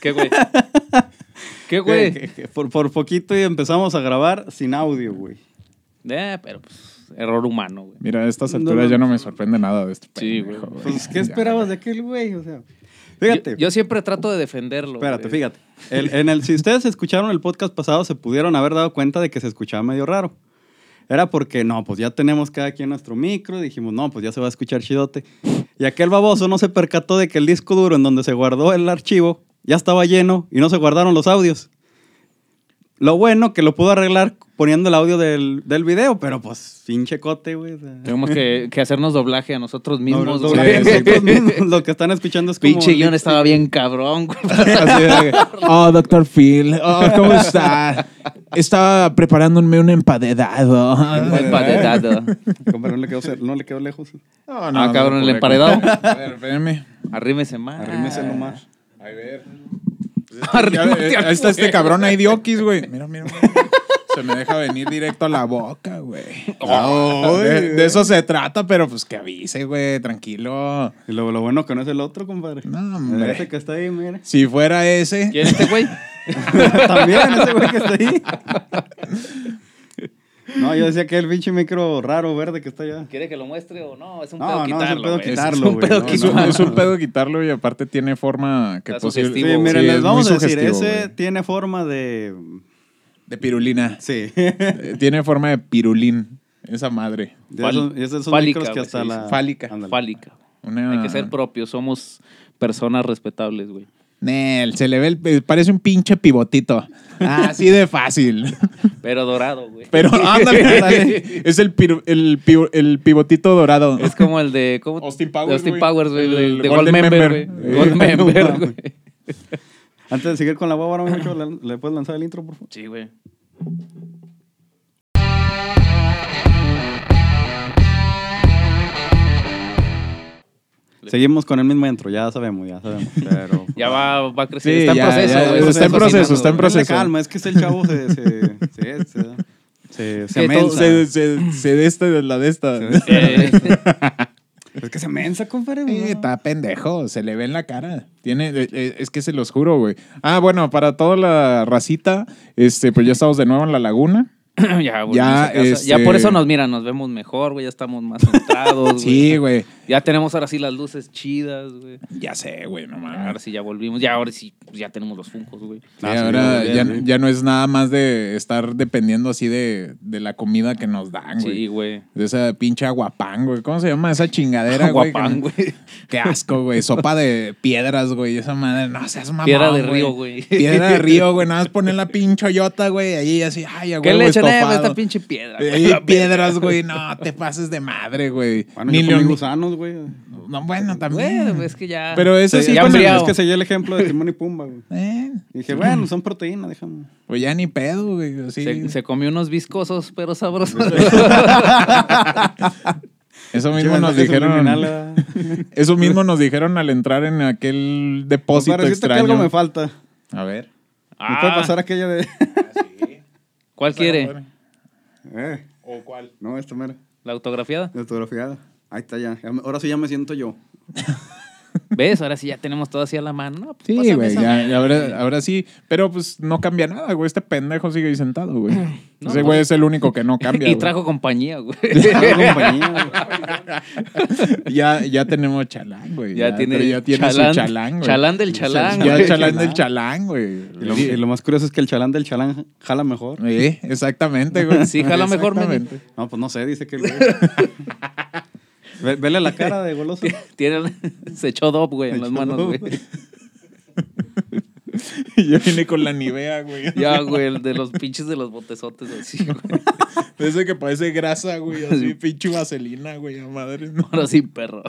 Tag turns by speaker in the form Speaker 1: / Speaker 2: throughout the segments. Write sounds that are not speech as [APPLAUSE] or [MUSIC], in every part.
Speaker 1: ¿Qué,
Speaker 2: [LAUGHS]
Speaker 1: güey? ¿Qué, [LAUGHS] güey?
Speaker 2: Que- que- que Por, por poquito y empezamos a grabar sin audio, güey.
Speaker 1: Eh, pero pues, error humano, güey.
Speaker 3: Mira, a estas
Speaker 2: No,
Speaker 3: alturas
Speaker 2: no,
Speaker 3: ya no
Speaker 2: no.
Speaker 3: me sorprende nada de este
Speaker 1: Sí,
Speaker 3: pendejo,
Speaker 1: güey.
Speaker 2: Pues, ¿qué
Speaker 3: Ya.
Speaker 2: esperabas de aquel güey? O sea,
Speaker 1: Yo,
Speaker 2: fíjate,
Speaker 1: yo siempre trato de defenderlo.
Speaker 2: espérate,
Speaker 1: güey.
Speaker 2: fíjate. El- en el, si ustedes escucharon el podcast pasado, se pudieron haber dado cuenta de que se escuchaba medio raro. Era porque, no, pues ya tenemos cada quien nuestro micro, dijimos, no, pues ya se va a escuchar chidote. Y aquel baboso no se percató de que el disco duro en donde se guardó el archivo ya estaba lleno y no se guardaron los audios. Lo bueno que lo pudo arreglar poniendo el audio del, del video, pero pues, pinche cote, güey. o sea.
Speaker 1: Tenemos que, que hacernos doblaje a nosotros mismos,
Speaker 2: No,
Speaker 1: güey.
Speaker 2: doblaje, nosotros mismos, lo que están escuchando es como...
Speaker 1: [LAUGHS] Pinche
Speaker 2: [LAUGHS]
Speaker 1: guión estaba bien cabrón, güey.
Speaker 3: Así de que, oh, doctor Phil, oh, [LAUGHS] ¿cómo está? Estaba preparándome un emparedado.
Speaker 1: Empadedado.
Speaker 2: Pero no le quedó, cer- no le quedó lejos.
Speaker 3: No,
Speaker 1: Ah, cabrón, el emparedado.
Speaker 2: [LAUGHS]
Speaker 3: A ver,
Speaker 1: [LAUGHS]
Speaker 3: espérame.
Speaker 1: Arrímese más. Ah,
Speaker 3: Ah.
Speaker 1: [LAUGHS]
Speaker 2: Arrímese nomás. eh,
Speaker 3: A ver.
Speaker 1: Arrímate al
Speaker 3: ahí está este
Speaker 1: suelo.
Speaker 3: cabrón ahí de Oquis, güey. Mira, mira, mira. Se me deja venir directo a la
Speaker 1: [LAUGHS]
Speaker 3: boca, güey.
Speaker 1: Ah,
Speaker 3: de, de eso se trata, pero pues que avise, güey, tranquilo.
Speaker 2: Y lo, lo bueno que no es el otro, compadre.
Speaker 3: No, hombre.
Speaker 2: Ese que está ahí, mira.
Speaker 3: Si fuera ese,
Speaker 1: ¿Quién es este güey?
Speaker 2: [LAUGHS] También, ese güey que está ahí. [LAUGHS] No, yo decía que el pinche micro raro verde que está allá.
Speaker 1: ¿Quiere que lo muestre o no? Es un
Speaker 2: No,
Speaker 1: pedo
Speaker 2: no, es un
Speaker 1: quitarlo.
Speaker 2: pedo
Speaker 1: güey.
Speaker 2: quitarlo,
Speaker 1: Es un
Speaker 2: güey.
Speaker 1: pedo
Speaker 2: No, no,
Speaker 3: es,
Speaker 1: quitarlo.
Speaker 3: un, es un pedo quitarlo y aparte tiene forma que
Speaker 1: Está
Speaker 3: posible.
Speaker 2: Sí,
Speaker 1: sugestivo.
Speaker 2: miren,
Speaker 3: Sí, es
Speaker 2: les
Speaker 3: muy
Speaker 2: vamos a decir,
Speaker 3: sugestivo,
Speaker 2: ese
Speaker 3: güey.
Speaker 2: tiene forma de...
Speaker 3: De pirulina.
Speaker 2: Sí. [LAUGHS]
Speaker 3: Eh, Tiene forma de pirulín. Esa madre.
Speaker 2: De esos, esos son
Speaker 1: Fálica,
Speaker 2: micros que
Speaker 1: güey,
Speaker 2: hasta
Speaker 1: se dice.
Speaker 2: la...
Speaker 3: Fálica.
Speaker 2: Ándale. Ah.
Speaker 1: Fálica.
Speaker 3: Una-
Speaker 1: Hay que ser propios. Somos personas respetables, güey.
Speaker 3: Nel, se le ve, el- eh, parece un pinche pivotito. Así de fácil. [LAUGHS]
Speaker 1: Pero dorado, güey. [LAUGHS]
Speaker 3: Pero ándale, ándale. Es el, piru- el, pivo- el pivotito dorado.
Speaker 1: Es como el de. ¿cómo?
Speaker 3: Austin Powers,
Speaker 1: De Austin
Speaker 3: güey.
Speaker 1: Powers, güey.
Speaker 3: El-
Speaker 1: De,
Speaker 3: el
Speaker 1: de Gold
Speaker 3: Golden
Speaker 1: Member,
Speaker 3: Member.
Speaker 1: güey.
Speaker 3: [LAUGHS]
Speaker 1: Gold
Speaker 2: Eh, no
Speaker 1: Member,
Speaker 2: mames.
Speaker 1: güey.
Speaker 2: Antes de seguir con la guagua, ahora mucho, ¿le, le puedes lanzar el intro, por favor?
Speaker 1: Sí, güey.
Speaker 2: Seguimos con el mismo intro, ya sabemos, ya sabemos.
Speaker 3: [LAUGHS]
Speaker 2: Pero...
Speaker 1: Ya va, va a crecer.
Speaker 3: Sí,
Speaker 1: está en
Speaker 3: ya,
Speaker 1: proceso,
Speaker 3: ya,
Speaker 1: güey.
Speaker 3: está en proceso, está en
Speaker 1: cocinando,
Speaker 3: proceso.
Speaker 2: Denle calma, es que es el chavo se...
Speaker 1: [LAUGHS]
Speaker 2: se, se, se, se, se
Speaker 1: Que todo-
Speaker 2: amensa.
Speaker 3: se, se, se de esta, de la de esta. [LAUGHS]
Speaker 1: güey. Eh,
Speaker 2: Es que se mensa, compadre.
Speaker 3: Sí,
Speaker 2: güey.
Speaker 3: Eh, está pendejo, se le ve en la cara. Tiene, eh, eh, es que se los juro, güey. Ah, bueno, para toda la racita, este, pues ya estamos de nuevo en la laguna.
Speaker 1: [LAUGHS] ya, güey,
Speaker 3: Ya,
Speaker 1: en esa casa. ya
Speaker 3: este-
Speaker 1: por eso nos miran, nos vemos mejor, güey. Ya estamos más centrados,
Speaker 3: [LAUGHS] Sí, güey.
Speaker 1: Ya tenemos ahora sí las luces chidas, güey.
Speaker 3: Ya sé, güey, no
Speaker 1: Ahora
Speaker 3: mames.
Speaker 1: sí ya volvimos. Ya ahora sí, pues, ya tenemos los funcos, güey.
Speaker 3: Sí,
Speaker 2: Ah, sí,
Speaker 3: ahora
Speaker 2: güey,
Speaker 3: ya,
Speaker 2: güey.
Speaker 3: ya no es nada más de estar dependiendo así de, de la comida que nos dan, güey.
Speaker 1: Sí, güey.
Speaker 3: De esa pinche aguapán, güey. ¿Cómo se llama esa chingadera, güey?
Speaker 1: Aguapán,
Speaker 3: [LAUGHS] Que-
Speaker 1: güey.
Speaker 3: Qué asco, güey. Sopa de piedras, güey. Esa madre, no seas mamón,
Speaker 1: Piedra de río, güey.
Speaker 3: Piedra de río, güey. Nada más poner la pinche hoyota, güey. Ahí así, ay,
Speaker 1: ¿Qué
Speaker 3: güey,
Speaker 1: le echan eh,
Speaker 3: estofado.
Speaker 1: esta pinche piedra? güey?
Speaker 3: Ahí piedras, güey. No, te pases de madre, güey.
Speaker 2: Bueno,
Speaker 3: Ni
Speaker 2: yo comí
Speaker 3: Leon-
Speaker 2: gusanos, güey.
Speaker 3: No, bueno, también.
Speaker 1: Güey, es que ya.
Speaker 3: Pero eso
Speaker 1: Sí,
Speaker 3: sí,
Speaker 1: ya
Speaker 3: con el-
Speaker 1: hambriado.
Speaker 2: Es que seguí el ejemplo de Timón y Pumba, güey.
Speaker 3: Eh,
Speaker 2: Dije, bueno, son proteínas, déjame.
Speaker 3: pues ya ni pedo, güey. así.
Speaker 1: Se, se comió unos viscosos, pero sabrosos. [LAUGHS]
Speaker 3: Eso
Speaker 2: Pinche
Speaker 3: mismo nos
Speaker 2: mensaje subliminal,
Speaker 3: dijeron. [LAUGHS]
Speaker 2: ah.
Speaker 3: Eso mismo nos dijeron al entrar en aquel depósito
Speaker 2: Compadre, siento que
Speaker 3: extraño.
Speaker 2: algo me falta.
Speaker 3: A ver.
Speaker 2: Me
Speaker 3: Ah.
Speaker 2: puede pasar aquella de...
Speaker 1: Ah,
Speaker 2: [LAUGHS]
Speaker 1: ¿Cuál quiere?
Speaker 2: Eh,
Speaker 3: ¿O cuál?
Speaker 2: no, esta mera.
Speaker 1: ¿La autografiada?
Speaker 2: La autografiada. Ahí está ya. Ya me- Ahora sí ya me
Speaker 1: [LAUGHS]
Speaker 2: siento yo.
Speaker 1: ¿Ves? Ahora sí ya tenemos todo así a la mano. No, pues,
Speaker 3: Sí,
Speaker 1: pásame
Speaker 3: güey,
Speaker 1: esa
Speaker 3: ya,
Speaker 1: madre.
Speaker 3: ya ahora, ahora sí. Pero pues no cambia nada, güey. Este pendejo sigue ahí sentado, güey.
Speaker 1: No,
Speaker 3: Ese
Speaker 1: no.
Speaker 3: güey es el
Speaker 1: [LAUGHS]
Speaker 3: único que no cambia.
Speaker 1: Y
Speaker 3: güey.
Speaker 1: trajo compañía,
Speaker 2: [LAUGHS]
Speaker 1: güey.
Speaker 2: Algo compañía, güey.
Speaker 3: Ya, ya tenemos chalán, güey.
Speaker 1: ya, tiene,
Speaker 3: pero ya tiene
Speaker 1: chalán,
Speaker 3: su chalán, güey.
Speaker 1: Chalán del chalán,
Speaker 3: Ya
Speaker 1: güey. Ah.
Speaker 3: chalán del chalán, güey.
Speaker 2: Y lo,
Speaker 3: Sí.
Speaker 2: y lo más curioso es que el chalán del chalán jala mejor.
Speaker 3: Sí, exactamente, güey.
Speaker 1: Sí, jala mejor, men.
Speaker 3: Exactamente. [LAUGHS]
Speaker 2: No, pues no sé, dice que el güey. [LAUGHS] Ve- Vele la cara de goloso.
Speaker 1: [LAUGHS] Tiene- se echó dop, güey, en
Speaker 2: Se
Speaker 1: las
Speaker 2: echó
Speaker 1: manos,
Speaker 2: dop.
Speaker 1: güey.
Speaker 3: Yo vine con la nivea, güey.
Speaker 1: Ya, güey, el de los pinches de los botezotes, güey. Sí, güey.
Speaker 3: De ese que parece grasa, güey.
Speaker 1: [LAUGHS]
Speaker 3: Así, pinche vaselina, güey. A madre. No,
Speaker 1: Ahora sí, perro.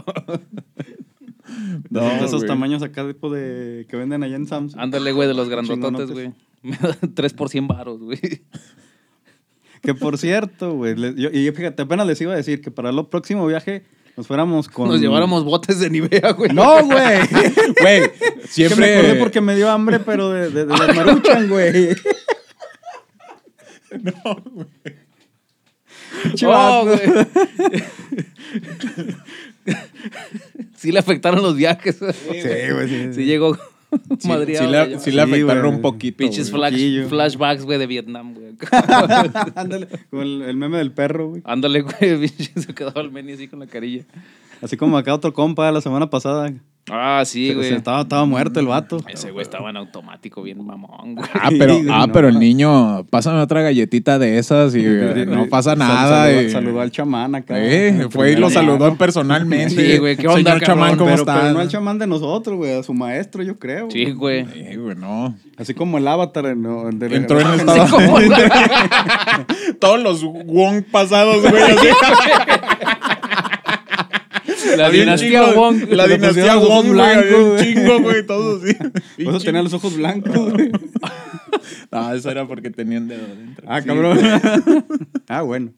Speaker 2: De esos- de esos
Speaker 3: güey.
Speaker 2: tamaños acá tipo de que venden allá en Samsung.
Speaker 1: Ándale, güey, de los grandototes, güey.
Speaker 2: Chingonotes.
Speaker 1: 3 por 100 varos, güey.
Speaker 2: Que por cierto, güey, le- yo- y fíjate, apenas les iba a decir que para el próximo viaje nos fuéramos con...
Speaker 1: Nos lleváramos botes de Nivea, güey.
Speaker 2: ¡No, güey!
Speaker 3: [LAUGHS] Güey,
Speaker 2: Siempre... me
Speaker 3: siempre.
Speaker 2: acordé porque me dio hambre, pero de, de, de las maruchan, güey.
Speaker 3: No, güey.
Speaker 1: [LAUGHS] No,
Speaker 2: Chivato.
Speaker 1: Oh, güey. [LAUGHS] sí le afectaron los viajes. güey.
Speaker 2: Sí, güey, sí, sí.
Speaker 1: Sí llegó [LAUGHS]
Speaker 3: Sí,
Speaker 1: Madreado,
Speaker 3: sí le,
Speaker 1: ya.
Speaker 3: sí le
Speaker 2: Sí,
Speaker 3: afectaron
Speaker 2: güey.
Speaker 3: un poquito.
Speaker 1: Pinches
Speaker 3: güey.
Speaker 1: flash-
Speaker 2: Poquillo.
Speaker 1: flashbacks, güey, de Vietnam,
Speaker 3: [LAUGHS]
Speaker 1: güey.
Speaker 2: Ándale, como el, el meme del perro, güey.
Speaker 1: Ándale, güey, [LAUGHS] pinche, se quedaba el meni así con la carilla.
Speaker 2: Así como acá otro compa la semana pasada.
Speaker 1: Ah, sí,
Speaker 2: Se- se
Speaker 1: güey.
Speaker 2: estaba, estaba muerto el vato.
Speaker 1: Ese güey estaba en automático, bien mamón, güey.
Speaker 3: Ah, pero,
Speaker 2: Sí,
Speaker 3: ah,
Speaker 2: no.
Speaker 3: pero el niño, pásame otra galletita de esas y eh, no pasa
Speaker 2: Sal-
Speaker 3: nada.
Speaker 2: Saludó,
Speaker 3: y-
Speaker 2: saludó al chamán acá.
Speaker 3: Eh,
Speaker 2: El
Speaker 3: fue y
Speaker 2: primer
Speaker 3: lo
Speaker 2: día.
Speaker 3: saludó personalmente.
Speaker 1: Sí, güey, ¿qué onda,
Speaker 3: Señor
Speaker 1: cabrón?
Speaker 3: chamán, ¿cómo
Speaker 2: Pero,
Speaker 3: está?
Speaker 2: pero no al chamán de nosotros, güey, a su maestro, yo creo.
Speaker 1: Sí, güey.
Speaker 3: Eh, güey, no.
Speaker 2: Así como el avatar. en- no, de-
Speaker 3: Entró en
Speaker 1: Sí,
Speaker 2: [LAUGHS]
Speaker 3: estado.
Speaker 1: como
Speaker 3: [LAUGHS]
Speaker 1: la-
Speaker 3: Todos los Wong pasados, güey. así.
Speaker 1: La
Speaker 3: Había un
Speaker 1: dinastía
Speaker 3: chingo-
Speaker 1: Wong.
Speaker 3: La
Speaker 2: Le
Speaker 3: dinastía
Speaker 2: pusieron los
Speaker 3: Wong,
Speaker 2: ojos
Speaker 3: güey. había un
Speaker 2: blancos, güey.
Speaker 3: chingo, güey, todos así.
Speaker 2: Por eso tenía los ojos blancos,
Speaker 3: [LAUGHS]
Speaker 2: güey.
Speaker 3: Ah, eso era porque tenían dedo dentro.
Speaker 2: Ah, cabrón. ah, bueno.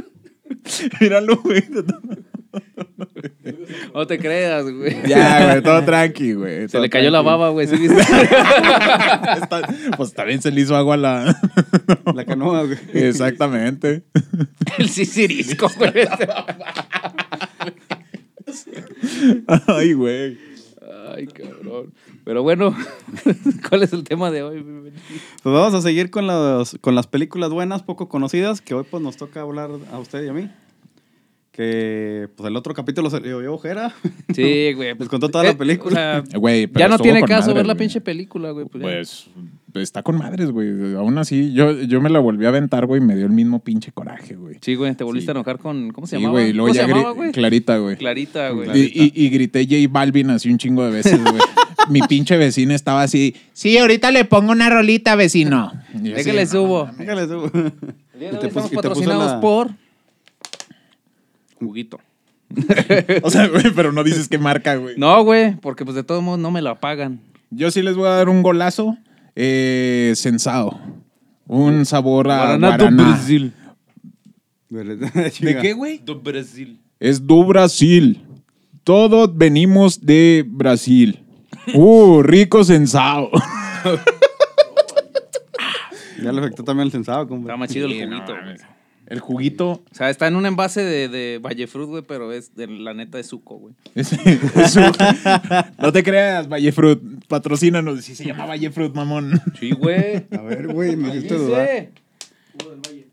Speaker 3: [LAUGHS] Míralo, güey.
Speaker 1: No te creas, güey.
Speaker 3: Ya, güey, todo tranqui, güey.
Speaker 1: Se
Speaker 3: todo
Speaker 1: le cayó la
Speaker 3: tranqui.
Speaker 1: baba, güey. ¿sí viste?
Speaker 3: [LAUGHS] Está- pues también se le hizo agua a la.
Speaker 2: La canoa, güey.
Speaker 3: [LAUGHS] Exactamente. [LAUGHS]
Speaker 1: El sisirisco, güey.
Speaker 3: Ay, güey.
Speaker 1: Ay, cabrón. Pero bueno, [LAUGHS] ¿cuál es el tema de hoy? güey?
Speaker 2: Pues vamos a seguir con las, con las películas buenas, poco conocidas, que hoy pues nos toca hablar a usted y a mí. Que pues el otro capítulo salió yo, Ojera.
Speaker 1: Sí, güey. pues,
Speaker 2: [LAUGHS] Les contó toda la
Speaker 1: eh,
Speaker 2: película.
Speaker 1: o sea,
Speaker 3: Güey, pero
Speaker 1: ya no
Speaker 3: estuvo
Speaker 1: tiene
Speaker 3: con
Speaker 1: caso
Speaker 3: madre,
Speaker 1: ver la
Speaker 3: güey.
Speaker 1: pinche película, güey. pues, ya.
Speaker 3: Pues está con madres, güey. Aún así, yo, yo me la volví a aventar, güey, y me dio el mismo pinche coraje, güey.
Speaker 1: Sí, güey, te volviste
Speaker 3: Sí.
Speaker 1: a enojar con. ¿Cómo se
Speaker 3: Sí,
Speaker 1: llamaba?
Speaker 3: güey, y luego
Speaker 1: ¿Cómo se
Speaker 3: ya gri-
Speaker 1: llamaba, güey?
Speaker 3: Clarita, güey.
Speaker 1: Clarita, güey.
Speaker 3: Y, y- y grité J Balvin así un chingo de veces,
Speaker 1: [LAUGHS]
Speaker 3: güey. Mi pinche vecina estaba así, sí, ahorita le pongo una rolita, vecino. Y yo así,
Speaker 1: Déjale
Speaker 3: "No,
Speaker 1: subo.
Speaker 2: [LAUGHS] Déjale eso.
Speaker 1: El día
Speaker 2: Y
Speaker 1: de
Speaker 2: te
Speaker 1: hoy
Speaker 2: puso-
Speaker 1: estamos
Speaker 2: y te puso
Speaker 1: patrocinados
Speaker 2: la-
Speaker 1: por. Juguito.
Speaker 3: O sea, güey, pero no dices qué marca, güey.
Speaker 1: No, güey, porque pues de todos modos no me la pagan.
Speaker 3: Yo sí les voy a dar un golazo eh, sensado. Un sabor a
Speaker 1: Guaraná do
Speaker 3: guaraná.
Speaker 1: Brasil.
Speaker 2: [LAUGHS] ¿De
Speaker 3: güey?
Speaker 1: Do Brasil.
Speaker 3: Es do Brasil. Todos venimos de Brasil. Uh, rico sensado.
Speaker 2: Ya le afectó también el sensado, compa.
Speaker 1: Está más chido
Speaker 3: Sí,
Speaker 1: el
Speaker 3: no
Speaker 1: juguito. güey.
Speaker 3: mames. [LAUGHS] El juguito
Speaker 1: o sea, está en un envase de, de Vallefrut, güey, pero es de, la neta es suco, güey.
Speaker 3: Es- es un- no te creas, Vallefrut. Patrocínanos. Si se llama Vallefrut, mamón.
Speaker 1: Sí, [LAUGHS] güey.
Speaker 2: A ver, güey, me hiciste dudar.
Speaker 1: Dice.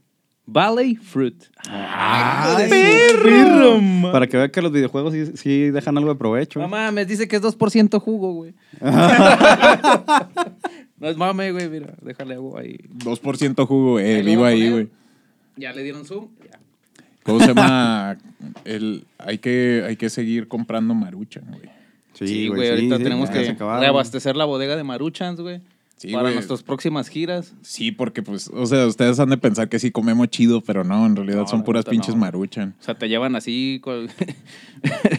Speaker 1: Valley Fruit.
Speaker 3: Ay,
Speaker 1: perro, ma-
Speaker 2: Para que vea que los videojuegos sí, sí dejan algo de provecho.
Speaker 1: No mames, dice que es 2% jugo, güey. no es mame, güey, mira, déjale agua ahí.
Speaker 3: 2% jugo. Eh,
Speaker 1: Ahí lo
Speaker 3: vivo
Speaker 1: voy a
Speaker 3: ahí,
Speaker 1: poner.
Speaker 3: güey.
Speaker 1: Ya le dieron zoom. ya.
Speaker 3: ¿Cómo se llama? El, hay, que, hay que seguir comprando marucha, güey.
Speaker 1: Sí, güey, ahorita
Speaker 2: sí,
Speaker 1: tenemos
Speaker 2: ya se
Speaker 1: que
Speaker 2: acabaron.
Speaker 1: reabastecer la bodega de Maruchans, güey.
Speaker 3: Sí,
Speaker 1: para
Speaker 3: güey.
Speaker 1: nuestras próximas giras.
Speaker 3: Sí, porque pues, o sea, ustedes han de pensar que sí comemos chido, pero no, en realidad
Speaker 1: No,
Speaker 3: son
Speaker 1: la
Speaker 3: puras
Speaker 1: neta,
Speaker 3: pinches
Speaker 1: no.
Speaker 3: maruchan.
Speaker 1: O sea, te llevan así col-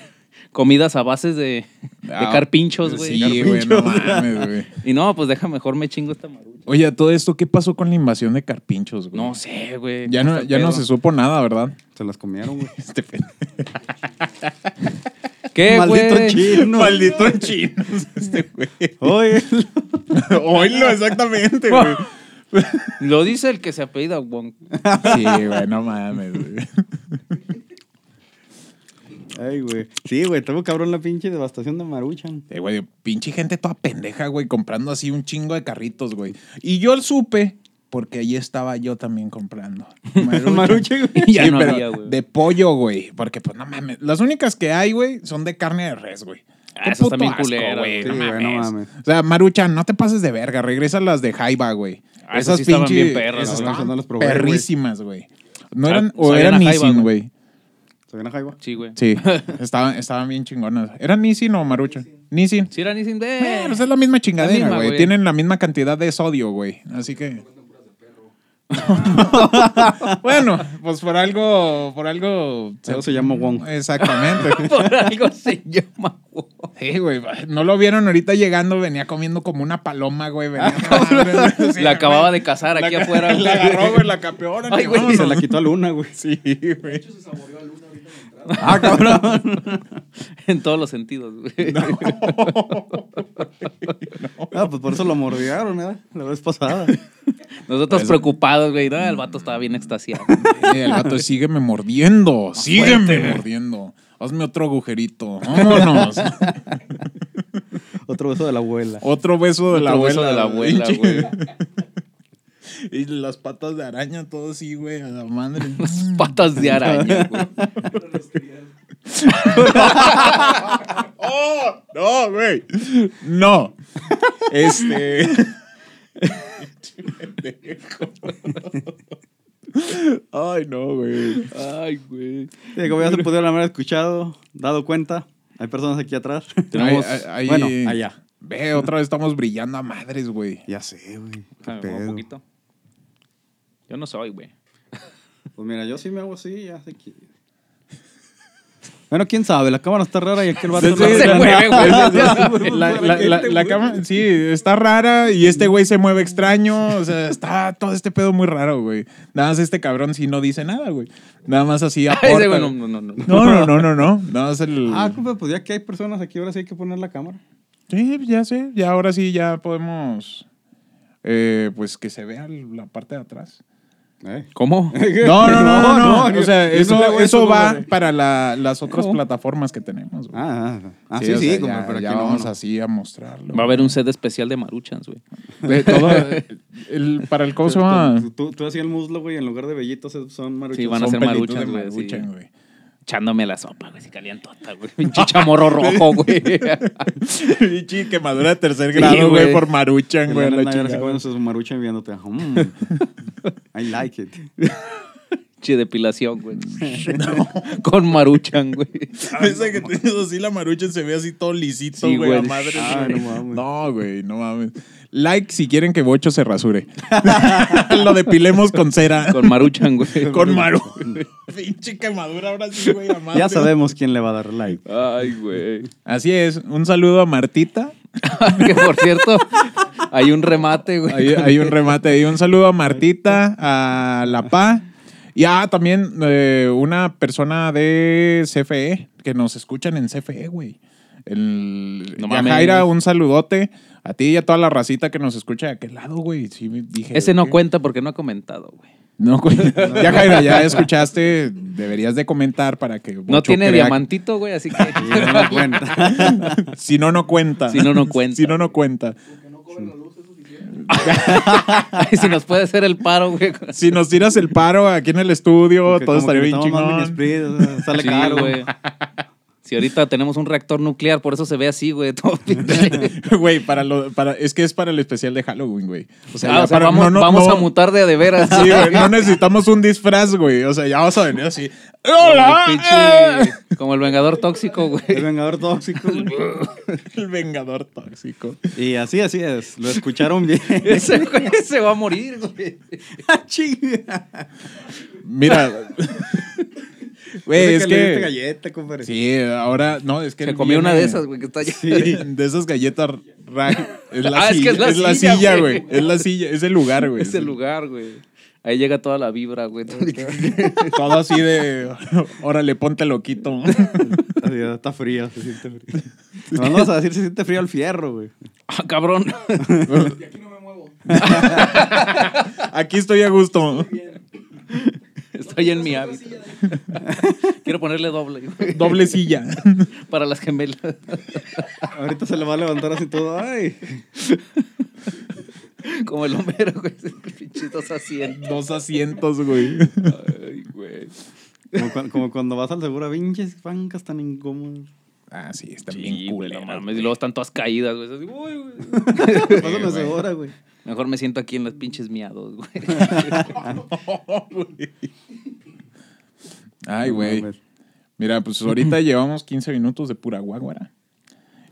Speaker 1: [LAUGHS] comidas a bases de, de
Speaker 3: Ah,
Speaker 1: carpinchos, güey.
Speaker 3: Sí, güey,
Speaker 1: [LAUGHS]
Speaker 3: no mames, güey.
Speaker 1: Y no, pues deja mejor me chingo esta marucha.
Speaker 3: Oye, ¿a todo esto, ¿qué pasó con la invasión de carpinchos, güey?
Speaker 1: No sé, güey.
Speaker 3: Ya no, ya no [LAUGHS] se supo
Speaker 1: [LAUGHS]
Speaker 3: nada, ¿verdad?
Speaker 2: Se las comieron, güey.
Speaker 3: Este pe-
Speaker 1: ¿Qué,
Speaker 2: Maldito
Speaker 1: Eh, güey?
Speaker 2: chino.
Speaker 3: Maldito chino este güey.
Speaker 2: Oye,
Speaker 1: [LAUGHS]
Speaker 3: Oílo, exactamente, güey.
Speaker 1: Lo dice el que se apellida Wong.
Speaker 3: Sí, güey, no mames, güey.
Speaker 2: Ay, güey. Sí, güey, tengo cabrón la pinche devastación de Maruchan.
Speaker 3: Eh, güey, pinche gente toda pendeja, güey, comprando así un chingo de carritos, güey. Y yo supe porque ahí estaba yo también comprando.
Speaker 1: [LAUGHS]
Speaker 3: Maruchan.
Speaker 2: Maruchan, güey.
Speaker 1: Ya
Speaker 3: Sí,
Speaker 1: no
Speaker 3: pero
Speaker 1: había, güey.
Speaker 3: de pollo, güey. Porque, pues, no mames. Las únicas que hay, güey, son de carne de res, güey.
Speaker 1: Ah,
Speaker 3: Qué
Speaker 1: esas
Speaker 3: puto
Speaker 1: también
Speaker 3: asco,
Speaker 1: culeras,
Speaker 3: güey.
Speaker 1: güey.
Speaker 3: no,
Speaker 2: Sí,
Speaker 3: mames.
Speaker 2: güey, no mames.
Speaker 3: O sea, Maruchan, no te pases de verga. Regresa las de Jaiba, güey.
Speaker 1: Ah, esas sí estaban bien perras,
Speaker 3: esas
Speaker 2: ¿no?
Speaker 3: estaban
Speaker 2: Esas no las probé, güey.
Speaker 3: perrísimas, güey. No
Speaker 1: Ah,
Speaker 3: eran, o
Speaker 1: sabían
Speaker 3: eran
Speaker 1: a Jaiba,
Speaker 3: Nissin,
Speaker 1: güey.
Speaker 3: güey.
Speaker 2: ¿Se viene a Jaiba?
Speaker 1: Sí, güey. [LAUGHS]
Speaker 3: Sí, estaban, estaban bien chingonas. ¿Eran Nissin o Maruchan? Nissin.
Speaker 1: Sí, era Nissin de-
Speaker 3: Eh, pues es la misma
Speaker 1: La
Speaker 3: chingadera,
Speaker 1: misma,
Speaker 3: güey.
Speaker 1: güey.
Speaker 3: Tienen la misma cantidad de sodio, güey. Así que. [LAUGHS] bueno, pues por algo, por algo.
Speaker 2: Eso se llama Wong.
Speaker 1: [LAUGHS]
Speaker 3: Exactamente.
Speaker 1: Por algo se llama Wong.
Speaker 3: Sí, güey. No lo vieron ahorita llegando, venía comiendo como una paloma, güey.
Speaker 1: [LAUGHS]
Speaker 3: Venía Sí,
Speaker 1: La acababa
Speaker 3: güey.
Speaker 1: de cazar aquí
Speaker 3: [LAUGHS] La-
Speaker 1: afuera.
Speaker 3: La agarró, güey, la capeona.
Speaker 1: Ay, [LAUGHS] güey.
Speaker 2: Se la quitó a Luna, güey.
Speaker 3: Sí, güey.
Speaker 2: Ah, cabrón.
Speaker 1: [LAUGHS] En todos los sentidos, güey.
Speaker 2: Ah, pues por eso lo mordieron, ¿eh? La vez pasada.
Speaker 1: Nosotros
Speaker 3: Pues-
Speaker 1: preocupados, güey. No, el vato estaba bien extasiado.
Speaker 3: Eh, El vato sígueme mordiendo. Sígueme
Speaker 1: fuerte. [LAUGHS]
Speaker 3: mordiendo. Hazme otro agujerito. Vámonos.
Speaker 2: O Otro beso de la abuela.
Speaker 3: Otro beso de la
Speaker 1: Otro
Speaker 3: abuela.
Speaker 1: beso de la abuela,
Speaker 3: pinche. [LAUGHS] Y las patas de araña, todo así, güey, a la [LAUGHS] madre.
Speaker 1: Las patas de
Speaker 3: [LAUGHS]
Speaker 1: araña, güey.
Speaker 3: ¡Oh! No, güey. No. Este. [LAUGHS] Ay, no, güey.
Speaker 1: Ay, güey.
Speaker 2: Sí, como ya se pudieron haber escuchado, dado cuenta, hay personas aquí
Speaker 3: [LAUGHS]
Speaker 2: atrás.
Speaker 1: Tenemos-
Speaker 3: Ay, ay, ay.
Speaker 2: bueno, allá.
Speaker 3: Ve, otra vez estamos brillando a madres, güey.
Speaker 2: Ya sé, güey. qué
Speaker 1: Ah,
Speaker 2: pedo.
Speaker 1: Un poquito. Yo no soy,
Speaker 3: [LAUGHS]
Speaker 1: güey.
Speaker 2: Pues mira, yo sí me hago así, ya sé que... Bueno, quién sabe, la cámara está rara y aquel vato...
Speaker 3: Sí,
Speaker 1: Se
Speaker 3: la-
Speaker 1: mueve,
Speaker 3: [LAUGHS]
Speaker 1: güey.
Speaker 3: La, la, la, la cama, sí, está rara y este güey se mueve extraño. O sea, está todo este pedo muy raro, güey. Nada más este cabrón sí no dice nada, güey. Nada más así [LAUGHS] aporta.
Speaker 1: Ese, güey, no,
Speaker 3: güey.
Speaker 1: no, no, no.
Speaker 3: No, no, no, no, no. [LAUGHS] Nada más el.
Speaker 2: Ah, compa, pues ya que hay personas aquí, ahora sí hay que poner la cámara.
Speaker 3: Sí, ya sé. Ya ahora sí, ya podemos. eh, pues que se vea la parte de atrás.
Speaker 1: ¿Cómo?
Speaker 3: No, no, no,
Speaker 2: [LAUGHS]
Speaker 3: no.
Speaker 2: No,
Speaker 3: no,
Speaker 2: no,
Speaker 3: O sea,
Speaker 2: yo- yo
Speaker 3: eso,
Speaker 2: no le hago
Speaker 3: eso
Speaker 2: eso,
Speaker 3: va
Speaker 2: güey.
Speaker 3: para la- las otras
Speaker 1: ¿Cómo?
Speaker 3: plataformas que tenemos. güey.
Speaker 2: Ah, ah, ah, sí,
Speaker 3: o
Speaker 2: sí,
Speaker 3: sea,
Speaker 2: compa,
Speaker 3: ya-
Speaker 2: pero
Speaker 3: ya
Speaker 2: aquí no,
Speaker 3: vamos
Speaker 2: no.
Speaker 3: así a mostrarlo.
Speaker 1: Va a haber un set especial de Maruchans, güey.
Speaker 3: De todo, el- para
Speaker 1: [LAUGHS]
Speaker 3: el ¿cómo se llama?
Speaker 2: Tú, tú, tú hacías el muslo, güey, en lugar de vellitos son maruchas.
Speaker 1: Sí, van a
Speaker 3: Ah.
Speaker 1: ser
Speaker 3: Son pelitos
Speaker 1: maruchas,
Speaker 3: de
Speaker 1: güey, sí.
Speaker 3: maruchan, güey. [LAUGHS]
Speaker 1: Echándome la sopa, güey. Se calientota, güey. Pinche chamorro rojo, güey.
Speaker 3: Pinche quemadura de tercer
Speaker 1: Sí,
Speaker 3: grado, güey,
Speaker 1: güey.
Speaker 3: por maruchan,
Speaker 2: Y
Speaker 3: güey.
Speaker 2: van a
Speaker 3: la
Speaker 2: andar así
Speaker 3: chingada.
Speaker 2: comiendo su marucha y viéndote. mm, [LAUGHS] I like it.
Speaker 1: Pinche depilación, güey.
Speaker 3: [LAUGHS]
Speaker 1: Con Maruchan, güey.
Speaker 3: Esa que tienes así, la maruchan se ve así todo lisito,
Speaker 1: Sí,
Speaker 3: güey, a
Speaker 1: güey.
Speaker 3: madre.
Speaker 2: Ah,
Speaker 3: güey.
Speaker 2: no mames.
Speaker 3: No, güey, no mames. Like si quieren que Bocho se rasure. [LAUGHS] Lo depilemos con cera.
Speaker 1: Con Maruchan, güey. [LAUGHS]
Speaker 3: Con maru. Pinche quemadura ahora sí, güey, a madre.
Speaker 2: Ya sabemos quién le va a dar like.
Speaker 1: Ay, güey.
Speaker 3: Así es. Un saludo a Martita.
Speaker 1: [LAUGHS] que por cierto, hay un remate, güey.
Speaker 3: Hay, hay un remate ahí. Un saludo a Martita, a La Pa. Y ah, también eh, una persona de CFE, que nos escuchan en CFE, güey. El,
Speaker 1: No mames.
Speaker 3: Yajaira, un saludote a ti y a toda la racita que nos escucha de aquel lado, güey. Sí,
Speaker 1: [LAUGHS]
Speaker 3: dije,
Speaker 1: Ese no
Speaker 3: ¿qué?
Speaker 1: cuenta porque no ha comentado, güey.
Speaker 3: No
Speaker 2: [LAUGHS]
Speaker 3: cuenta. Ya, Jaira, ya escuchaste. Deberías de comentar para que.
Speaker 1: No
Speaker 3: Bocho
Speaker 1: tiene
Speaker 3: crea-
Speaker 1: diamantito, güey, así que.
Speaker 3: Si no, no cuenta.
Speaker 1: Si no, no cuenta.
Speaker 3: [LAUGHS] Si no, no cuenta.
Speaker 1: [LAUGHS] Ay, si nos puede hacer el paro, güey.
Speaker 3: Si nos tiras el paro aquí en el estudio,
Speaker 2: Porque
Speaker 3: todo
Speaker 2: [LAUGHS] como
Speaker 3: estaría
Speaker 2: que
Speaker 3: bien
Speaker 2: estamos más
Speaker 3: chingón.
Speaker 2: mini split, o sea, Sale
Speaker 1: Sí,
Speaker 2: caro, güey.
Speaker 1: Si ahorita tenemos un reactor nuclear, por eso se ve así, güey. todo
Speaker 3: [LAUGHS]
Speaker 1: pinche.
Speaker 3: [LAUGHS] Güey, para lo, para, es que es para el especial de Halloween, güey. O sea,
Speaker 1: Ah,
Speaker 3: ya
Speaker 1: o sea,
Speaker 3: para-
Speaker 1: vamos,
Speaker 3: no, no,
Speaker 1: vamos
Speaker 3: no.
Speaker 1: a mutar de a de veras.
Speaker 3: Sí, güey, no necesitamos un disfraz, güey. O sea, ya vas a venir así.
Speaker 1: [LAUGHS] Como el
Speaker 3: ¡Hola!
Speaker 1: pinche- Como el Vengador Tóxico,
Speaker 2: El
Speaker 3: [LAUGHS]
Speaker 1: güey.
Speaker 2: vengador tóxico. güey.
Speaker 3: Eh, [LAUGHS] El vengador tóxico.
Speaker 2: Y así, así es. Lo escucharon bien.
Speaker 1: Ese güey se va a morir, güey.
Speaker 2: [LAUGHS]
Speaker 3: Mira. Güey, es
Speaker 2: le diste
Speaker 3: que.
Speaker 2: galleta, compadre.
Speaker 3: Sí, ahora. No, es que.
Speaker 1: Se
Speaker 3: él
Speaker 1: comió una
Speaker 3: viene-
Speaker 1: de esas, güey, que está allá.
Speaker 3: Sí, de esas galletas ra- Es la
Speaker 1: Ah, es que
Speaker 3: silla,
Speaker 1: es la silla,
Speaker 3: silla, güey.
Speaker 1: güey.
Speaker 3: Es la silla, es el lugar, güey.
Speaker 1: Es el lugar, güey. Ahí llega toda la vibra, güey.
Speaker 3: Todo así de. Órale, ponte loquito.
Speaker 2: Así, está frío, se siente frío. [LAUGHS] No vamos a decir se siente frío al fierro, güey.
Speaker 1: [LAUGHS] Ah, cabrón. [LAUGHS]
Speaker 3: [LAUGHS] Aquí estoy a gusto.
Speaker 1: Estoy en mi hábito. [LAUGHS] Quiero ponerle doble, güey,
Speaker 3: [LAUGHS] Doble silla.
Speaker 1: Para las gemelas. [LAUGHS]
Speaker 2: Ahorita se le va a levantar así todo. Ay.
Speaker 1: Como el homero, güey. Pinchitos haciendo.
Speaker 3: Dos asientos, güey.
Speaker 1: Ay, güey.
Speaker 2: Como, cuan- como cuando vas al seguro, pinches bancas tan
Speaker 3: [LAUGHS]
Speaker 2: incómodas.
Speaker 3: Ah, sí, están
Speaker 1: Sí,
Speaker 3: bien
Speaker 1: güey,
Speaker 3: culeras.
Speaker 1: no mames, Y luego están todas caídas, güey. Así, uy, güey.
Speaker 2: Pasan la segura, güey.
Speaker 1: Mejor me siento aquí en los pinches miados, güey. [LAUGHS]
Speaker 3: güey. Ay,
Speaker 2: No
Speaker 3: güey.
Speaker 2: mames.
Speaker 3: Mira, pues ahorita [LAUGHS] llevamos 15 minutos de pura guaguara.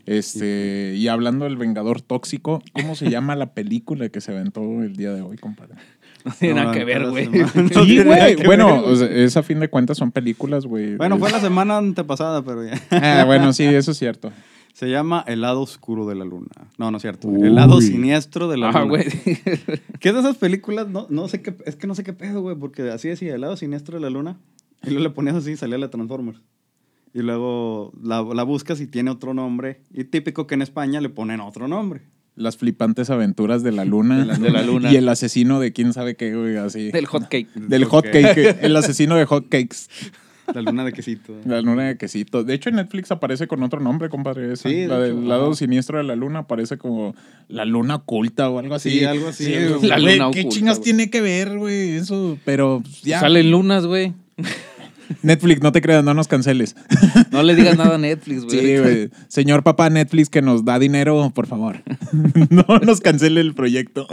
Speaker 3: Este, y hablando del Vengador Tóxico, ¿cómo se llama la película que se aventó el día de hoy, compadre?
Speaker 1: No tiene
Speaker 2: No,
Speaker 1: nada que ver,
Speaker 2: toda
Speaker 1: güey.
Speaker 2: [LAUGHS] semana. No
Speaker 3: Sí,
Speaker 2: tiene nada
Speaker 3: güey.
Speaker 2: que
Speaker 3: Bueno,
Speaker 2: ver, güey.
Speaker 3: o sea, es a fin de cuentas son películas, güey.
Speaker 2: Bueno,
Speaker 3: Es-
Speaker 2: fue la semana antepasada, pero ya. [LAUGHS]
Speaker 3: Ah, bueno, sí, eso es cierto.
Speaker 2: Se llama El lado oscuro de la luna. No, no es cierto. El lado
Speaker 3: Uy.
Speaker 2: siniestro de la
Speaker 1: Ah,
Speaker 2: luna.
Speaker 1: güey. [LAUGHS]
Speaker 2: ¿Qué es de esas películas? No, no sé qué, es que no sé qué pedo, güey, porque así decía, el lado siniestro de la luna. Y luego le ponías así y salía la Transformers. Y luego la, la buscas y tiene otro nombre. Y típico que en España le ponen otro nombre.
Speaker 3: Las flipantes aventuras de la luna.
Speaker 1: De la- de la luna.
Speaker 3: Y el asesino de quién sabe qué, güey, así.
Speaker 1: Del hot cake.
Speaker 3: Del
Speaker 2: Hot [LAUGHS]
Speaker 3: hot cake. El asesino de hot cakes.
Speaker 2: La luna de
Speaker 3: [LAUGHS]
Speaker 2: quesito.
Speaker 3: La luna de quesito. De hecho, en Netflix aparece con otro nombre, compadre. esa.
Speaker 2: Sí, de
Speaker 3: la del
Speaker 2: hecho,
Speaker 3: lado
Speaker 2: ajá.
Speaker 3: siniestro de la luna aparece como la luna oculta o algo así.
Speaker 2: Sí, algo así.
Speaker 3: güey.
Speaker 1: La luna
Speaker 3: ¿Qué
Speaker 1: oculta,
Speaker 3: chingas
Speaker 1: güey.
Speaker 3: tiene que ver, güey? Eso, pero pues, ya.
Speaker 1: Salen lunas, güey.
Speaker 3: Netflix, no te creas, no nos canceles.
Speaker 1: No le digas nada a Netflix, güey.
Speaker 3: Sí, güey. Señor papá Netflix que nos da dinero, por favor. [LAUGHS] no nos cancele el proyecto.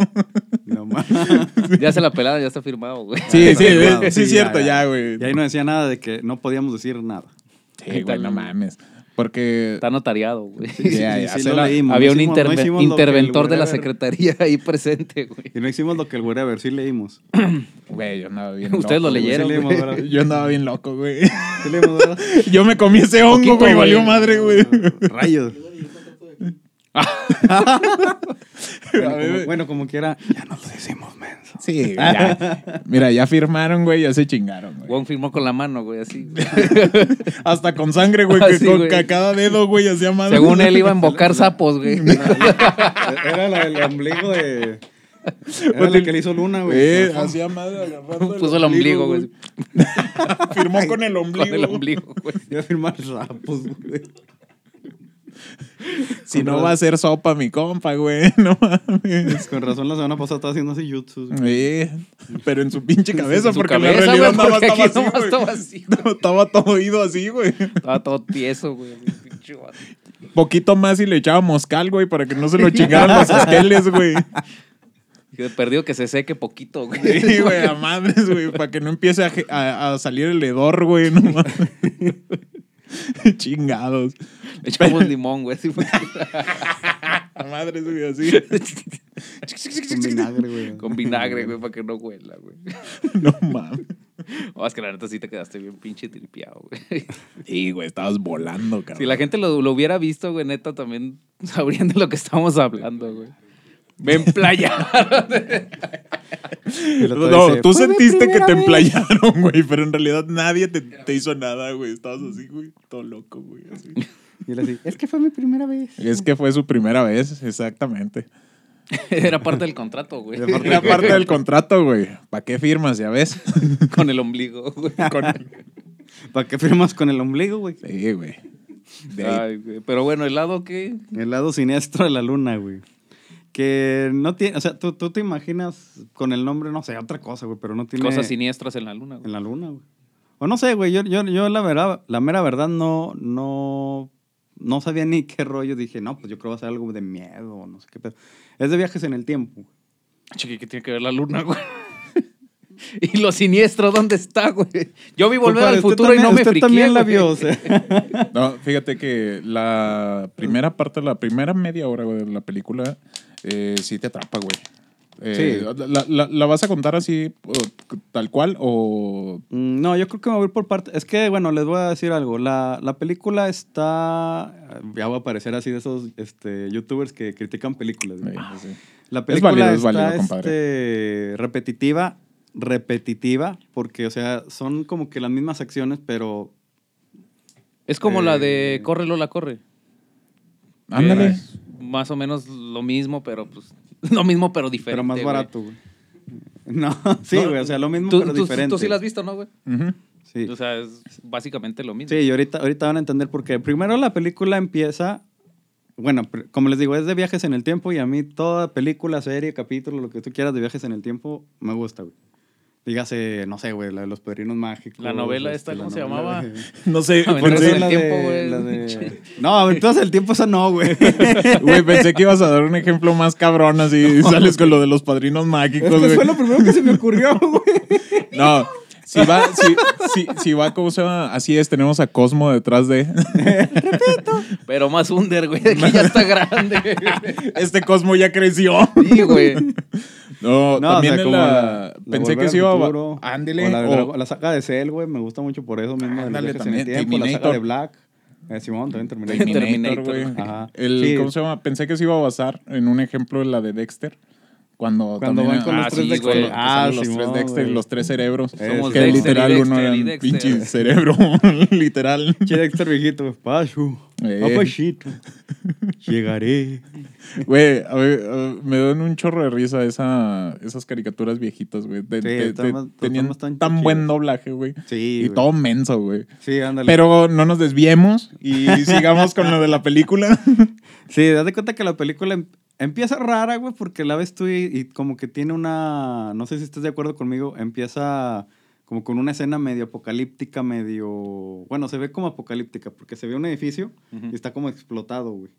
Speaker 2: No mames.
Speaker 1: [LAUGHS] Ya se la pelada, ya está firmado, güey.
Speaker 3: Sí, sí,
Speaker 2: Wow,
Speaker 3: sí, es cierto, ya, güey.
Speaker 2: Y ahí no decía nada de que no podíamos decir nada.
Speaker 3: Sí, güey, no mames. Porque
Speaker 1: Está notariado, güey.
Speaker 3: [LAUGHS] Sí, ya, ya, se
Speaker 2: lo
Speaker 3: la-
Speaker 2: leímos.
Speaker 1: Había
Speaker 2: No
Speaker 1: un
Speaker 2: hicimos- no
Speaker 1: interve-
Speaker 2: hicimos lo que el
Speaker 1: interventor de la
Speaker 2: wherever-
Speaker 1: secretaría ahí presente, güey.
Speaker 2: Y no hicimos lo que el wherever, sí
Speaker 3: [LAUGHS]
Speaker 2: leímos.
Speaker 3: Güey, yo andaba bien
Speaker 1: Ustedes
Speaker 3: loco,
Speaker 1: lo
Speaker 3: güey.
Speaker 1: leyeron,
Speaker 2: sí,
Speaker 1: güey.
Speaker 2: leímos, ¿verdad?
Speaker 3: [LAUGHS] Yo andaba bien loco, güey. [LAUGHS]
Speaker 2: Sí leímos, ¿verdad?
Speaker 3: Yo me comí ese hongo,
Speaker 1: Poquito, güey.
Speaker 3: güey, valió madre, güey. [LAUGHS]
Speaker 2: Rayos.
Speaker 3: A
Speaker 2: Bueno
Speaker 3: ver,
Speaker 2: como,
Speaker 3: güey.
Speaker 2: bueno, como quiera, ya nos los hicimos
Speaker 3: [LAUGHS]
Speaker 2: menso.
Speaker 3: Sí, ya. Mira, ya firmaron, güey, ya se chingaron, güey.
Speaker 1: Wong firmó con la mano, güey, así.
Speaker 2: [LAUGHS]
Speaker 3: Hasta con sangre, güey,
Speaker 1: Ah,
Speaker 3: que
Speaker 1: sí,
Speaker 3: con
Speaker 1: güey.
Speaker 3: ca- cada dedo, güey, hacía madre.
Speaker 1: Según él iba a
Speaker 3: [LAUGHS]
Speaker 1: invocar sapos,
Speaker 2: [LAUGHS]
Speaker 1: güey.
Speaker 2: Era la del ombligo de. Era la que le hizo Luna, güey.
Speaker 3: Eh, hacía madre agarrando
Speaker 1: [LAUGHS] Puso el ombligo, güey.
Speaker 3: Firmó con el ombligo.
Speaker 1: Con el ombligo, güey.
Speaker 2: Iba a firmar [LAUGHS] rapos, güey.
Speaker 3: Si no va a ser sopa, mi compa, güey. [LAUGHS] No mames.
Speaker 2: Con razón la semana pasada estaba haciendo así jutsu.
Speaker 3: [LAUGHS] Eh, pero en su pinche
Speaker 1: [LAUGHS]
Speaker 3: cabeza,
Speaker 1: En su
Speaker 3: porque
Speaker 1: cabeza,
Speaker 3: la realidad
Speaker 1: güey,
Speaker 3: andaba,
Speaker 1: porque aquí
Speaker 3: estaba así,
Speaker 1: nomás
Speaker 3: güey.
Speaker 1: estaba así, güey.
Speaker 3: Estaba todo oído así, güey.
Speaker 1: Estaba todo tieso, güey. Pinche vato.
Speaker 3: Poquito más y le echaba moscal, güey, para que no se lo
Speaker 1: [LAUGHS]
Speaker 3: chingaran los esqueles, güey.
Speaker 1: Yo he perdido que se seque poquito, güey.
Speaker 3: Sí, güey, a madres, güey, para que no empiece a, ge- a- a salir el hedor, güey, no mames. [LAUGHS] Chingados.
Speaker 1: Le Echamos limón, güey. así, güey,
Speaker 3: A madres, güey,
Speaker 2: [LAUGHS]
Speaker 3: así. [LAUGHS]
Speaker 2: Con vinagre, güey.
Speaker 1: Con vinagre, güey, para que no huela, güey.
Speaker 3: No mames.
Speaker 1: No, es que la neta sí te quedaste bien pinche tripeado, güey.
Speaker 3: Sí, güey, estabas volando, cabrón.
Speaker 1: Si la gente lo, lo hubiera visto, güey, neta, también [LAUGHS] sabrían de lo que estamos hablando, güey. Ven playa.
Speaker 2: Y la otra
Speaker 3: No,
Speaker 2: dice,
Speaker 3: tú
Speaker 2: "Fue mi
Speaker 3: sentiste que
Speaker 2: primera
Speaker 3: te
Speaker 2: vez".
Speaker 3: emplayaron, güey, pero en realidad nadie te, te hizo nada, güey. Estabas así, güey, todo loco, güey. así.
Speaker 2: Y él así, es que fue mi primera vez.
Speaker 3: Es que fue su primera vez, exactamente.
Speaker 1: [LAUGHS] Era parte del contrato, güey.
Speaker 2: Era parte-
Speaker 3: Era parte del contrato, güey. ¿Para qué firmas, ya ves? [LAUGHS]
Speaker 1: Con el ombligo, güey.
Speaker 2: [LAUGHS]
Speaker 3: Con-
Speaker 2: ¿Para qué firmas con el ombligo, güey?
Speaker 3: Sí, güey. De ahí-
Speaker 1: Ay, güey. Pero bueno, el lado que.
Speaker 2: El lado siniestro de la luna, güey. Que no tiene, o sea, tú, tú te imaginas con el nombre, no sé, otra cosa, güey, pero no tiene...
Speaker 1: Cosas siniestras en la luna,
Speaker 2: En
Speaker 1: güey.
Speaker 2: la luna, güey. O no sé, güey, yo, yo, yo la, verdad, la mera verdad no, no, no sabía ni qué rollo. Dije, no, pues yo creo que va a ser algo de miedo, o no sé qué pedo. Es de viajes en el tiempo. güey.
Speaker 1: Chiqui, ¿qué tiene que ver la luna, güey? [LAUGHS] Y lo siniestro, ¿dónde está, güey? Yo vi volver
Speaker 2: Compadre,
Speaker 1: al
Speaker 2: usted
Speaker 1: futuro
Speaker 2: también-
Speaker 1: y no me
Speaker 2: usted
Speaker 1: friqué.
Speaker 2: también la
Speaker 1: güey.
Speaker 2: vio, o sea.
Speaker 3: No, fíjate que la primera parte, la primera media hora güey, de la película, eh, sí te atrapa, güey. Eh,
Speaker 2: Sí.
Speaker 3: La, la- la vas a contar así, o- tal cual, o
Speaker 2: Mm, No, yo creo que me voy a ir por parte. Es que, bueno, les voy a decir algo. La, la película está. Ya va a aparecer así de esos este, youtubers que critican películas. güey.
Speaker 1: Ah,
Speaker 3: Sí, sí.
Speaker 2: La película
Speaker 3: válido, es
Speaker 2: está
Speaker 3: válido,
Speaker 2: este, repetitiva, repetitiva, porque, o sea, son como que las mismas acciones, pero
Speaker 1: Es como la de
Speaker 2: Eh.
Speaker 1: Corre Lola Corre.
Speaker 3: Ándale.
Speaker 1: Más o menos lo mismo, pero pues. [LAUGHS] Lo mismo, pero diferente.
Speaker 2: Pero más
Speaker 1: güey.
Speaker 2: barato, güey. No, sí,
Speaker 1: No,
Speaker 2: güey, [LAUGHS] o sea, lo mismo,
Speaker 1: Tú,
Speaker 2: pero
Speaker 1: tú-
Speaker 2: diferente.
Speaker 1: tú sí la has visto, ¿no, güey?
Speaker 3: Ujú.
Speaker 2: Sí,
Speaker 1: O sea, es básicamente lo mismo.
Speaker 2: Sí, y ahorita, ahorita van a entender por qué. Primero la película empieza, bueno, pr- como les digo, es de viajes en el tiempo y a mí toda película, serie, capítulo, lo que tú quieras de viajes en el tiempo, me gusta, güey. Dígase, no sé, güey, la de los padrinos mágicos. este,
Speaker 1: La novela esta,
Speaker 2: Oh, pues, la
Speaker 1: ¿cómo se
Speaker 2: novela
Speaker 1: llamaba?
Speaker 2: de-
Speaker 3: No sé,
Speaker 1: Aventuras
Speaker 3: [LAUGHS] pensé-
Speaker 1: en el
Speaker 2: la
Speaker 1: tiempo,
Speaker 2: de-
Speaker 1: güey.
Speaker 2: la de- [LAUGHS] No, aventuras del tiempo, esa no, [LAUGHS] güey.
Speaker 3: Güey, pensé que ibas a dar un ejemplo más cabrón así. [LAUGHS] Sales con lo de los padrinos mágicos,
Speaker 2: Esto
Speaker 3: güey.
Speaker 2: fue lo primero que se me ocurrió, güey.
Speaker 3: No, si va, si, si, si va, ¿cómo se llama? Así es, tenemos a Cosmo detrás de. [LAUGHS]
Speaker 1: Pero más under, güey. Que ya está grande.
Speaker 3: Este Cosmo ya creció.
Speaker 1: Sí, güey.
Speaker 2: No,
Speaker 3: No, también
Speaker 2: o sea,
Speaker 3: en
Speaker 2: como
Speaker 3: la-
Speaker 2: la- la
Speaker 3: Pensé que
Speaker 2: Volver
Speaker 3: se
Speaker 2: al
Speaker 3: iba
Speaker 2: Futuro,
Speaker 3: a. Ándele.
Speaker 2: o la, de
Speaker 3: o- [LAUGHS]
Speaker 2: Drago- la saga de Cell, güey, me gusta mucho por eso mismo. de los
Speaker 3: Ándale,
Speaker 2: viajes en el
Speaker 3: también,
Speaker 2: tiempo, La saga de
Speaker 3: Terminator.
Speaker 2: Black. Eh, Simón, también Terminator.
Speaker 1: Terminator.
Speaker 3: Terminator, güey.
Speaker 2: Ajá.
Speaker 3: El-
Speaker 2: Sí.
Speaker 3: ¿Cómo se llama? Pensé que se iba a basar en un ejemplo de la de Dexter. Cuando,
Speaker 2: Cuando
Speaker 3: también-
Speaker 2: van con los
Speaker 1: tres Dexter.
Speaker 3: güey.
Speaker 2: Ah,
Speaker 3: Ah, los
Speaker 2: Simón,
Speaker 3: tres Dexter,
Speaker 2: güey.
Speaker 3: los tres cerebros.
Speaker 2: Somos
Speaker 3: que
Speaker 2: Dexter y
Speaker 3: literal
Speaker 1: Dexter
Speaker 3: uno era
Speaker 1: y
Speaker 3: un
Speaker 1: Dexter.
Speaker 3: pinche cerebro, [LAUGHS] literal.
Speaker 2: Che, Dexter viejito, pacho,
Speaker 3: Eh. [LAUGHS]
Speaker 2: papachito, llegaré.
Speaker 3: Güey, a ver, eh, me dan un chorro de risa esa, esas caricaturas viejitas, güey. Te-
Speaker 2: Sí,
Speaker 3: te-
Speaker 2: están
Speaker 3: te-
Speaker 2: más- están
Speaker 3: tenían
Speaker 2: más tan
Speaker 3: tan, buen
Speaker 2: chidas.
Speaker 3: doblaje, güey.
Speaker 2: Sí,
Speaker 3: Y
Speaker 2: güey.
Speaker 3: todo menso, güey.
Speaker 2: Sí, ándale.
Speaker 3: Pero no nos desviemos y sigamos con lo de la película.
Speaker 2: Sí, date cuenta que la película em- empieza rara, güey, porque la ves tú y, y como que tiene una. No sé si estás de acuerdo conmigo, empieza como con una escena medio apocalíptica, medio. Bueno, se ve como apocalíptica, porque se ve un edificio
Speaker 3: Mm.
Speaker 2: y está como explotado, güey.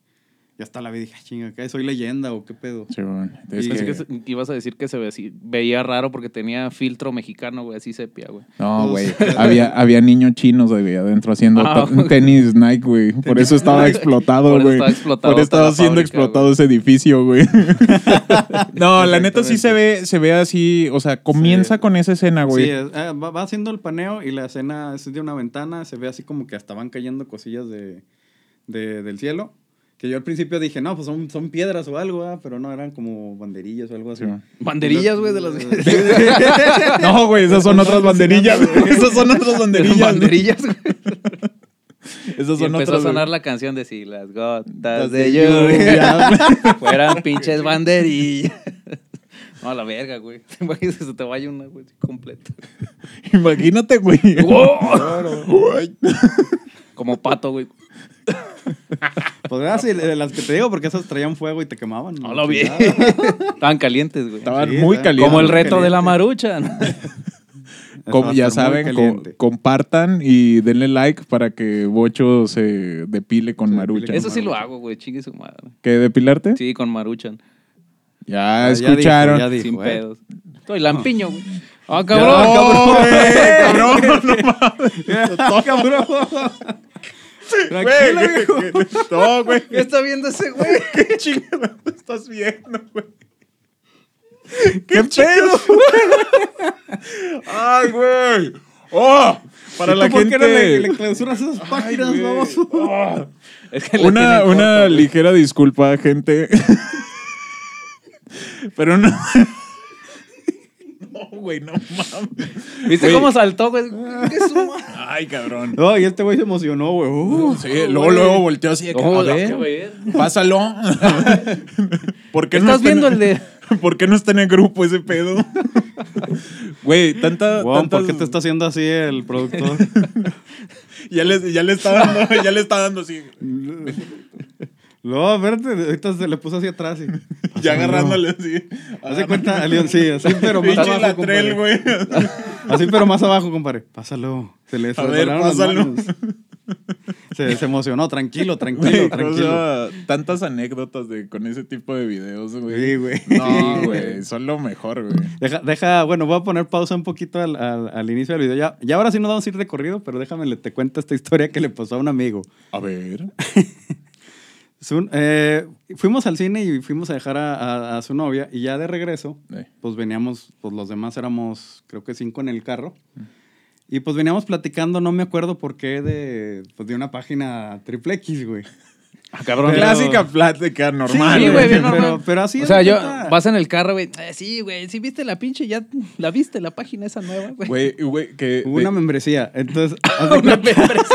Speaker 2: Y hasta la vi dije, "Ah, chinga, ¿qué? ¿Soy leyenda o qué pedo?
Speaker 3: Sí, güey. Es
Speaker 2: Y-
Speaker 1: Pensé
Speaker 3: que-
Speaker 1: que se- ibas a decir que se ve así- veía raro porque tenía filtro mexicano, güey, así sepia, güey.
Speaker 3: No, güey.
Speaker 2: Pues-
Speaker 3: había, había niños chinos ahí adentro haciendo
Speaker 1: Ah,
Speaker 3: ta-
Speaker 1: güey.
Speaker 3: tenis Nike, güey. Por eso estaba explotado,
Speaker 1: Por
Speaker 3: güey.
Speaker 1: eso estaba explotado
Speaker 3: Por eso
Speaker 1: hasta
Speaker 3: estaba
Speaker 1: la
Speaker 3: siendo
Speaker 1: fábrica,
Speaker 3: explotado ese edificio, güey. [LAUGHS] no, la neta sí se ve, se ve así. O sea, comienza
Speaker 2: Sí.
Speaker 3: con esa escena, güey.
Speaker 2: Sí, es- ah, va, va haciendo el paneo y la escena es de una ventana, se ve así como que hasta van cayendo cosillas de, de- del cielo. Que yo al principio dije, no, pues son, son piedras o algo, ah", pero no, eran como banderillas o algo así.
Speaker 3: Sí, man.
Speaker 1: Banderillas, güey, de las [LAUGHS]
Speaker 3: [LAUGHS] No, güey, esas son otras banderillas.
Speaker 2: Alucinando,
Speaker 3: esas son otras banderillas.
Speaker 1: banderillas, güey.
Speaker 3: Esas
Speaker 1: Y
Speaker 3: son
Speaker 1: empezó
Speaker 3: otras.
Speaker 1: a sonar
Speaker 3: güey.
Speaker 1: la canción de si las gotas
Speaker 3: Las
Speaker 1: de
Speaker 3: de
Speaker 1: lluvia [LAUGHS] fueran pinches banderillas. [LAUGHS] No, a la verga, güey. [LAUGHS] Te imaginas que se te vaya una, güey, completa.
Speaker 3: [LAUGHS] Imagínate, güey. Güey.
Speaker 1: Como pato, güey.
Speaker 2: Pues eran así, de las que te digo, porque esas traían fuego y te quemaban.
Speaker 1: No lo vi.
Speaker 2: Chingada.
Speaker 1: Estaban calientes, güey.
Speaker 3: Estaban
Speaker 2: Sí,
Speaker 3: muy
Speaker 2: está-
Speaker 3: calientes.
Speaker 1: Como el
Speaker 2: re-
Speaker 1: reto de la marucha. ¿no?
Speaker 3: Como ya
Speaker 2: Estaba muy
Speaker 3: saben, co-
Speaker 2: caliente.
Speaker 3: compartan y denle like para que Bocho se depile con
Speaker 2: Se
Speaker 3: Maruchan.
Speaker 2: depile
Speaker 1: Eso sí lo hago, güey. Chingue su madre.
Speaker 3: ¿Qué, depilarte?
Speaker 1: Sí, con maruchan.
Speaker 3: Ya
Speaker 2: Ah, ya
Speaker 3: escucharon.
Speaker 2: dijo, ya dijo.
Speaker 1: Sin
Speaker 2: eh.
Speaker 1: pedos. Estoy lampiño, güey. ¡Ah,
Speaker 3: ¡No,
Speaker 1: cabrón!
Speaker 3: güey! ¡Cabrón! no [LAUGHS]
Speaker 2: Ah, cabrón. Tranquilo,
Speaker 3: mames,
Speaker 2: viejo.
Speaker 3: güey. No, güey.
Speaker 1: ¿Qué está viendo ese güey? [LAUGHS]
Speaker 3: ¿Qué chingada estás viendo, güey? ¿Qué, pedo? ¡Ay, güey! ¡Oh! Para
Speaker 2: ¿Y
Speaker 3: la
Speaker 2: tú por
Speaker 3: gente...
Speaker 2: qué no le, le clausuras esas
Speaker 3: Ay,
Speaker 2: páginas,
Speaker 3: güey.
Speaker 2: vamos?
Speaker 3: Oh. [LAUGHS]
Speaker 1: Es que la
Speaker 3: Una,
Speaker 1: tiene
Speaker 3: una
Speaker 1: corta, güey.
Speaker 3: ligera disculpa, gente. [LAUGHS] Pero no. No, güey, no mames.
Speaker 1: ¿Viste
Speaker 3: Güey. Ah,
Speaker 1: cómo saltó, güey? ¿Qué es su madre?
Speaker 3: Ay, cabrón.
Speaker 2: [LAUGHS] No, y este güey se emocionó, güey. Uh,
Speaker 3: Sí, luego, luego volteó así de que,
Speaker 1: Oh,
Speaker 3: a
Speaker 1: la
Speaker 3: ver,
Speaker 1: que-
Speaker 3: pásalo. [LAUGHS] ¿Por qué
Speaker 1: ¿Estás
Speaker 3: está en-
Speaker 1: viendo el de-
Speaker 3: [LAUGHS] ¿Por qué no está en el grupo ese pedo? [LAUGHS] Güey, tanta.
Speaker 2: Guau, ¿por
Speaker 3: tantas-
Speaker 2: qué te está haciendo así el
Speaker 3: [LAUGHS]
Speaker 2: productor?
Speaker 3: Ya le, ya le está dando, ya le está dando así.
Speaker 2: No, espérate, ahorita se le puso hacia atrás y...
Speaker 3: Ya agarrándole así.
Speaker 2: Haz de cuenta, a León, sí, así pero más
Speaker 3: Ah, [LAUGHS] Pinche
Speaker 2: abajo,
Speaker 3: latrel,
Speaker 2: compadre.
Speaker 3: güey.
Speaker 2: Así pero más abajo, compadre. Pásalo. Se le
Speaker 3: A ver,
Speaker 2: resbalaron las
Speaker 3: pásalo.
Speaker 2: manos. Se, se emocionó, tranquilo, tranquilo,
Speaker 3: Güey, o
Speaker 2: tranquilo.
Speaker 3: sea, tantas anécdotas de con ese tipo de videos, güey.
Speaker 2: Sí, güey.
Speaker 3: No, güey, son lo mejor, güey.
Speaker 2: Deja, deja, bueno, voy a poner pausa un poquito al, al- al inicio del video. Ya, ya ahora sí nos vamos a ir de corrido, pero déjame le te cuento esta historia que le pasó a un amigo.
Speaker 3: A ver.
Speaker 2: Su- eh, fuimos al cine y fuimos a dejar a, a- a su novia y ya de regreso,
Speaker 3: Eh.
Speaker 2: pues veníamos, pues los demás éramos creo que cinco en el carro.
Speaker 3: Mm.
Speaker 2: Y pues veníamos platicando, no me acuerdo por qué, de, pues, de una página triple X, güey.
Speaker 1: Ah, cabrón.
Speaker 2: Pero-
Speaker 3: Clásica plática normal.
Speaker 1: Sí, güey, bien
Speaker 2: [LAUGHS] pero-
Speaker 1: normal.
Speaker 2: pero así
Speaker 1: O
Speaker 2: es,
Speaker 1: sea, yo
Speaker 2: neta.
Speaker 1: vas en el carro, güey. eh, sí, güey, sí viste la pinche, ya la viste la página esa nueva, güey. [LAUGHS]
Speaker 3: Güey, güey, que.
Speaker 2: Hubo una
Speaker 3: de-
Speaker 2: membresía. Entonces, haz de
Speaker 1: Una
Speaker 2: cuenta-
Speaker 1: membresía.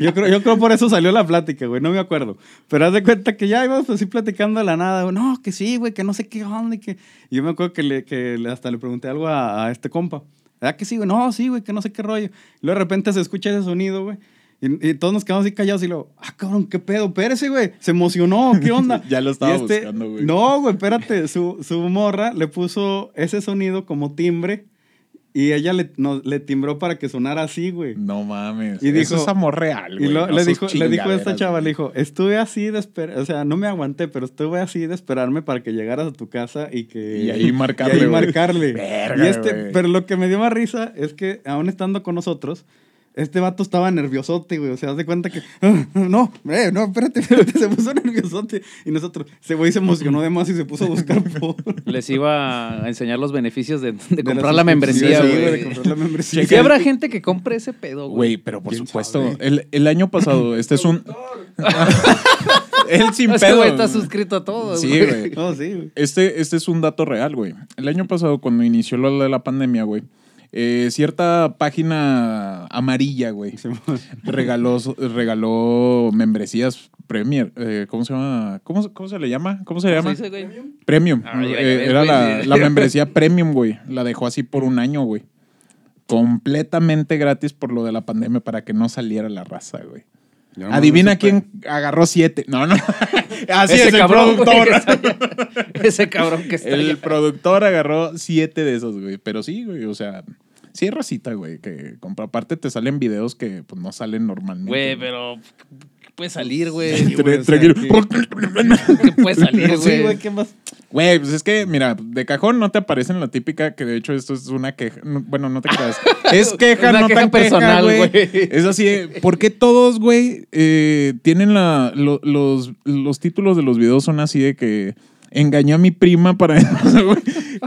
Speaker 2: yo, creo, yo creo por eso salió la plática, güey, no me acuerdo. Pero haz de cuenta que ya íbamos así platicando de la nada. güey, No, que sí, güey, que no sé qué onda. Y que... y yo me acuerdo que, le, que le- hasta le pregunté algo a, a este compa. ¿Verdad que sí, güey? No, sí, güey, que no sé qué rollo. Y luego de repente se escucha ese sonido, güey. Y, y todos nos quedamos así callados y luego, ah, cabrón, qué pedo, espérese, güey. Se emocionó,
Speaker 3: [LAUGHS]
Speaker 2: ¿qué onda?
Speaker 3: Ya lo
Speaker 2: Y este
Speaker 3: estaba buscando, güey.
Speaker 2: No, güey, espérate. Su, su morra le puso ese sonido como timbre y ella le, no, le timbró para que sonara así, güey.
Speaker 3: No mames.
Speaker 2: Y
Speaker 3: Y dijo,
Speaker 2: dijo-
Speaker 3: es amor real, güey.
Speaker 2: Y lo-
Speaker 3: no
Speaker 2: le,
Speaker 3: sus
Speaker 2: dijo, le dijo a esta
Speaker 3: chingaderas,
Speaker 2: chava,
Speaker 3: güey.
Speaker 2: le dijo, estuve así de esperar, o sea, no me aguanté, pero estuve así de esperarme para que llegaras a tu casa [LAUGHS] y que...
Speaker 3: Y ahí marcarle,
Speaker 2: Y ahí
Speaker 3: güey.
Speaker 2: marcarle.
Speaker 3: Verga,
Speaker 2: y este,
Speaker 3: güey.
Speaker 2: pero lo que me dio más risa es que aún estando con nosotros, este vato estaba nerviosote, güey. O sea, haz de cuenta que, "Ah, no, eh, no, espérate, [LAUGHS] espérate, se puso nerviosote. Y nosotros, ese güey se emocionó de más y se puso a buscar por...
Speaker 1: Les iba a enseñar los beneficios de, de
Speaker 2: de
Speaker 1: comprar la
Speaker 2: suscripción,
Speaker 1: membresía,
Speaker 2: sí,
Speaker 1: güey.
Speaker 2: de comprar la membresía.
Speaker 1: Sí
Speaker 2: [LAUGHS]
Speaker 1: habrá gente que compre ese pedo, güey.
Speaker 3: Güey, pero por
Speaker 2: ¿Quién
Speaker 3: supuesto,
Speaker 2: sabe?
Speaker 3: el, el año pasado, este es un... [LAUGHS] Él sin
Speaker 1: Ese
Speaker 3: pedo.
Speaker 1: güey está suscrito a todo.
Speaker 3: Sí, güey.
Speaker 2: Oh, sí, güey.
Speaker 3: Este, este es un dato real, güey. El año pasado, cuando inició lo de la pandemia, güey, eh, cierta página amarilla, güey,
Speaker 2: pues.
Speaker 3: regaló, regaló membresías Premier. eh, ¿Cómo se llama? ¿Cómo, cómo se le llama? ¿Cómo se le llama?
Speaker 1: ¿Cómo se dice, güey?
Speaker 3: Premium.
Speaker 1: Ah, ya, ya
Speaker 3: Eh,
Speaker 1: ves,
Speaker 3: era
Speaker 1: güey,
Speaker 3: la,
Speaker 1: sí.
Speaker 3: la membresía Premium, güey. La dejó así por un año, güey. Completamente gratis por lo de la pandemia para que no saliera la raza, güey.
Speaker 2: Yo no
Speaker 3: Adivina
Speaker 2: supe.
Speaker 3: quién agarró siete. No, [LAUGHS] no. Así
Speaker 1: Ese
Speaker 3: es, el
Speaker 1: cabrón, güey,
Speaker 3: productor.
Speaker 1: que [LAUGHS] está allá. Ese cabrón que está
Speaker 3: El
Speaker 1: allá.
Speaker 3: productor agarró siete de esos, güey. Pero sí, güey, o sea, sí hay racita, güey, que compra. Aparte te salen videos que pues, no salen normalmente.
Speaker 1: Güey, pero puede salir,
Speaker 3: Sí,
Speaker 1: güey.
Speaker 2: güey,
Speaker 3: tra-
Speaker 2: o sea,
Speaker 3: Tranquilo.
Speaker 1: Que puede salir,
Speaker 2: [LAUGHS] Sí,
Speaker 1: güey.
Speaker 2: güey, ¿qué más?
Speaker 3: Güey, pues es que, mira, de cajón no te aparecen la típica, que de hecho esto es una queja. no, bueno, no te
Speaker 1: [LAUGHS]
Speaker 3: creas. Es queja,
Speaker 1: Una
Speaker 3: no
Speaker 1: queja
Speaker 3: tan
Speaker 1: personal,
Speaker 3: personal, güey.
Speaker 1: güey.
Speaker 3: Es así, de, ¿por qué todos, güey, eh, tienen la, lo- los, los títulos de los videos son así de que engañó a mi prima para... [LAUGHS] güey.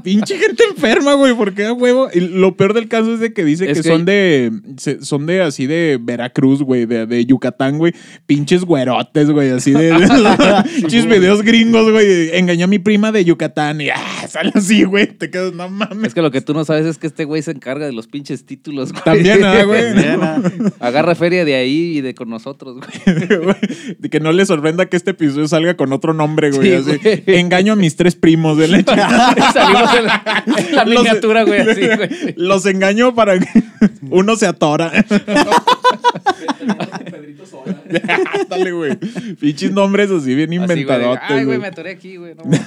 Speaker 3: Pinche gente enferma, güey, ¿por qué, a huevo? Y lo peor del caso es de que dice
Speaker 1: Es
Speaker 3: que,
Speaker 1: que-
Speaker 3: son de... se- son de así de Veracruz, güey, de, de Yucatán, güey. Pinches güerotes, güey,
Speaker 1: [LAUGHS]
Speaker 3: así de... pinches videos gringos, güey. Engañó a mi prima de Yucatán y... Ah, sale así, güey. Te quedas, no mames.
Speaker 1: Es que lo que tú no sabes es que este güey se encarga de los pinches títulos, güey.
Speaker 3: También, ah, güey.
Speaker 2: También, ah.
Speaker 1: Agarra feria de ahí y de con nosotros, güey. [LAUGHS]
Speaker 3: Güey, de que no le sorprenda que este episodio salga con otro nombre, güey.
Speaker 1: Sí,
Speaker 3: así.
Speaker 1: güey.
Speaker 3: Engaño a mis tres
Speaker 1: [LAUGHS]
Speaker 3: primos de leche.
Speaker 1: Salimos en la, en la
Speaker 3: Los-
Speaker 1: miniatura, güey,
Speaker 3: [LAUGHS]
Speaker 1: así, güey.
Speaker 3: Los engaño para que
Speaker 1: [LAUGHS]
Speaker 3: uno se atora. [LAUGHS] Dale, güey. Pinches nombres así bien
Speaker 1: Así, güey, de,
Speaker 3: inventadotes.
Speaker 1: Ay, güey, me
Speaker 3: güey.
Speaker 1: atoré aquí, güey.
Speaker 3: [LAUGHS]
Speaker 1: no, güey".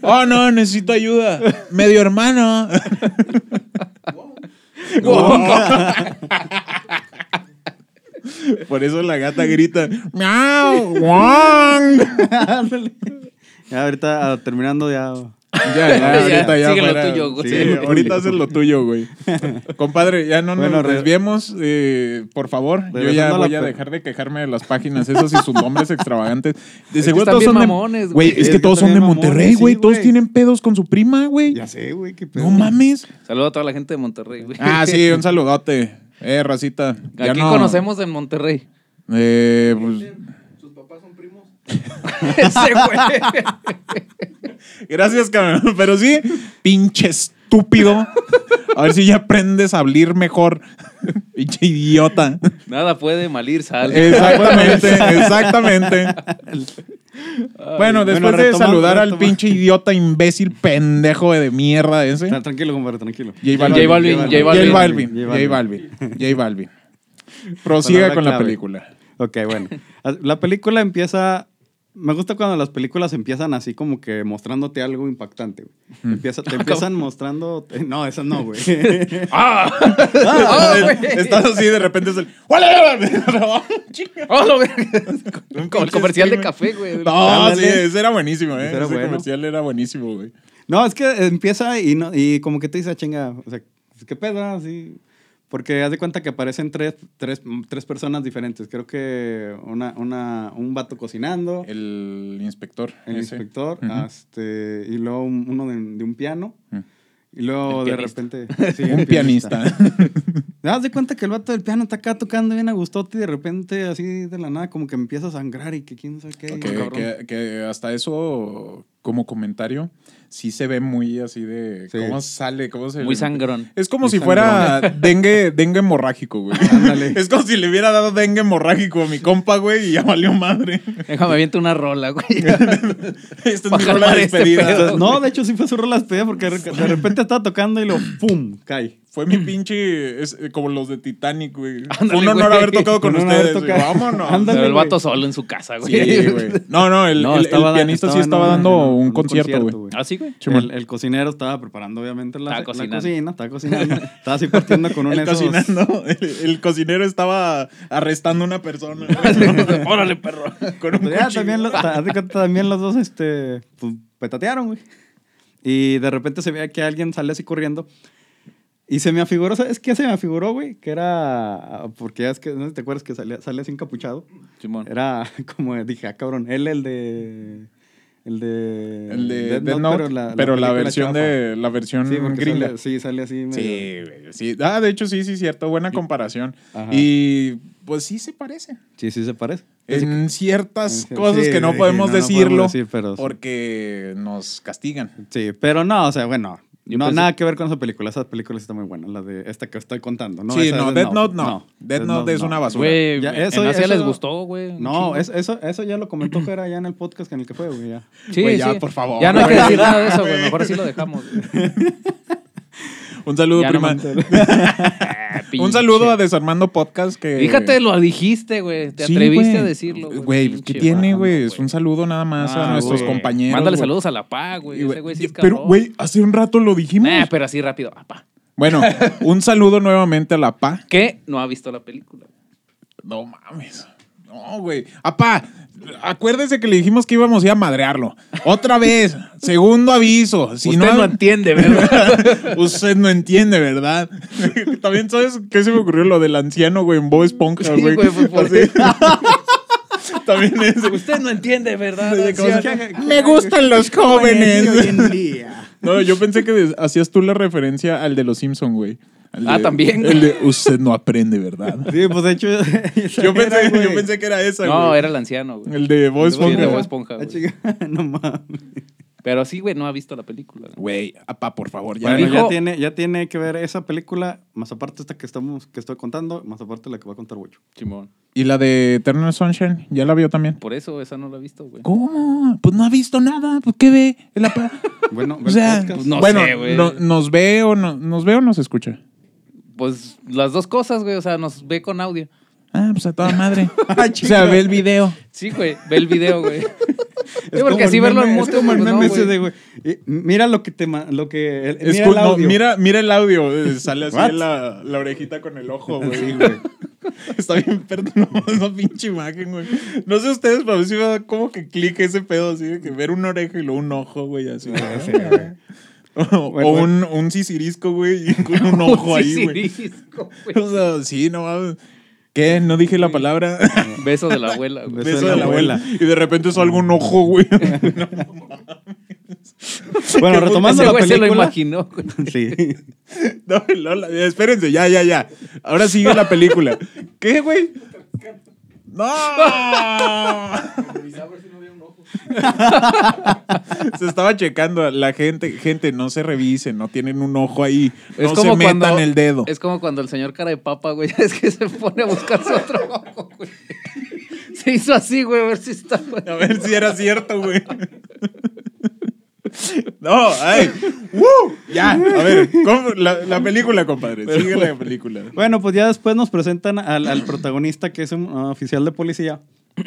Speaker 3: Oh, no, necesito ayuda. Medio hermano. Por eso la gata grita. ¡Miau! ¡Wong!
Speaker 2: Ándale. [LAUGHS] Ya ahorita ah, terminando ya.
Speaker 3: Ya, ya,
Speaker 1: Ya,
Speaker 3: ahorita ya.
Speaker 1: sigue lo
Speaker 3: fuera.
Speaker 1: tuyo, güey.
Speaker 3: Sí,
Speaker 1: Sigue lo
Speaker 3: ahorita haces lo tuyo, güey. Compadre, ya no
Speaker 2: Bueno,
Speaker 3: nos
Speaker 2: re-
Speaker 3: desviemos, eh, por favor. Yo ya
Speaker 2: Regresando a la
Speaker 3: voy a
Speaker 2: pe-
Speaker 3: dejar de quejarme de las páginas esas y sus nombres extravagantes. De seguro
Speaker 1: están
Speaker 3: todos
Speaker 1: bien
Speaker 3: son de-
Speaker 1: mamones, güey.
Speaker 3: güey.
Speaker 2: Sí,
Speaker 3: Es que
Speaker 2: es que
Speaker 3: todos
Speaker 2: están
Speaker 3: son de
Speaker 2: bien mamones,
Speaker 3: Monterrey,
Speaker 2: sí,
Speaker 3: güey. Todos
Speaker 2: güey.
Speaker 3: tienen pedos con su prima, güey.
Speaker 2: Ya sé, güey, qué pedo.
Speaker 3: No mames.
Speaker 1: [LAUGHS] Saludo a toda la gente de Monterrey, güey.
Speaker 3: Ah,
Speaker 1: [LAUGHS]
Speaker 3: sí, un saludote. Eh, racita. Ya
Speaker 1: Aquí
Speaker 3: no-
Speaker 1: conocemos en Monterrey.
Speaker 3: Eh, pues,
Speaker 1: [LAUGHS] Ese güey.
Speaker 3: gracias, cabrón. [LAUGHS] Pero sí, pinche estúpido. A ver si ya aprendes a hablar mejor. [LAUGHS] pinche idiota.
Speaker 1: Nada puede malir, sale. [LAUGHS]
Speaker 3: Eh, Exactamente, exactamente.
Speaker 2: Bueno,
Speaker 3: Bueno, después de
Speaker 2: retomando,
Speaker 3: saludar al
Speaker 2: retomando.
Speaker 3: pinche idiota, imbécil, pendejo de mierda ese.
Speaker 2: Tra- Tranquilo, compadre, tranquilo.
Speaker 3: J
Speaker 1: J Balvin, J Balvin.
Speaker 3: J Balvin.
Speaker 2: J
Speaker 3: J Balvin. J Balvin. Prosiga
Speaker 2: Palabra
Speaker 3: con la
Speaker 2: clave.
Speaker 3: película.
Speaker 2: Ok, bueno. La película empieza. Me gusta cuando las películas empiezan así como que mostrándote algo impactante, güey.
Speaker 3: [LAUGHS]
Speaker 2: Empieza, te empiezan mostrando. eh, No, esa no, güey.
Speaker 3: ah, [LAUGHS]
Speaker 1: ¡Ah, güey! [LAUGHS]
Speaker 3: Estás así, de repente es el. ¡Hola! [LAUGHS]
Speaker 1: ¡Oh, lo ve- Como el comercial de café, güey.
Speaker 3: No, sí,
Speaker 2: Ándale.
Speaker 3: ese era buenísimo, ¿eh?
Speaker 2: Ese era
Speaker 3: ese
Speaker 2: bueno.
Speaker 3: comercial era buenísimo, güey.
Speaker 2: No, es que empieza y, no, y como que te dice, "Ah, chinga, o sea, pues, ¿qué pedo? Así. Porque haz de cuenta que aparecen tres, tres, tres personas diferentes. Creo que una, una, un vato cocinando, el,
Speaker 3: El inspector. ese.
Speaker 2: inspector,
Speaker 3: Ujú.
Speaker 2: este, y luego un- uno de, de un piano.
Speaker 3: Mm.
Speaker 2: Y luego
Speaker 1: El
Speaker 2: de
Speaker 1: pianista.
Speaker 2: repente. sí,
Speaker 3: Un
Speaker 2: el
Speaker 3: pianista.
Speaker 2: ¿Te das de cuenta que el vato del piano está acá tocando bien a gustote y de repente así de la nada como que empieza a sangrar y que quién sabe
Speaker 3: [LAUGHS]
Speaker 2: qué. y
Speaker 3: que,
Speaker 2: cabrón.
Speaker 3: que- que hasta eso, como comentario, sí se ve muy así de.
Speaker 2: Sí.
Speaker 3: ¿Cómo sale? ¿Cómo se.?
Speaker 1: Muy sangrón.
Speaker 3: Es como
Speaker 2: Muy
Speaker 3: si fuera
Speaker 2: [LAUGHS]
Speaker 3: dengue, dengue hemorrágico, güey.
Speaker 2: Ándale.
Speaker 3: Es como si le hubiera dado dengue hemorrágico a mi compa, güey, y ya
Speaker 1: [LAUGHS]
Speaker 3: valió madre.
Speaker 1: Déjame aviento una rola,
Speaker 3: [LAUGHS]
Speaker 1: güey.
Speaker 3: Esta es mi
Speaker 1: Bajar
Speaker 3: rola de
Speaker 1: este
Speaker 3: despedida.
Speaker 1: pedo.
Speaker 2: Entonces, no, de hecho sí fue su rola despedida porque de de repente estaba tocando y lo ¡pum! cae.
Speaker 3: Fue mi pinche. es, eh, como los de Titanic, güey.
Speaker 1: Ándale,
Speaker 3: Fue un honor
Speaker 1: güey.
Speaker 3: haber tocado
Speaker 2: [LAUGHS]
Speaker 3: con
Speaker 2: Un honor haber
Speaker 3: ustedes. güey.
Speaker 2: tocado. [LAUGHS]
Speaker 3: Vámonos.
Speaker 2: Ándale.
Speaker 1: Pero el
Speaker 2: güey.
Speaker 1: vato solo en su casa,
Speaker 3: Sí, güey.
Speaker 1: güey.
Speaker 3: No, no, el,
Speaker 2: No,
Speaker 3: el- el
Speaker 2: estaba-
Speaker 3: pianista sí
Speaker 2: estaba en
Speaker 3: estaba
Speaker 2: un-
Speaker 3: dando
Speaker 2: en
Speaker 3: un,
Speaker 2: un
Speaker 3: concierto,
Speaker 2: concierto,
Speaker 3: güey.
Speaker 2: güey.
Speaker 1: ¿Ah, sí, güey?
Speaker 3: Simón.
Speaker 2: El, el cocinero estaba preparando obviamente la,
Speaker 1: Estaba
Speaker 2: la
Speaker 1: cocinando.
Speaker 2: cocina, estaba cocinando, estaba así partiendo con un
Speaker 3: [LAUGHS] El,
Speaker 2: esos-
Speaker 3: cocinando, el, el cocinero estaba arrestando a una persona.
Speaker 1: Órale, perro.
Speaker 3: con [LAUGHS] un
Speaker 2: Pero ya,
Speaker 3: cuchillo.
Speaker 2: también, los, ta- haz de cuenta, también los dos este, pues, petatearon, güey. Y de repente se veía que alguien sale así corriendo. Y se me afiguró, ¿sabes qué se me afiguró, güey? Que era, porque ya es que, no sé si te acuerdas [LAUGHS] que salía, sale así encapuchado.
Speaker 1: Simón.
Speaker 2: Era como, dije, ah, cabrón, él el de... El de.
Speaker 3: El de
Speaker 2: Death
Speaker 3: Death
Speaker 2: Note,
Speaker 3: Note, pero la,
Speaker 2: película
Speaker 3: versión
Speaker 2: chafa.
Speaker 3: de la versión
Speaker 2: Sí, porque
Speaker 3: gringa.
Speaker 2: sale- sí, sale así. medio-
Speaker 3: Sí, güey, sí. Ah, de hecho, sí, sí, cierto. Buena comparación.
Speaker 2: Ajá.
Speaker 3: Y pues sí se parece.
Speaker 2: Sí, sí se parece.
Speaker 3: En ciertas
Speaker 2: Sí,
Speaker 3: cosas
Speaker 2: sí,
Speaker 3: que no
Speaker 2: sí,
Speaker 3: podemos
Speaker 2: no, no
Speaker 3: decirlo
Speaker 2: podemos decir, pero-
Speaker 3: porque nos castigan.
Speaker 2: Sí, pero no, o sea, bueno. no,
Speaker 1: pensé-
Speaker 2: nada que ver con esa película. Esa película sí está muy buena, la de esta que estoy contando. ¿no?
Speaker 3: sí,
Speaker 2: Esa
Speaker 3: no,
Speaker 2: de
Speaker 3: Death Note no. Death Note, es
Speaker 2: no.
Speaker 3: una basura.
Speaker 1: Güey,
Speaker 2: Ya, eso-
Speaker 1: en Asia
Speaker 2: eso-
Speaker 1: les gustó, güey. un
Speaker 2: No,
Speaker 1: chingo.
Speaker 2: es- eso, eso ya lo comentó Jera ya en el podcast en el que fue, güey. ya.
Speaker 1: Sí,
Speaker 3: Güey, ya,
Speaker 1: sí.
Speaker 3: por favor,
Speaker 1: Ya no hay que
Speaker 3: güey. [LAUGHS]
Speaker 1: decir nada de eso, güey. Mejor así lo dejamos. güey.
Speaker 3: Un saludo,
Speaker 1: Ya no
Speaker 3: prima.
Speaker 1: mames. Ah,
Speaker 3: [LAUGHS] Un saludo a
Speaker 1: [LAUGHS] pinche.
Speaker 3: Desarmando Podcast que...
Speaker 1: Fíjate, lo dijiste, güey. Te
Speaker 3: Sí,
Speaker 1: atreviste
Speaker 3: güey.
Speaker 1: a decirlo.
Speaker 3: Güey, ¿qué
Speaker 1: Pinche
Speaker 3: tiene,
Speaker 1: banda,
Speaker 3: güey? Es un saludo nada más
Speaker 2: Ah,
Speaker 3: a nuestros
Speaker 2: güey.
Speaker 3: compañeros.
Speaker 1: Mándale
Speaker 3: güey.
Speaker 1: saludos a la PA, güey. Ese güey sí es
Speaker 3: Pero,
Speaker 1: cabrón.
Speaker 3: güey, hace un rato lo dijimos.
Speaker 1: Nah, pero así rápido. Ah, pa. [LAUGHS]
Speaker 3: Bueno, un saludo nuevamente a la PA.
Speaker 1: Que no ha visto la película.
Speaker 3: No mames. No, güey. Apá, acuérdese que le dijimos que íbamos a ir a madrearlo. Otra vez, segundo aviso. Si
Speaker 1: Usted no,
Speaker 3: no,
Speaker 1: entiende, ¿verdad?
Speaker 3: [LAUGHS]
Speaker 1: [LAUGHS]
Speaker 3: usted no entiende, ¿verdad? [LAUGHS] También sabes qué se me ocurrió lo del anciano, güey, en Bob Esponja,
Speaker 1: Sí,
Speaker 3: güey.
Speaker 1: güey, fue por-
Speaker 3: Así. [LAUGHS] También es.
Speaker 1: Usted no entiende, ¿verdad? anciano?
Speaker 3: Me gustan los
Speaker 2: Hoy
Speaker 3: jóvenes.
Speaker 2: en día.
Speaker 3: No, yo pensé que des- hacías tú la referencia al de los Simpson, güey. Al
Speaker 1: Ah,
Speaker 3: de-
Speaker 1: también.
Speaker 3: El de usted no aprende, ¿verdad?
Speaker 1: [LAUGHS]
Speaker 2: Sí, pues de [LAUGHS] hecho.
Speaker 3: Yo pensé, yo pensé que era esa,
Speaker 1: No,
Speaker 3: güey.
Speaker 1: era el anciano, güey.
Speaker 3: El de Bob
Speaker 1: Sí, era
Speaker 3: Esponja.
Speaker 1: Bob
Speaker 3: güey.
Speaker 1: Esponja, güey.
Speaker 2: Ah, [LAUGHS] No mames.
Speaker 1: Pero sí, güey, no ha visto la película. güey.
Speaker 3: Güey, apá, por favor, ya.
Speaker 2: Bueno,
Speaker 1: dijo-
Speaker 2: ya, tiene, ya tiene que ver esa película, más aparte esta que, estamos, que estoy contando, más aparte la que va a contar Bocho.
Speaker 1: Chimón.
Speaker 3: ¿Y la de Eternal Sunshine? ¿Ya la vio también?
Speaker 1: Por eso esa no la ha visto, güey.
Speaker 3: ¿Cómo? Pues no ha visto nada. Pues ¿qué ve? El apa-
Speaker 1: [LAUGHS]
Speaker 2: Bueno,
Speaker 3: o sea,
Speaker 2: podcast.
Speaker 1: pues no
Speaker 3: bueno,
Speaker 1: sé, güey.
Speaker 3: no- ¿nos ve o no, nos ve o nos escucha?
Speaker 1: Pues las dos cosas, güey. O sea, nos ve con audio.
Speaker 3: Ah, pues a toda
Speaker 1: [LAUGHS]
Speaker 3: madre.
Speaker 1: Ah,
Speaker 3: o sea, ve el video.
Speaker 1: Sí, güey. Ve el video, güey.
Speaker 2: Es
Speaker 1: Sí,
Speaker 2: como
Speaker 1: porque
Speaker 2: el
Speaker 1: así verlo en
Speaker 2: meme- es
Speaker 1: mute,
Speaker 2: como el
Speaker 1: pues, no,
Speaker 2: meme ese
Speaker 1: güey.
Speaker 2: de, güey, y Mira lo que te. ma- Lo que, el- mira
Speaker 3: Escu-
Speaker 2: el
Speaker 3: no,
Speaker 2: audio.
Speaker 3: mira, mira el audio. eh, Sale así
Speaker 2: What?
Speaker 3: la, la orejita con el ojo,
Speaker 2: [LAUGHS] Sí,
Speaker 3: güey.
Speaker 2: güey.
Speaker 3: Está bien perdonada esa pinche imagen, güey. No sé ustedes, pero a mí sí me da como que clique ese pedo así de que ver una oreja y luego un ojo, güey, así.
Speaker 2: Ah, sí, güey.
Speaker 3: [LAUGHS] O,
Speaker 2: Bueno, bueno.
Speaker 3: o un, un sisirisco, güey, y con
Speaker 2: [LAUGHS]
Speaker 1: [LAUGHS]
Speaker 3: un ojo ahí, güey.
Speaker 1: Sisirisco, güey.
Speaker 3: O sea, sí, no mames. ¿Qué? No dije la palabra.
Speaker 1: Beso de la abuela, güey.
Speaker 2: Beso
Speaker 3: [LAUGHS] Beso de la abuela. Y de repente salgo un ojo,
Speaker 2: [LAUGHS]
Speaker 3: güey.
Speaker 2: Bueno,
Speaker 3: Qué
Speaker 2: retomando
Speaker 1: Ese
Speaker 2: la
Speaker 1: güey se lo
Speaker 2: película.
Speaker 1: imaginó, güey.
Speaker 2: Sí.
Speaker 3: [LAUGHS] No, Lola, espérense, ya, ya, ya. Ahora sigue la película. ¿Qué, güey? ¡No! Se estaba checando a la gente. Gente, no se revisen, no tienen un ojo ahí. No se metan el dedo.
Speaker 1: Es como cuando el señor cara de papa, güey, [LAUGHS] es que se pone a buscarse otro ojo, güey. Se hizo así, güey, a ver si está. güey.
Speaker 3: A ver si era cierto, güey. [LAUGHS] No, ay. ¡Woo! Ya, a ver, ¿cómo? La, la película, compadre. Sigue la película.
Speaker 2: [LAUGHS] Bueno, pues ya después nos presentan al, al protagonista que es un uh, oficial de policía. [CLEARS THROAT]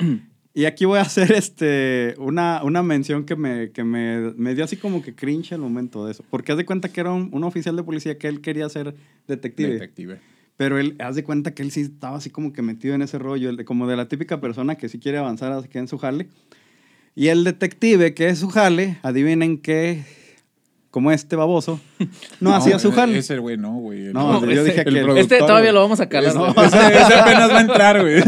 Speaker 2: Y aquí voy a hacer este, una, una mención que, me, que me, me dio así como que cringe al momento de eso. Porque haz de cuenta que era un, un oficial de policía que él quería ser detective.
Speaker 3: Detective.
Speaker 2: Pero él, haz de cuenta que él sí estaba así como que metido en ese rollo, el de- como de la típica persona que sí quiere avanzar así que en su jale. Y el detective que es su jale, adivinen que, como este baboso, no,
Speaker 3: [LAUGHS]
Speaker 2: hacía su jale.
Speaker 3: eh, Ese, güey, no, güey.
Speaker 2: No,
Speaker 3: El-
Speaker 2: yo dije que-
Speaker 3: productor,
Speaker 1: Este todavía
Speaker 3: güey.
Speaker 1: lo vamos a calar,
Speaker 2: [LAUGHS]
Speaker 3: Ese,
Speaker 1: güey.
Speaker 3: ese apenas va a entrar, güey.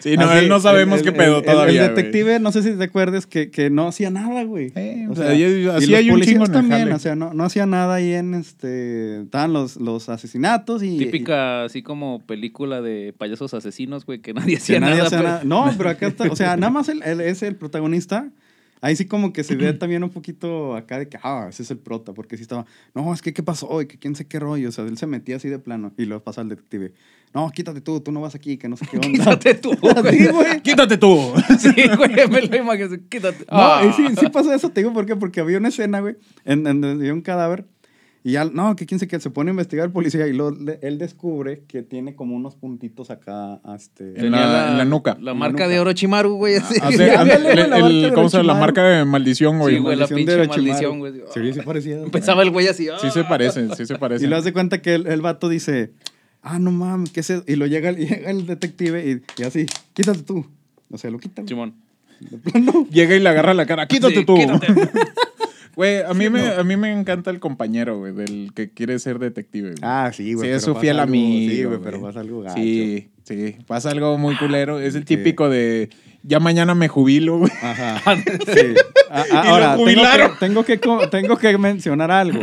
Speaker 3: Sí, no,
Speaker 2: Así,
Speaker 3: él no sabemos
Speaker 2: el-
Speaker 3: qué
Speaker 2: el-
Speaker 3: pedo
Speaker 2: el-
Speaker 3: todavía.
Speaker 2: El,
Speaker 3: güey.
Speaker 2: detective, no sé si te acuerdes, que, que no hacía nada, güey.
Speaker 3: Eh, o sea, ahí- así
Speaker 2: los
Speaker 3: hay un
Speaker 2: policías
Speaker 3: chingo en el
Speaker 2: también,
Speaker 3: jale.
Speaker 2: o sea, no, no hacía nada ahí en este. Estaban los, los asesinatos y.
Speaker 1: Típica, así como película de payasos asesinos, güey, que nadie
Speaker 2: y-
Speaker 1: hacía
Speaker 2: que nadie
Speaker 1: nada.
Speaker 2: hacía
Speaker 1: pero-
Speaker 2: nada. No, pero acá está. O sea, nada más él, él es el protagonista. Ahí sí como que se ve también un poquito acá de que, ah, ese es el prota, porque sí estaba, no, es que qué pasó, y que quién sé qué rollo, o sea, él se metía así de plano y luego pasa al detective, no, quítate tú, tú no vas aquí, que no sé qué onda.
Speaker 1: [LAUGHS] [LAUGHS] Quítate
Speaker 2: [LAUGHS]
Speaker 1: tú,
Speaker 2: Así,
Speaker 1: güey.
Speaker 2: güey. [LAUGHS]
Speaker 3: Quítate tú.
Speaker 1: Sí, güey, me lo imagino. Quítate.
Speaker 2: No,
Speaker 1: Ah.
Speaker 2: y sí, sí pasó eso, te digo por qué, porque había una escena, güey, en en donde había un cadáver y ya, no, que quién sé qué, se pone a investigar el policía y luego le- él descubre que tiene como unos puntitos acá, este...
Speaker 3: En la- en la nuca.
Speaker 1: La
Speaker 2: En la
Speaker 1: marca de
Speaker 2: nuca.
Speaker 1: Orochimaru, güey. así. [LAUGHS]
Speaker 3: Hace-
Speaker 2: Ya,
Speaker 3: hace-
Speaker 2: ándale, güey, la
Speaker 3: el-
Speaker 2: marca de
Speaker 3: ¿Cómo se llama? La
Speaker 2: Orochimaru.
Speaker 3: marca de maldición, güey.
Speaker 1: Sí, güey, la
Speaker 2: maldición de
Speaker 1: pinche
Speaker 2: Orochimaru.
Speaker 1: maldición, güey. "Ah".
Speaker 2: Sí, sí parecía.
Speaker 1: [LAUGHS]
Speaker 2: güey.
Speaker 1: Empezaba el güey así. ah.
Speaker 3: Sí
Speaker 2: pues.
Speaker 3: se parecen, Pues sí se
Speaker 2: Y
Speaker 3: parecen.
Speaker 2: lo hace cuenta que el, el vato dice, ah, no mames, ¿qué es eso? Y lo llega, [LAUGHS] el- llega el detective y, y así, quítate tú. O sea, lo quita. güey.
Speaker 1: Chimón.
Speaker 2: De [LAUGHS] plano.
Speaker 3: Llega y le agarra la cara. Quítate
Speaker 1: Sí,
Speaker 3: tú.
Speaker 1: quítate.
Speaker 3: [LAUGHS] Güey, a, mí me- a mí me encanta el compañero, güey, del que quiere ser detective. güey.
Speaker 2: Ah, sí, güey.
Speaker 3: Sí,
Speaker 2: pero
Speaker 3: es su
Speaker 2: pasa
Speaker 3: fiel
Speaker 2: algo-
Speaker 3: amigo.
Speaker 2: Sí, güey, pero pasa algo gacho. Ah,
Speaker 3: Sí, sí, pasa algo muy culero. Es el típico de ya mañana me jubilo, güey. [LAUGHS]
Speaker 2: Ajá. Sí. A- a-
Speaker 3: Y lo
Speaker 2: Ahora, tengo que,
Speaker 3: jubilaron.
Speaker 2: tengo, que, co- tengo que mencionar algo.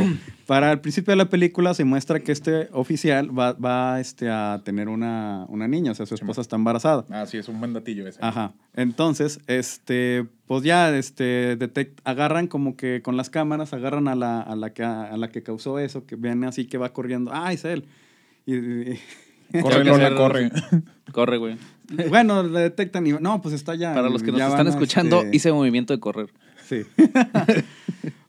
Speaker 2: Para el principio de la película se muestra que este oficial va, va, este, a tener una, una niña, o sea, su esposa está embarazada.
Speaker 3: Ah, sí, es un buen datillo ese.
Speaker 2: Ajá. Entonces, este, pues ya, este, detect- agarran como que con las cámaras, agarran a la, a la que, a la que causó eso, que viene así que va corriendo. ¡Ah, es él! Y, y-
Speaker 1: Tiene que
Speaker 3: Corre, Lola,
Speaker 1: ser-
Speaker 3: corre.
Speaker 1: Corre, güey. [LAUGHS]
Speaker 2: bueno, la detectan y no, pues está ya.
Speaker 1: Para los que nos
Speaker 2: ya van
Speaker 1: están
Speaker 2: a,
Speaker 1: escuchando,
Speaker 2: este,
Speaker 1: hice movimiento de correr.
Speaker 2: Sí. [LAUGHS]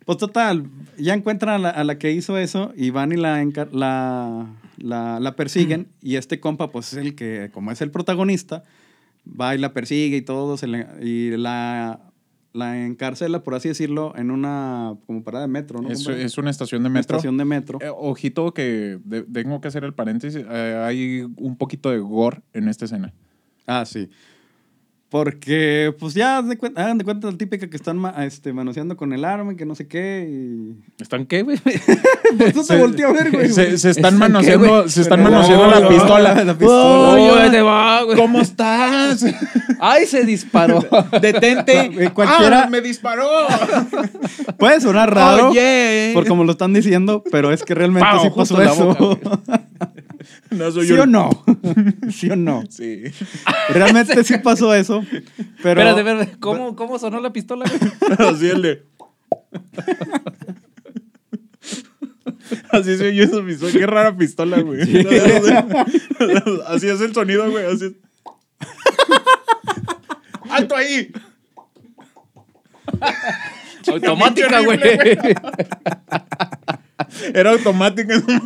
Speaker 2: pues total, ya encuentran a la, a la que hizo eso y van y la, enca- la, la, la persiguen. Y este compa, pues es el que, como es el protagonista, va y la persigue y todo, se le- y la, la encarcela, por así decirlo, en una como parada de metro, ¿no?
Speaker 3: Es,
Speaker 2: compadre?
Speaker 3: es una estación de
Speaker 2: Una
Speaker 3: metro.
Speaker 2: estación de metro.
Speaker 3: Eh, ojito que de- tengo que hacer el paréntesis. eh, hay un poquito de gore en esta escena.
Speaker 2: Ah, sí. Porque, pues ya, haz de cuen- hagan de cuenta la típica que están ma- este, manoseando con el arma y que no sé qué.
Speaker 3: [LAUGHS]
Speaker 2: Y...
Speaker 1: ¿Están qué, güey?
Speaker 2: Pues no te
Speaker 3: Se-
Speaker 2: volteé a ver, [LAUGHS] güey.
Speaker 3: Se, se están
Speaker 1: ¿Qué,
Speaker 3: manoseando,
Speaker 1: güey?
Speaker 3: se están
Speaker 2: No,
Speaker 3: manoseando
Speaker 2: no,
Speaker 3: la pistola.
Speaker 2: la pistola.
Speaker 1: Ay,
Speaker 3: Oh,
Speaker 1: ahí te va, güey.
Speaker 3: ¿Cómo estás?
Speaker 1: ¡Ay, se [LAUGHS] disparó!
Speaker 2: Güey,
Speaker 3: [LAUGHS] Detente.
Speaker 2: cualquiera-
Speaker 3: Ah, me disparó. [LAUGHS]
Speaker 2: Puede sonar raro.
Speaker 3: Oye.
Speaker 2: Por como lo están diciendo, pero es que realmente
Speaker 1: Pau,
Speaker 2: sí
Speaker 1: justo
Speaker 2: pasó
Speaker 1: en la
Speaker 2: eso.
Speaker 1: boca,
Speaker 3: No soy
Speaker 2: ¿Sí
Speaker 3: yo.
Speaker 2: o no? [LAUGHS] ¿Sí o no?
Speaker 3: Sí.
Speaker 2: Realmente sí pasó eso, pero...
Speaker 1: Espérate, espérate. ¿Cómo, ¿Cómo sonó la pistola, güey?
Speaker 3: [LAUGHS] Así el de- Así se oye eso, mi son- Qué rara pistola, güey. [LAUGHS] Así es el sonido, güey. Así es. ¡Alto ahí!
Speaker 1: Automática, güey.
Speaker 3: Horrible, Era automática. esa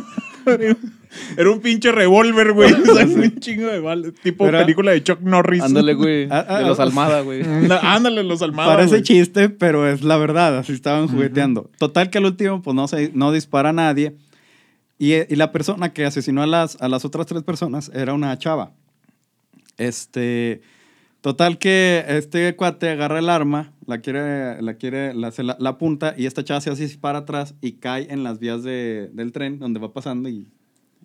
Speaker 3: madre. [LAUGHS] Era un pinche revólver,
Speaker 2: [LAUGHS]
Speaker 3: güey. O sea, un chingo de balas. Tipo
Speaker 2: Era-
Speaker 3: película de Chuck Norris.
Speaker 1: Ándale, güey.
Speaker 2: Ah, ah,
Speaker 1: De los
Speaker 2: ah,
Speaker 1: Almada, güey.
Speaker 3: Anda- [LAUGHS] Ándale, los almadas.
Speaker 2: Parece
Speaker 3: güey.
Speaker 2: chiste, pero es la verdad, así estaban jugueteando. Total que al último pues no, se, no dispara a nadie y, eh, y la persona que asesinó a las, a las otras tres personas era una chava. Este, total que este cuate agarra el arma, la quiere, la quiere, la, se la- la apunta y esta chava se hace así para atrás y cae en las vías de- del tren donde va pasando y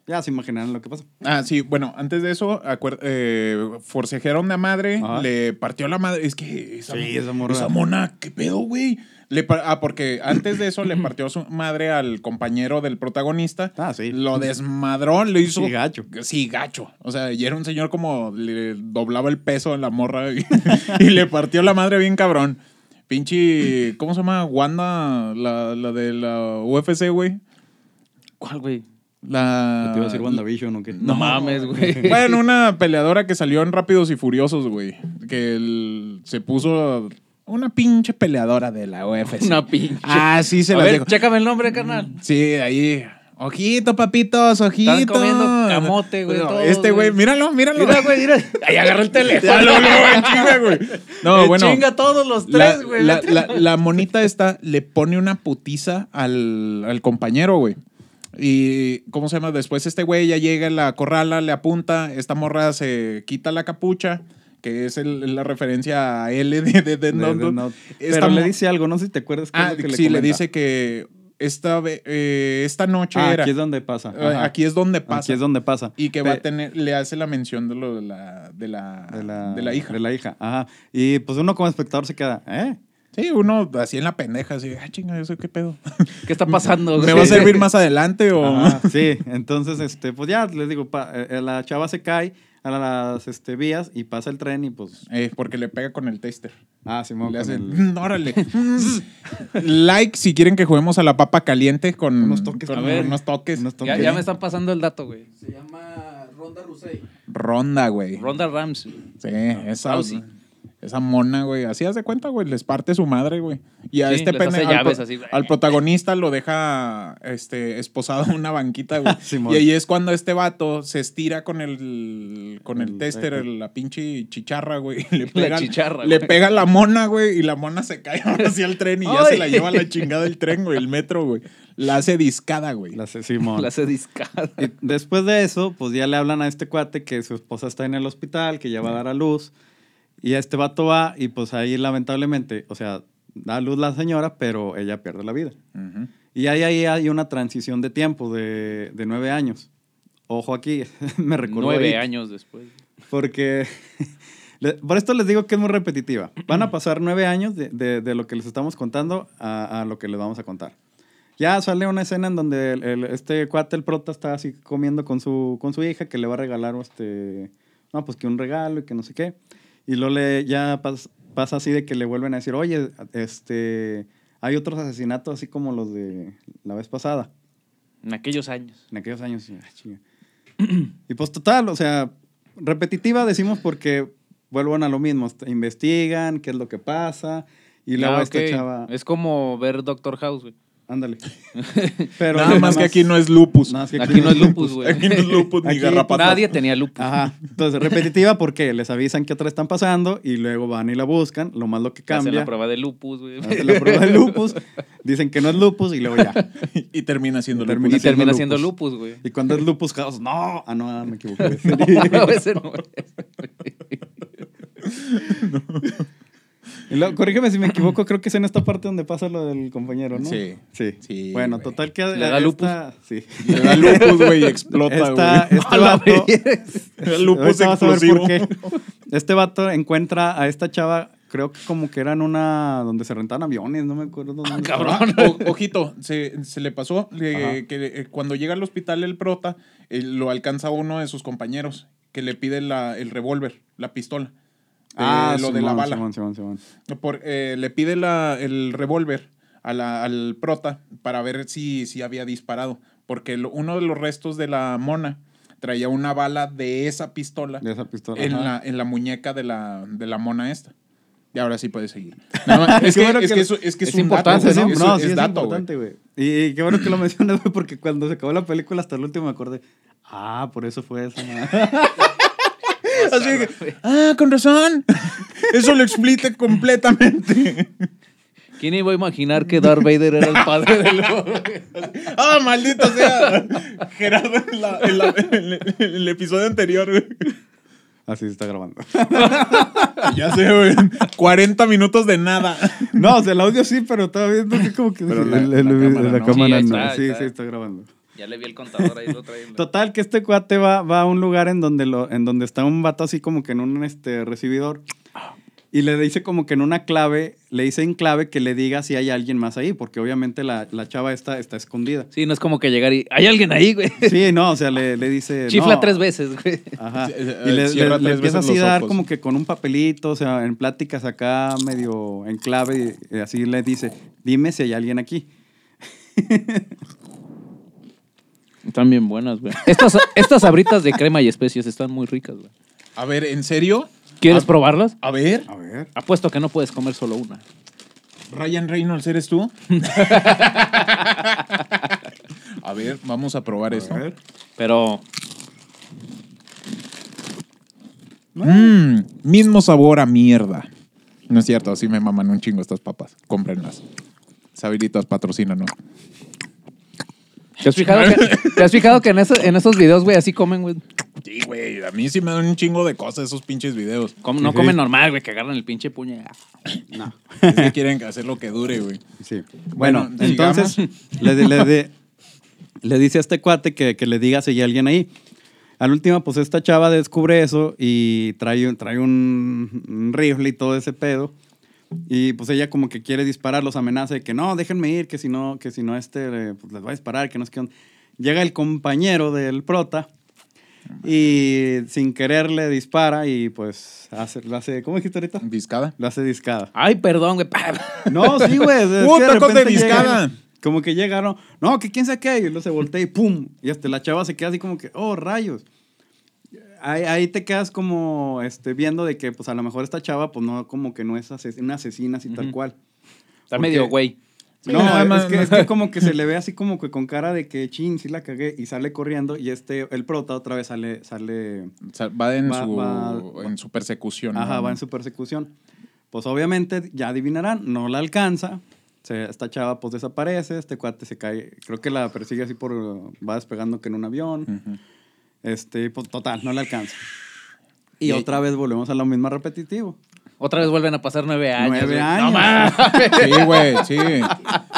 Speaker 2: ya se imaginarán lo que pasa.
Speaker 3: Ah, sí, bueno, antes de eso, acuer- eh, forcejearon de a madre,
Speaker 2: Ajá.
Speaker 3: le partió la madre. Es que esa,
Speaker 2: Sí,
Speaker 3: mo-
Speaker 2: esa morra.
Speaker 3: mona, ¿qué pedo, güey? Le par- ah, porque antes de eso le partió su madre al compañero del protagonista.
Speaker 2: Ah, sí.
Speaker 3: Lo desmadró, le hizo.
Speaker 2: Sí, gacho.
Speaker 3: Sí, gacho. O sea, y era un señor como le doblaba el peso en la morra y, [LAUGHS] y le partió la madre bien cabrón. Pinche, ¿cómo se llama? Wanda, la, la de la UFC, güey.
Speaker 1: ¿Cuál, güey?
Speaker 3: La.
Speaker 2: Te iba a decir WandaVision o qué.
Speaker 1: No mames, güey.
Speaker 3: [LAUGHS] Bueno, una peleadora que salió en Rápidos y Furiosos, güey. Que el- se puso una pinche peleadora de la UFC.
Speaker 1: Una pinche.
Speaker 3: Ah, sí, se
Speaker 1: A
Speaker 3: la
Speaker 1: ver,
Speaker 3: dejo.
Speaker 1: chécame el nombre, carnal.
Speaker 3: Sí, ahí. Ojito, papitos, ojito.
Speaker 1: comiendo camote, güey, todos,
Speaker 3: este güey,
Speaker 1: güey.
Speaker 3: míralo, míralo.
Speaker 1: Mira, güey, mira. Ahí agarró el [LAUGHS] teléfono.
Speaker 3: Palo, güey, en chinga, güey. No,
Speaker 1: Me
Speaker 3: bueno.
Speaker 1: Eh, Chinga todos los
Speaker 3: La,
Speaker 1: tres, güey.
Speaker 3: la- la- la monita esta le pone una putiza al, al compañero, güey. Y, ¿cómo se llama? Después este güey ya llega, la corrala, le apunta, esta morra se quita la capucha, que es el- la referencia a L de, de Death
Speaker 2: De-
Speaker 3: Note,
Speaker 2: de-
Speaker 3: ¿no?
Speaker 2: no.
Speaker 3: Esta
Speaker 2: Pero le
Speaker 3: mo-
Speaker 2: dice algo, no sé si te acuerdas. qué es
Speaker 3: Ah,
Speaker 2: lo que
Speaker 3: sí, le
Speaker 2: comenta.
Speaker 3: dice que esta, ve- eh, esta noche
Speaker 2: Ah,
Speaker 3: era...
Speaker 2: aquí es donde pasa.
Speaker 3: Eh,
Speaker 2: Ajá.
Speaker 3: aquí es donde pasa.
Speaker 2: Aquí es donde pasa.
Speaker 3: Y que va a
Speaker 2: Pe-
Speaker 3: tener, le hace la mención de lo de la, de la,
Speaker 2: de la,
Speaker 3: de la hija.
Speaker 2: De la hija, ajá. Y pues uno como espectador se queda, ¿eh?
Speaker 3: Sí, uno así en la pendeja, así, ah, chinga, eso qué pedo.
Speaker 1: ¿Qué está [LAUGHS] pasando, güey?
Speaker 3: ¿Me va a servir más adelante o...?
Speaker 2: Ajá, sí, entonces, este, pues ya les digo, pa- eh, la chava se cae a las este, vías y pasa el tren y pues.
Speaker 3: Eh, porque le pega con el tester.
Speaker 2: Ah, sí,
Speaker 3: Le hace, [LAUGHS]
Speaker 2: [LAUGHS]
Speaker 3: "Mm, órale. like si quieren que juguemos a la papa caliente con
Speaker 2: Unos toques.
Speaker 3: con
Speaker 1: A ver.
Speaker 3: unos toques.
Speaker 2: Unos toques.
Speaker 1: Ya, ya me están pasando el dato, güey.
Speaker 4: Se llama Ronda Rusey.
Speaker 3: Ronda, güey.
Speaker 1: Ronda Rams.
Speaker 3: Sí, esa,
Speaker 1: Rousey.
Speaker 3: esa mona, güey. Así hace cuenta, güey. Les parte su madre, güey. Y a
Speaker 1: Sí,
Speaker 3: este
Speaker 1: les hace
Speaker 3: pendejo. Al,
Speaker 1: llaves
Speaker 3: pro-
Speaker 1: así.
Speaker 3: al protagonista lo deja este, esposado en una banquita, güey.
Speaker 2: Simón.
Speaker 3: y ahí es cuando este vato se estira con el con el,
Speaker 2: El-
Speaker 3: tester, el- la pinche chicharra, güey. y Le
Speaker 1: La
Speaker 3: pega,
Speaker 1: chicharra,
Speaker 3: Le
Speaker 1: güey.
Speaker 3: pega la mona, güey. Y la mona se cae [LAUGHS] hacia el tren y ya se la
Speaker 1: ¡Ay!
Speaker 3: lleva a la chingada el tren, güey. El metro, güey. La hace discada, güey.
Speaker 2: La hace- Simón.
Speaker 1: La hace discada.
Speaker 2: Y después de eso, pues ya le hablan a este cuate que su esposa está en el hospital, que ya va a dar a luz. Y este vato va y pues ahí lamentablemente, o sea, da a luz la señora, pero ella pierde la vida.
Speaker 3: Ujú.
Speaker 2: Y ahí, ahí hay una transición de tiempo de, de nueve años. Ojo aquí, [LAUGHS] me recuerdo.
Speaker 1: Nueve
Speaker 2: ahí,
Speaker 1: años después.
Speaker 2: Porque [LAUGHS] Le- por esto les digo que es muy repetitiva. Van a pasar nueve años de, de- de lo que les estamos contando a, a lo que les vamos a contar. Ya sale una escena en donde el- el- este cuate, el prota, está así comiendo con su, con su hija que le va a regalar este, no, pues que un regalo y que no sé qué. Y luego le, ya pas- pasa así de que le vuelven a decir, oye, este, hay otros asesinatos así como los de la vez pasada.
Speaker 1: En aquellos años.
Speaker 2: En aquellos años, sí, ah, chinga. y pues total, o sea, repetitiva decimos porque vuelvan a lo mismo, est- investigan qué es lo que pasa y luego
Speaker 1: Ah,
Speaker 2: esta
Speaker 1: ok.
Speaker 2: chava,
Speaker 1: Es como ver Doctor House, güey. [LAUGHS]
Speaker 2: ándale. Pero
Speaker 3: Nada más que aquí no es lupus.
Speaker 2: nada más que
Speaker 1: Aquí no es lupus, güey.
Speaker 3: [LAUGHS] Aquí
Speaker 1: [LAUGHS]
Speaker 3: no es lupus ni
Speaker 2: Aquí
Speaker 3: garrapata.
Speaker 1: Nadie tenía lupus.
Speaker 2: Ajá, entonces repetitiva porque les avisan qué otras están pasando y luego van y la buscan, lo más lo que
Speaker 1: Hacen
Speaker 2: cambia. Ah,
Speaker 1: la prueba de lupus, [LAUGHS] güey.
Speaker 2: hacen la prueba de lupus, dicen que no es lupus y luego ya.
Speaker 3: [LAUGHS] Y termina siendo
Speaker 2: Termina
Speaker 1: Y
Speaker 2: siendo
Speaker 3: lupus.
Speaker 1: termina
Speaker 2: lupus.
Speaker 1: siendo lupus, güey. [LAUGHS]
Speaker 2: Y cuando es lupus, caos, no, ah, no, me equivoqué.
Speaker 1: No, ese no es.
Speaker 2: Y luego, corrígeme si me equivoco, creo que es en esta parte donde pasa lo del compañero, ¿no?
Speaker 3: Sí.
Speaker 2: Sí.
Speaker 3: Sí,
Speaker 2: bueno,
Speaker 3: güey.
Speaker 2: total que...
Speaker 1: ¿Le da lupus?
Speaker 2: Sí.
Speaker 3: Le da lupus,
Speaker 2: [LAUGHS]
Speaker 3: güey, y explota,
Speaker 2: Esta,
Speaker 3: güey.
Speaker 2: [LAUGHS] este vato...
Speaker 3: Le da lupus
Speaker 2: ahorita vas a ver
Speaker 3: explosivo.
Speaker 2: Este vato encuentra a esta chava, creo que como que era en una... donde se rentaban aviones, no me acuerdo dónde.
Speaker 3: Ah,
Speaker 2: estaba.
Speaker 1: Cabrón.
Speaker 3: O- ojito, se, se le pasó le-
Speaker 2: Ajá.
Speaker 3: que eh, cuando llega al hospital el prota, eh, lo alcanza uno de sus compañeros que le pide la- el revólver, la pistola. Eh,
Speaker 2: Ah,
Speaker 3: lo de la
Speaker 2: Simón,
Speaker 3: bala.
Speaker 2: Simón, Simón, Simón.
Speaker 3: Por- eh, le pide la- el revólver a la- al prota para ver si, si había disparado. Porque lo- uno de los restos de la mona traía una bala de esa pistola
Speaker 2: De esa pistola.
Speaker 3: en
Speaker 2: ajá.
Speaker 3: la, en la muñeca de la, de la mona esta. Y ahora sí puedes seguir. Nada más-
Speaker 2: [LAUGHS]
Speaker 3: es,
Speaker 2: Qué
Speaker 3: que,
Speaker 2: bueno
Speaker 3: es
Speaker 2: que
Speaker 3: que
Speaker 2: lo-
Speaker 3: eso- es que es
Speaker 1: es
Speaker 3: un dato,
Speaker 1: importante,
Speaker 3: güey,
Speaker 1: ¿no?
Speaker 3: es-
Speaker 2: no,
Speaker 3: es
Speaker 2: Ah, sí, es
Speaker 3: dato, güey.
Speaker 2: importante, güey. Y, y qué bueno que lo [LAUGHS] mencionas, güey, porque cuando se acabó la película hasta el último me acordé. Ah, por eso fue esa madre. [LAUGHS]
Speaker 3: Así que, ah, con razón. [LAUGHS] Eso lo explica
Speaker 2: [LAUGHS]
Speaker 3: completamente.
Speaker 1: ¿Quién iba a imaginar que Darth Vader era el padre de Luke?
Speaker 3: Ah, maldito sea. Gerardo, en, la- en la- en el- en el episodio
Speaker 2: [LAUGHS]
Speaker 3: anterior, güey.
Speaker 2: Así se está grabando.
Speaker 3: Ya sé, güey. 40 minutos de nada.
Speaker 2: No, o sea, el audio sí, pero estaba viendo que como que
Speaker 3: Pero la-
Speaker 2: el-
Speaker 3: la
Speaker 2: el- el-
Speaker 3: cámara
Speaker 2: la cámara
Speaker 3: no.
Speaker 1: Sí, ahí
Speaker 2: no.
Speaker 1: está, ahí
Speaker 2: sí,
Speaker 1: está.
Speaker 2: sí, está grabando.
Speaker 1: [LAUGHS] Ya le vi el contador ahí, lo traen.
Speaker 2: Total, que este cuate va, va a un lugar en donde, lo, en donde está un vato así como que en un este, recibidor y le dice como que en una clave, le dice en clave que le diga si hay alguien más ahí, porque obviamente la, la chava esta está
Speaker 3: [LAUGHS]
Speaker 2: escondida.
Speaker 1: Sí, no es como que llegar y. ¡Hay alguien ahí, güey!
Speaker 2: Sí, no, o sea, le, le dice...
Speaker 1: Chifla
Speaker 2: no.
Speaker 1: tres veces, güey.
Speaker 2: Ajá.
Speaker 3: Sí, eh,
Speaker 2: Y le,
Speaker 3: cierra
Speaker 2: le- le
Speaker 3: tres
Speaker 2: empieza
Speaker 3: veces
Speaker 2: así
Speaker 3: los
Speaker 2: a dar
Speaker 3: ojos.
Speaker 2: como que con un papelito, o sea, en pláticas acá medio en clave, y así le dice, dime si hay alguien aquí.
Speaker 1: Están bien buenas, güey. Estas, estas abritas de crema y especias están muy ricas, güey.
Speaker 3: A ver, ¿en serio?
Speaker 1: ¿Quieres
Speaker 3: Ah.
Speaker 1: probarlas?
Speaker 3: A ver,
Speaker 2: A ver.
Speaker 1: Apuesto que no puedes comer solo una.
Speaker 3: Ryan Reynolds, ¿eres
Speaker 2: [LAUGHS]
Speaker 3: tú? A ver, vamos a probar esto.
Speaker 1: Pero.
Speaker 3: Mm, mismo sabor a mierda. No es cierto, así me maman un chingo estas papas. Cómprenlas. Sabritas, patrocínanos.
Speaker 1: ¿Te has fijado que, ¿te has fijado que en, eso- en esos videos, güey, así comen, güey?
Speaker 3: Sí, güey, a mí sí me dan un chingo de cosas esos pinches [LAUGHS] videos.
Speaker 1: Com- no
Speaker 2: Sí, sí.
Speaker 1: comen normal, güey, que agarran el pinche puño.
Speaker 2: No.
Speaker 3: Es que quieren hacer lo que dure, güey.
Speaker 2: Sí.
Speaker 3: Bueno,
Speaker 2: Bueno, entonces le, di- le di- le dice a este cuate que, que le diga si hay alguien ahí. Al último, pues esta chava descubre eso y trae, un- trae un, un rifle y todo ese pedo. Y pues ella como que quiere disparar, los amenaza de que no, déjenme ir, que si no, que si no este, eh, pues les va a disparar, que no es que... Llega el compañero del prota y sin querer le dispara y pues hace, lo hace, ¿cómo dijiste ahorita?
Speaker 3: ¿Discada?
Speaker 2: Lo hace discada.
Speaker 1: Ay, perdón, güey. [LAUGHS]
Speaker 2: No, sí, güey. es que
Speaker 3: ¡Uh, tacos de
Speaker 2: repente
Speaker 3: discada!
Speaker 2: llegan, Como que llegaron, no, que quién sabe qué, y luego se voltea y pum, y hasta la chava se queda así como que, oh, rayos. Ahí, ahí te quedas como este, viendo de que, pues a lo mejor esta chava, pues no, como que no es ases- una asesina así tal
Speaker 1: Ujú.
Speaker 2: cual.
Speaker 1: Está medio güey.
Speaker 3: Sí,
Speaker 2: no,
Speaker 3: nada
Speaker 2: es,
Speaker 3: más-
Speaker 2: que,
Speaker 3: no.
Speaker 2: es que como que se le ve así como que con cara de que, chin, sí la cagué, y sale corriendo, y este, el prota otra vez sale, sale
Speaker 3: O sea, va en,
Speaker 2: Va-
Speaker 3: su,
Speaker 2: va-
Speaker 3: en su persecución.
Speaker 2: Ajá,
Speaker 3: ¿no?
Speaker 2: va en su persecución. Pues obviamente, ya adivinarán, no la alcanza. Se- esta chava pues desaparece, este cuate se cae, creo que la persigue así por, va despegando que en un avión.
Speaker 3: Ujú.
Speaker 2: Este, pues total, no la alcanza. Y,
Speaker 3: Y-
Speaker 2: otra vez volvemos a lo mismo repetitivo.
Speaker 1: Otra vez vuelven a pasar nueve años.
Speaker 2: Nueve
Speaker 1: güey.
Speaker 2: años.
Speaker 1: No mames.
Speaker 3: Sí, güey, sí.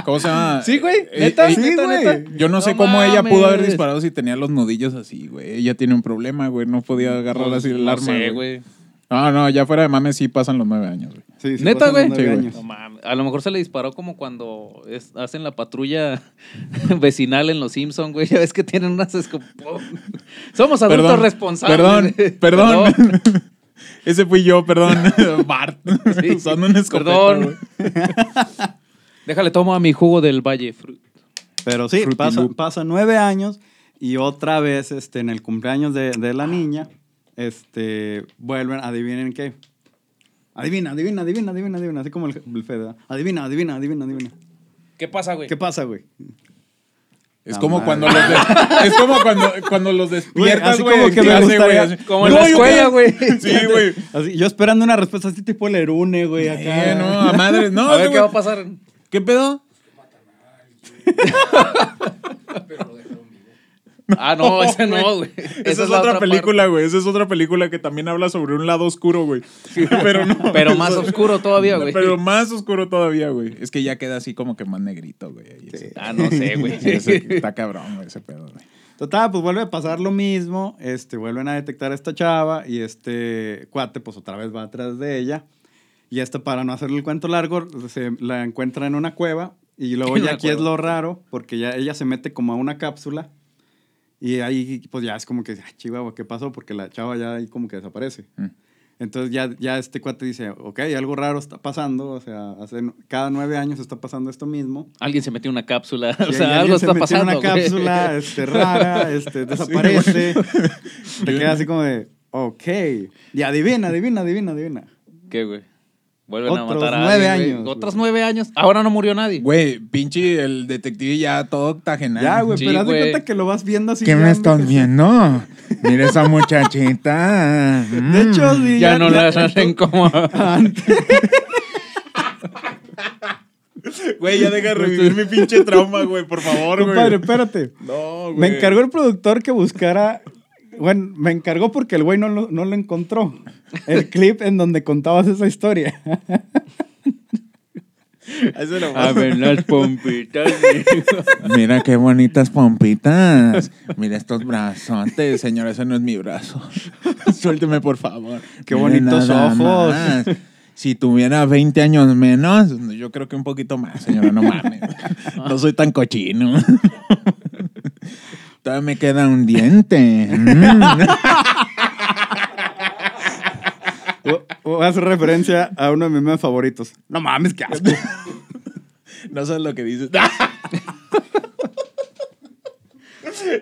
Speaker 3: ¿Cómo se llama?
Speaker 1: [LAUGHS] Sí, güey,
Speaker 3: Eh,
Speaker 1: neta,
Speaker 3: eh,
Speaker 1: sí,
Speaker 2: neta,
Speaker 1: güey.
Speaker 2: neta.
Speaker 3: Yo no,
Speaker 1: No
Speaker 3: sé cómo ella pudo haber
Speaker 1: mames.
Speaker 3: disparado si tenía los nudillos así, güey. Ella tiene un problema, güey. No podía agarrar así el
Speaker 1: No
Speaker 3: arma.
Speaker 1: sé,
Speaker 3: güey.
Speaker 1: güey.
Speaker 3: No, no, ya fuera de mames sí pasan los nueve años, güey.
Speaker 2: Sí, sí
Speaker 1: ¿Neta,
Speaker 2: pasan
Speaker 1: güey?
Speaker 2: los nueve
Speaker 3: Sí, güey.
Speaker 2: años.
Speaker 1: No mames. A lo mejor se le disparó como cuando es- hacen la patrulla [LAUGHS] vecinal en Los Simpsons, güey. Ya ves que tienen unas escop- [LAUGHS] Somos adultos
Speaker 3: Perdón,
Speaker 1: responsables. [LAUGHS]
Speaker 3: Perdón, perdón. [LAUGHS] Ese fui yo, perdón. [LAUGHS] Bart.
Speaker 1: Sí.
Speaker 3: Usando un escopeta,
Speaker 1: Perdón.
Speaker 3: güey.
Speaker 1: Déjale tomo a mi jugo del Valle Fruit.
Speaker 2: Pero sí,
Speaker 3: Fruity
Speaker 2: pasa,
Speaker 3: Loop.
Speaker 2: pasa nueve años y otra vez este, en el cumpleaños de, de la niña, este, vuelven, adivinen qué. Adivina, adivina, adivina, adivina, adivina. Así como el, el Fede, ¿verdad? Adivina, adivina, adivina, adivina.
Speaker 1: ¿Qué pasa, güey?
Speaker 2: ¿Qué pasa, güey?
Speaker 3: Es
Speaker 2: La
Speaker 3: como
Speaker 2: madre.
Speaker 3: cuando los de- es como cuando, cuando los despiertas,
Speaker 2: así
Speaker 3: güey.
Speaker 2: como
Speaker 3: en
Speaker 2: que me
Speaker 3: clase,
Speaker 2: gustaría-
Speaker 3: güey, así,
Speaker 1: como en
Speaker 3: "No,
Speaker 1: la
Speaker 3: yo
Speaker 1: escuela,
Speaker 3: qué-".
Speaker 1: güey.
Speaker 3: [LAUGHS] Sí, güey.
Speaker 2: Así, yo esperando una respuesta así tipo Lerune, güey, acá.
Speaker 3: Eh, no, a madre.
Speaker 1: [LAUGHS]
Speaker 3: No,
Speaker 1: a ver
Speaker 3: güey.
Speaker 1: qué va a pasar.
Speaker 3: ¿Qué pedo?
Speaker 1: Ah, no, ese no, güey.
Speaker 3: Esa, es,
Speaker 1: [LAUGHS]
Speaker 3: otra, película, güey. Esa es otra película que también habla sobre un lado oscuro, güey. Pero no.
Speaker 1: [LAUGHS] Pero más
Speaker 3: eso-
Speaker 1: oscuro todavía, güey.
Speaker 3: Pero más oscuro todavía, güey. Es que ya queda así como que más negrito, güey. ahí ese-
Speaker 1: Ah, no sé,
Speaker 3: [LAUGHS]
Speaker 1: güey.
Speaker 3: sí, ese- Está cabrón, güey, ese pedo, güey.
Speaker 2: Total, pues vuelve a pasar lo mismo. Este, vuelven a detectar a esta chava y este cuate, pues otra vez va atrás de ella. Y esta, para no hacerle el cuento largo, se la encuentra en una cueva. Y
Speaker 1: [LAUGHS]
Speaker 2: luego
Speaker 1: En
Speaker 2: ya
Speaker 1: una
Speaker 2: aquí
Speaker 1: cueva.
Speaker 2: es lo raro, porque ya ella se mete como a una cápsula. Y ahí, pues ya es como que, ay, chihuahua, ¿qué pasó? Porque la chava ya ahí como que desaparece.
Speaker 3: Mm.
Speaker 2: Entonces ya, ya este cuate dice, ok, algo raro está pasando. O sea, hace, cada nueve años está pasando esto mismo.
Speaker 1: Alguien se metió una cápsula. [LAUGHS]
Speaker 2: Y
Speaker 1: O sea,
Speaker 2: alguien
Speaker 1: algo
Speaker 2: se
Speaker 1: está
Speaker 2: metió
Speaker 1: pasando.
Speaker 2: en una
Speaker 1: güey.
Speaker 2: cápsula este, rara, este, desaparece. Te queda así como de, ok. Y adivina, adivina, adivina, adivina.
Speaker 1: [LAUGHS] ¿Qué, güey? Vuelven a
Speaker 2: Otros
Speaker 1: matar a
Speaker 2: nueve
Speaker 1: alguien, güey.
Speaker 2: años, güey.
Speaker 1: Otros nueve años. Ahora no murió nadie.
Speaker 3: Güey, pinche el detective ya todo octagenario.
Speaker 2: Ya, güey,
Speaker 1: Sí,
Speaker 2: pero haz de
Speaker 1: güey.
Speaker 2: cuenta que lo vas viendo así.
Speaker 3: ¿Qué me
Speaker 2: ya,
Speaker 3: estás
Speaker 2: güey.
Speaker 3: viendo? Mira esa [LAUGHS] muchachita. Mm.
Speaker 2: De hecho, sí,
Speaker 1: ya, no
Speaker 2: [LAUGHS]
Speaker 1: las hacen como.
Speaker 3: Güey, ya deja de revivir mi pinche trauma, güey, por favor, güey.
Speaker 2: Compadre, espérate.
Speaker 3: No, güey.
Speaker 2: Me encargó el productor que buscara. Bueno, me encargó porque el güey no lo, no lo encontró. El clip en donde contabas esa historia. [LAUGHS]
Speaker 3: Ahí se lo
Speaker 1: A ver, las pompitas.
Speaker 3: Mira qué bonitas pompitas. Mira estos brazotes. Señora, ese no es mi brazo. [LAUGHS] Suélteme, por favor.
Speaker 2: Qué
Speaker 3: Miren
Speaker 2: bonitos
Speaker 3: nada
Speaker 2: ojos.
Speaker 3: más. Si tuviera 20 años menos, yo creo que un poquito más, señora, no mames. No soy tan cochino. [LAUGHS] Todavía me queda un diente. Mm.
Speaker 2: O, o hace referencia a uno de mis memes favoritos. No mames, qué asco.
Speaker 3: No sabes lo que [LAUGHS] dices.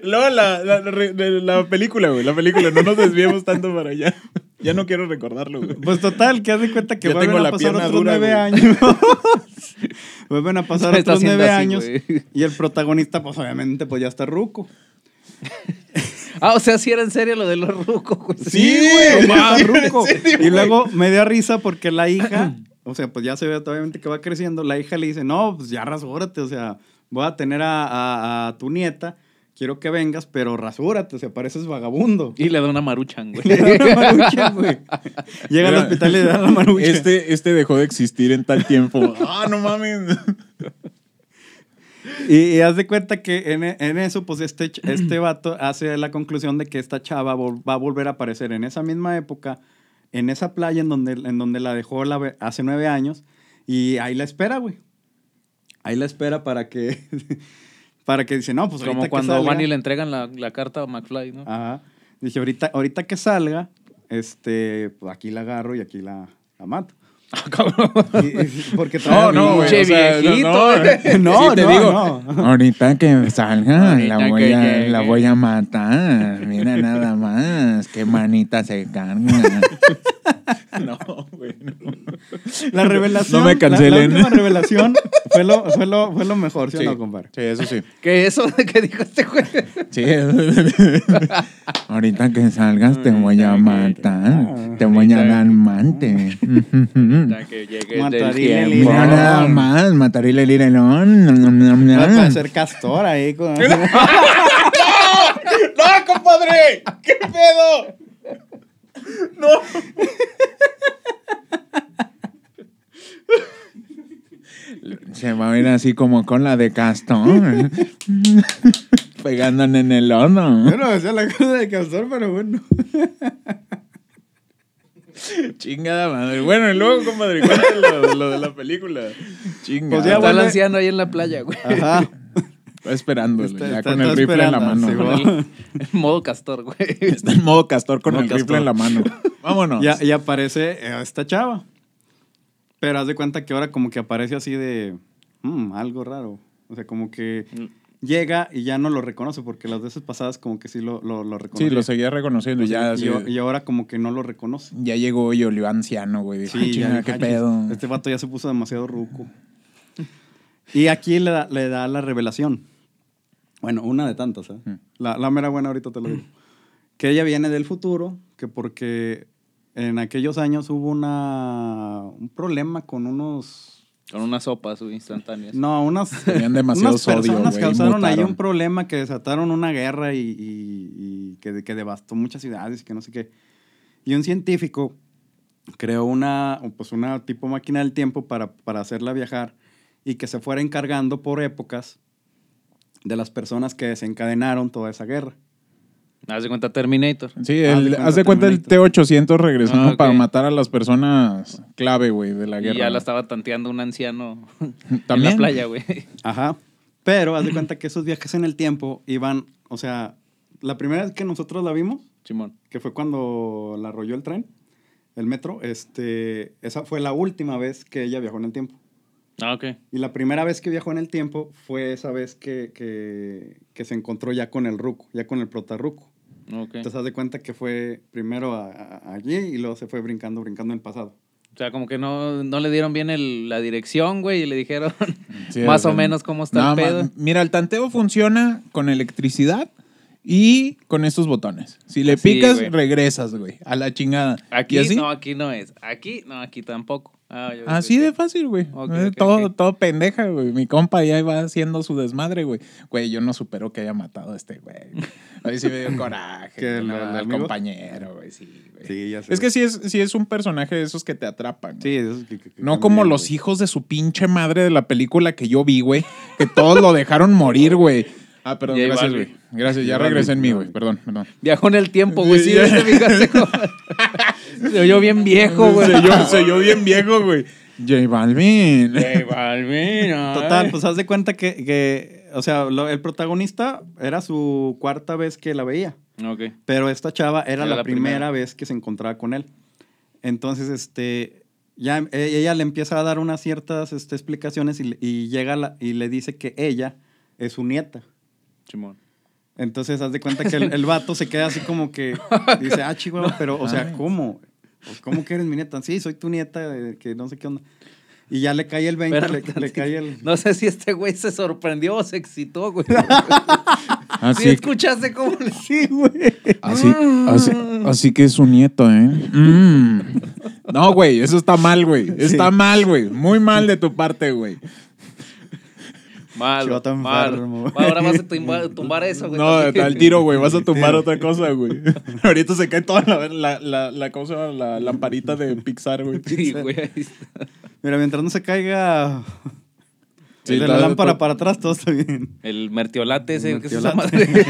Speaker 3: Luego la, la- la re- la película, güey. La película. No nos desviemos tanto para allá. Ya no quiero recordarlo, güey.
Speaker 2: Pues total, que haz de cuenta que
Speaker 3: Ya
Speaker 2: vuelven
Speaker 3: tengo
Speaker 2: a
Speaker 3: la
Speaker 2: pasar
Speaker 3: pierna
Speaker 2: otros
Speaker 3: dura,
Speaker 2: nueve
Speaker 3: güey. [LAUGHS]
Speaker 2: años. vuelven a pasar
Speaker 1: Me está
Speaker 2: otros nueve
Speaker 1: haciendo
Speaker 2: años.
Speaker 1: así, güey.
Speaker 2: Y el protagonista, pues obviamente, pues ya está ruco.
Speaker 1: ah, o sea, si era en serio lo de los rucos, güey.
Speaker 3: Sí, [LAUGHS] güey.
Speaker 2: No mames, ruco.
Speaker 3: ¿En serio,
Speaker 2: Y luego me da risa porque la
Speaker 3: [CLEARS THROAT]
Speaker 2: hija, o sea, pues ya se ve obviamente que va creciendo. La hija le dice, no, pues ya rasúrate, o sea, voy a tener a, a- a tu nieta, quiero que vengas, pero rasúrate, o sea, pareces vagabundo. [LAUGHS]
Speaker 1: Y le da una maruchan, güey.
Speaker 2: Le da una marucha, güey. Llega al
Speaker 3: Mira,
Speaker 2: hospital y le da la marucha.
Speaker 3: Este, este dejó de existir en tal tiempo. Ah, no mames.
Speaker 2: Y, y haz de cuenta que en, e- en eso, pues este, ch- este vato hace la conclusión de que esta chava vol- va a volver a aparecer en esa misma época, en esa playa en donde, en donde la dejó la ve- hace nueve años, y ahí la espera, güey. Ahí la espera para que, [LAUGHS] para que dice, no, pues ahorita
Speaker 1: Como
Speaker 2: que
Speaker 1: cuando
Speaker 2: salga-
Speaker 1: van y le entregan la, la carta a McFly, ¿no?
Speaker 2: Ajá. Dije, ahorita, ahorita que salga, este, pues aquí la agarro y aquí la, la mato.
Speaker 1: Ah, cabrón.
Speaker 2: Y- y- porque
Speaker 3: No,
Speaker 2: todavía
Speaker 3: no, güey.
Speaker 1: Che,
Speaker 3: o sea, no,
Speaker 1: viejito,
Speaker 3: no.
Speaker 1: güey.
Speaker 2: No,
Speaker 3: te
Speaker 2: no,
Speaker 3: digo,
Speaker 2: no.
Speaker 3: Ahorita que salga,
Speaker 1: Ahorita
Speaker 3: la, voy
Speaker 1: que
Speaker 3: a,
Speaker 1: llegue.
Speaker 3: la voy a matar. Mira nada más. Qué manita se carga. No, güey. no.
Speaker 2: La revelación.
Speaker 3: No me
Speaker 2: la-
Speaker 3: cancelen.
Speaker 2: La, última revelación fue lo, fue lo, fue lo mejor, ¿sí, o
Speaker 3: Sí.
Speaker 2: no, compadre?
Speaker 3: Sí, eso sí.
Speaker 1: ¿Qué eso [LAUGHS] que dijo este güey?
Speaker 3: Sí. [LAUGHS] Ahorita que salgas te voy a matar. Te voy a
Speaker 2: [LAUGHS]
Speaker 3: dar mante.
Speaker 1: Ya que llegue el del
Speaker 2: Matarile,
Speaker 1: tiempo.
Speaker 2: Lila.
Speaker 3: Mira nada más, matarile el irelón. Ah.
Speaker 2: Va a parecer castor ahí. con-
Speaker 3: ¡No, compadre! ¡Qué pedo! ¡No! Se va a ver así como con la de Castón. [LAUGHS] Pegándole en el horno.
Speaker 2: Yo no me sé la cosa de castor, pero bueno.
Speaker 3: Chingada madre. Bueno, y luego, compadre, cuéntalo lo de la película. Chingada.
Speaker 2: Pues
Speaker 1: Pues
Speaker 2: ya,
Speaker 1: ya, Está el
Speaker 2: bueno.
Speaker 1: anciano ahí en la playa, güey.
Speaker 2: Ajá.
Speaker 3: Está esperándolo,
Speaker 2: Está-
Speaker 3: ya
Speaker 2: está-
Speaker 3: con
Speaker 2: está
Speaker 3: el rifle en la
Speaker 2: esperando,
Speaker 3: mano.
Speaker 2: sí,
Speaker 3: güey.
Speaker 2: güey.
Speaker 1: En modo castor, güey.
Speaker 3: [LAUGHS] Está en modo castor con
Speaker 2: Modo
Speaker 3: el
Speaker 2: castor.
Speaker 3: rifle en
Speaker 2: [LAUGHS]
Speaker 3: la mano. Vámonos.
Speaker 2: Y, y aparece eh, esta chava. Pero haz de cuenta que ahora como que aparece así de... "Mm, algo raro. O sea, como que
Speaker 3: Mm.
Speaker 2: llega y ya no lo reconoce porque las veces pasadas como que sí lo, lo, lo reconoce.
Speaker 3: Sí, lo seguía reconociendo.
Speaker 2: y,
Speaker 3: Ya, así de-
Speaker 2: y ahora como que no lo reconoce.
Speaker 3: ya llegó y olió anciano, güey. Dijo, "Ah, chinga,
Speaker 2: ya-
Speaker 3: qué
Speaker 2: ay,
Speaker 3: pedo.
Speaker 2: Este vato ya se puso demasiado ruco. Y aquí le da, le da la revelación. Bueno, una de tantas, ¿eh?
Speaker 3: Mm.
Speaker 2: La, la mera buena ahorita te lo digo. Que ella viene del futuro, que porque en aquellos años hubo una, un problema con unos...
Speaker 1: Con unas sopas güey, instantáneas.
Speaker 2: No, unas,
Speaker 3: Tenían demasiado
Speaker 2: unas
Speaker 3: sodio,
Speaker 2: personas
Speaker 3: güey,
Speaker 2: causaron ahí
Speaker 3: mutaron.
Speaker 2: un problema que desataron una guerra y, y- y que, que devastó muchas ciudades y que no sé qué. Y un científico creó una, pues una tipo máquina del tiempo para, para hacerla viajar y que se fuera encargando por épocas de las personas que desencadenaron toda esa guerra.
Speaker 1: Haz de cuenta Terminator.
Speaker 3: Sí,
Speaker 2: Ah,
Speaker 3: el-
Speaker 2: de cuenta
Speaker 3: haz de cuenta el T-800 regresando
Speaker 1: Ah, ok.
Speaker 3: para matar a las personas clave, güey, de la
Speaker 1: Y
Speaker 3: guerra.
Speaker 1: ya la
Speaker 3: güey.
Speaker 1: estaba tanteando un anciano en
Speaker 3: También.
Speaker 1: la playa, güey.
Speaker 2: Ajá. Pero haz de cuenta que esos viajes en el tiempo iban, o sea, la primera vez que nosotros la vimos,
Speaker 1: Simón.
Speaker 2: que fue cuando la arrolló el tren, el metro, este, esa fue la última vez que ella viajó en el tiempo.
Speaker 1: Ah, ok.
Speaker 2: Y la primera vez que viajó en el tiempo fue esa vez que, que, que se encontró ya con el ruco, ya con el protarruco.
Speaker 1: Ok.
Speaker 2: Entonces, haz de cuenta que fue primero a- a- allí y luego se fue brincando, brincando en el pasado.
Speaker 1: O sea, como que no, no le dieron bien el- la dirección, güey, y le dijeron
Speaker 3: Sí,
Speaker 1: más o
Speaker 3: sea,
Speaker 1: menos cómo está
Speaker 3: nada
Speaker 1: el
Speaker 3: más-
Speaker 1: pedo.
Speaker 3: Mira, el tanteo funciona con electricidad y con estos botones. Si le
Speaker 1: Así,
Speaker 3: picas,
Speaker 1: güey.
Speaker 3: regresas, güey, a la chingada.
Speaker 1: Aquí
Speaker 3: ¿Y así?
Speaker 1: no, aquí no es. Aquí no, aquí tampoco. Ah, yo-
Speaker 3: Así
Speaker 1: yo-
Speaker 3: de fácil, güey.
Speaker 1: Ok,
Speaker 3: Eh,
Speaker 1: ok,
Speaker 3: todo,
Speaker 1: ok.
Speaker 3: todo pendeja, güey. Mi compa ya iba haciendo su desmadre, güey. Güey, yo no supero que haya matado a este güey. Ahí sí me dio coraje.
Speaker 2: ¿Que el-
Speaker 3: güey,
Speaker 2: el
Speaker 3: al
Speaker 2: amigo?
Speaker 3: compañero, güey, sí, güey.
Speaker 2: Sí, ya sé.
Speaker 3: Es que sí es, sí es un personaje de esos que te atrapan. güey.
Speaker 2: Sí, de esos que- que- que
Speaker 3: No
Speaker 2: cambian,
Speaker 3: como
Speaker 2: güey.
Speaker 3: los hijos de su pinche madre de la película que yo vi, güey. Que todos lo dejaron morir, güey. Ah, perdón,
Speaker 1: J
Speaker 3: gracias,
Speaker 1: Balvin.
Speaker 3: güey. Gracias, ya
Speaker 2: J Balvin,
Speaker 3: regresé en mí,
Speaker 2: J
Speaker 3: güey. Perdón, perdón.
Speaker 1: Viajó en el tiempo, güey. Sí, este
Speaker 3: Sí, ya.
Speaker 1: se [LAUGHS] fijaste cómo- Se oyó bien viejo, güey.
Speaker 3: Se yo, se yo bien viejo, güey. J Balvin.
Speaker 1: Ey, Balvin, ay.
Speaker 2: Total, pues haz de cuenta que, que, o sea, lo- el protagonista era su cuarta vez que la veía,
Speaker 1: Ok.
Speaker 2: pero esta chava era, la, primera,
Speaker 1: primera.
Speaker 2: vez que se encontraba con él. Entonces, este, ya eh, ella le empieza a dar unas ciertas este, explicaciones y, le- y llega la- y le dice que ella es su nieta.
Speaker 1: Simón.
Speaker 2: Entonces, haz de cuenta que el, el vato se queda así como [LAUGHS] que dice, ah, chihuahua, pero, o sea,
Speaker 3: mames.
Speaker 2: ¿cómo? Pues, ¿Cómo que eres mi nieta? Sí, soy tu nieta, eh, que no sé qué onda. Y ya le cae el 20,
Speaker 1: Espérame
Speaker 2: le, le cae el...
Speaker 1: No sé si este güey se sorprendió o se excitó,
Speaker 2: [LAUGHS]
Speaker 1: güey. ¿Sí
Speaker 3: Así,
Speaker 1: escuchaste cómo le
Speaker 2: Ah, Sí, güey.
Speaker 3: así, así,
Speaker 1: Mm.
Speaker 3: así que es su nieto, ¿eh? Mm. No, güey, eso está mal, güey. Está mal, güey. Muy mal de tu parte, güey.
Speaker 1: Mal,
Speaker 2: Chivato
Speaker 1: mal.
Speaker 2: enfermo.
Speaker 1: Va, Ahora vas a
Speaker 2: [LAUGHS]
Speaker 1: tumba- tumbar eso, güey.
Speaker 3: No,
Speaker 1: también.
Speaker 3: al tiro, güey. Vas a tumbar otra cosa, güey. [LAUGHS] Ahorita se cae toda la, la, la, la cosa, la lamparita de Pixar, güey.
Speaker 1: [LAUGHS] Sí, güey. ahí está.
Speaker 2: Mira, mientras no se caiga
Speaker 3: Sí,
Speaker 2: de la
Speaker 3: claro,
Speaker 2: lámpara
Speaker 3: to-
Speaker 2: para atrás, todo está bien.
Speaker 1: El mertiolate ese,
Speaker 2: El
Speaker 1: que es esa
Speaker 2: mertiolate.
Speaker 1: madre.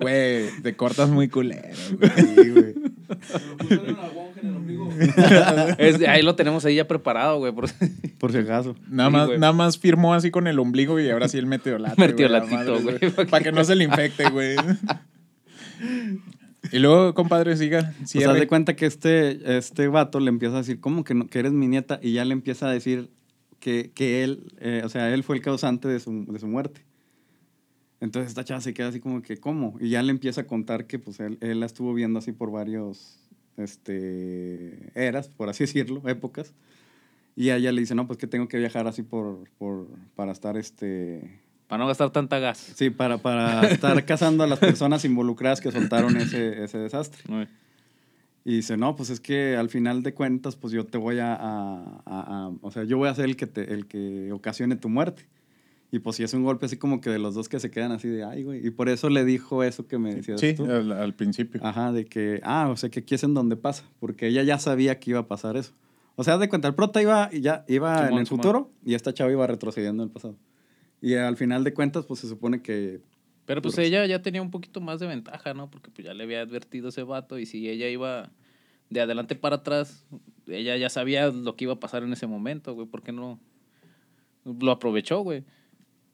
Speaker 3: Güey, te cortas muy culero,
Speaker 1: [LAUGHS]
Speaker 3: güey.
Speaker 2: Sí, güey.
Speaker 4: Me pusieron una aguja en el ombligo.
Speaker 1: [LAUGHS] Es- ahí lo tenemos ahí ya preparado, güey. por-
Speaker 2: Por si acaso.
Speaker 3: Nada,
Speaker 1: Sí,
Speaker 3: más,
Speaker 1: güey.
Speaker 3: nada más firmó así con el ombligo y ahora sí el meteolate.
Speaker 1: Meteolatito, güey, para
Speaker 3: Para que no se le infecte,
Speaker 1: [LAUGHS]
Speaker 3: güey. Y luego, compadre, siga.
Speaker 2: O sea, Pues, haz de
Speaker 3: Cierre.
Speaker 2: cuenta que este, este vato le empieza a decir, ¿cómo que, no, que eres mi nieta? Y ya le empieza a decir que, que él, eh, o sea, él fue el causante de su, de su muerte. Entonces esta chava se queda así como que, ¿cómo? Y ya le empieza a contar que pues él, él la estuvo viendo así por varios este, eras, por así [LAUGHS] decirlo, épocas. Y a ella le dice, no, pues que tengo que viajar así por, por, para estar este,
Speaker 1: Para no gastar tanta gas.
Speaker 2: Sí, para, para estar [LAUGHS] cazando a las personas involucradas que soltaron ese, ese desastre.
Speaker 1: Güey.
Speaker 2: Y dice, no, pues es que al final de cuentas, pues yo te voy a, a- a- a- o sea, yo voy a ser el que, te, el que ocasione tu muerte. Y pues sí es un golpe así como que de los dos que se quedan así de, ay, güey. Y por eso le dijo eso que me decías
Speaker 3: Sí,
Speaker 2: tú.
Speaker 3: al, al principio.
Speaker 2: Ajá, de que, ah, o sea, que aquí es en donde pasa, porque ella ya sabía que iba a pasar eso. O sea, haz de cuenta, el prota iba, y ya, iba en
Speaker 1: Simón,
Speaker 2: el
Speaker 1: Simón.
Speaker 2: futuro y esta chava iba retrocediendo en el pasado. Y al final de cuentas, pues se supone que
Speaker 1: Pero pues ella ya tenía un poquito más de ventaja, ¿no? Porque pues ya le había advertido ese vato y si ella iba de adelante para atrás, ella ya sabía lo que iba a pasar en ese momento, güey. ¿Por qué no lo aprovechó, güey?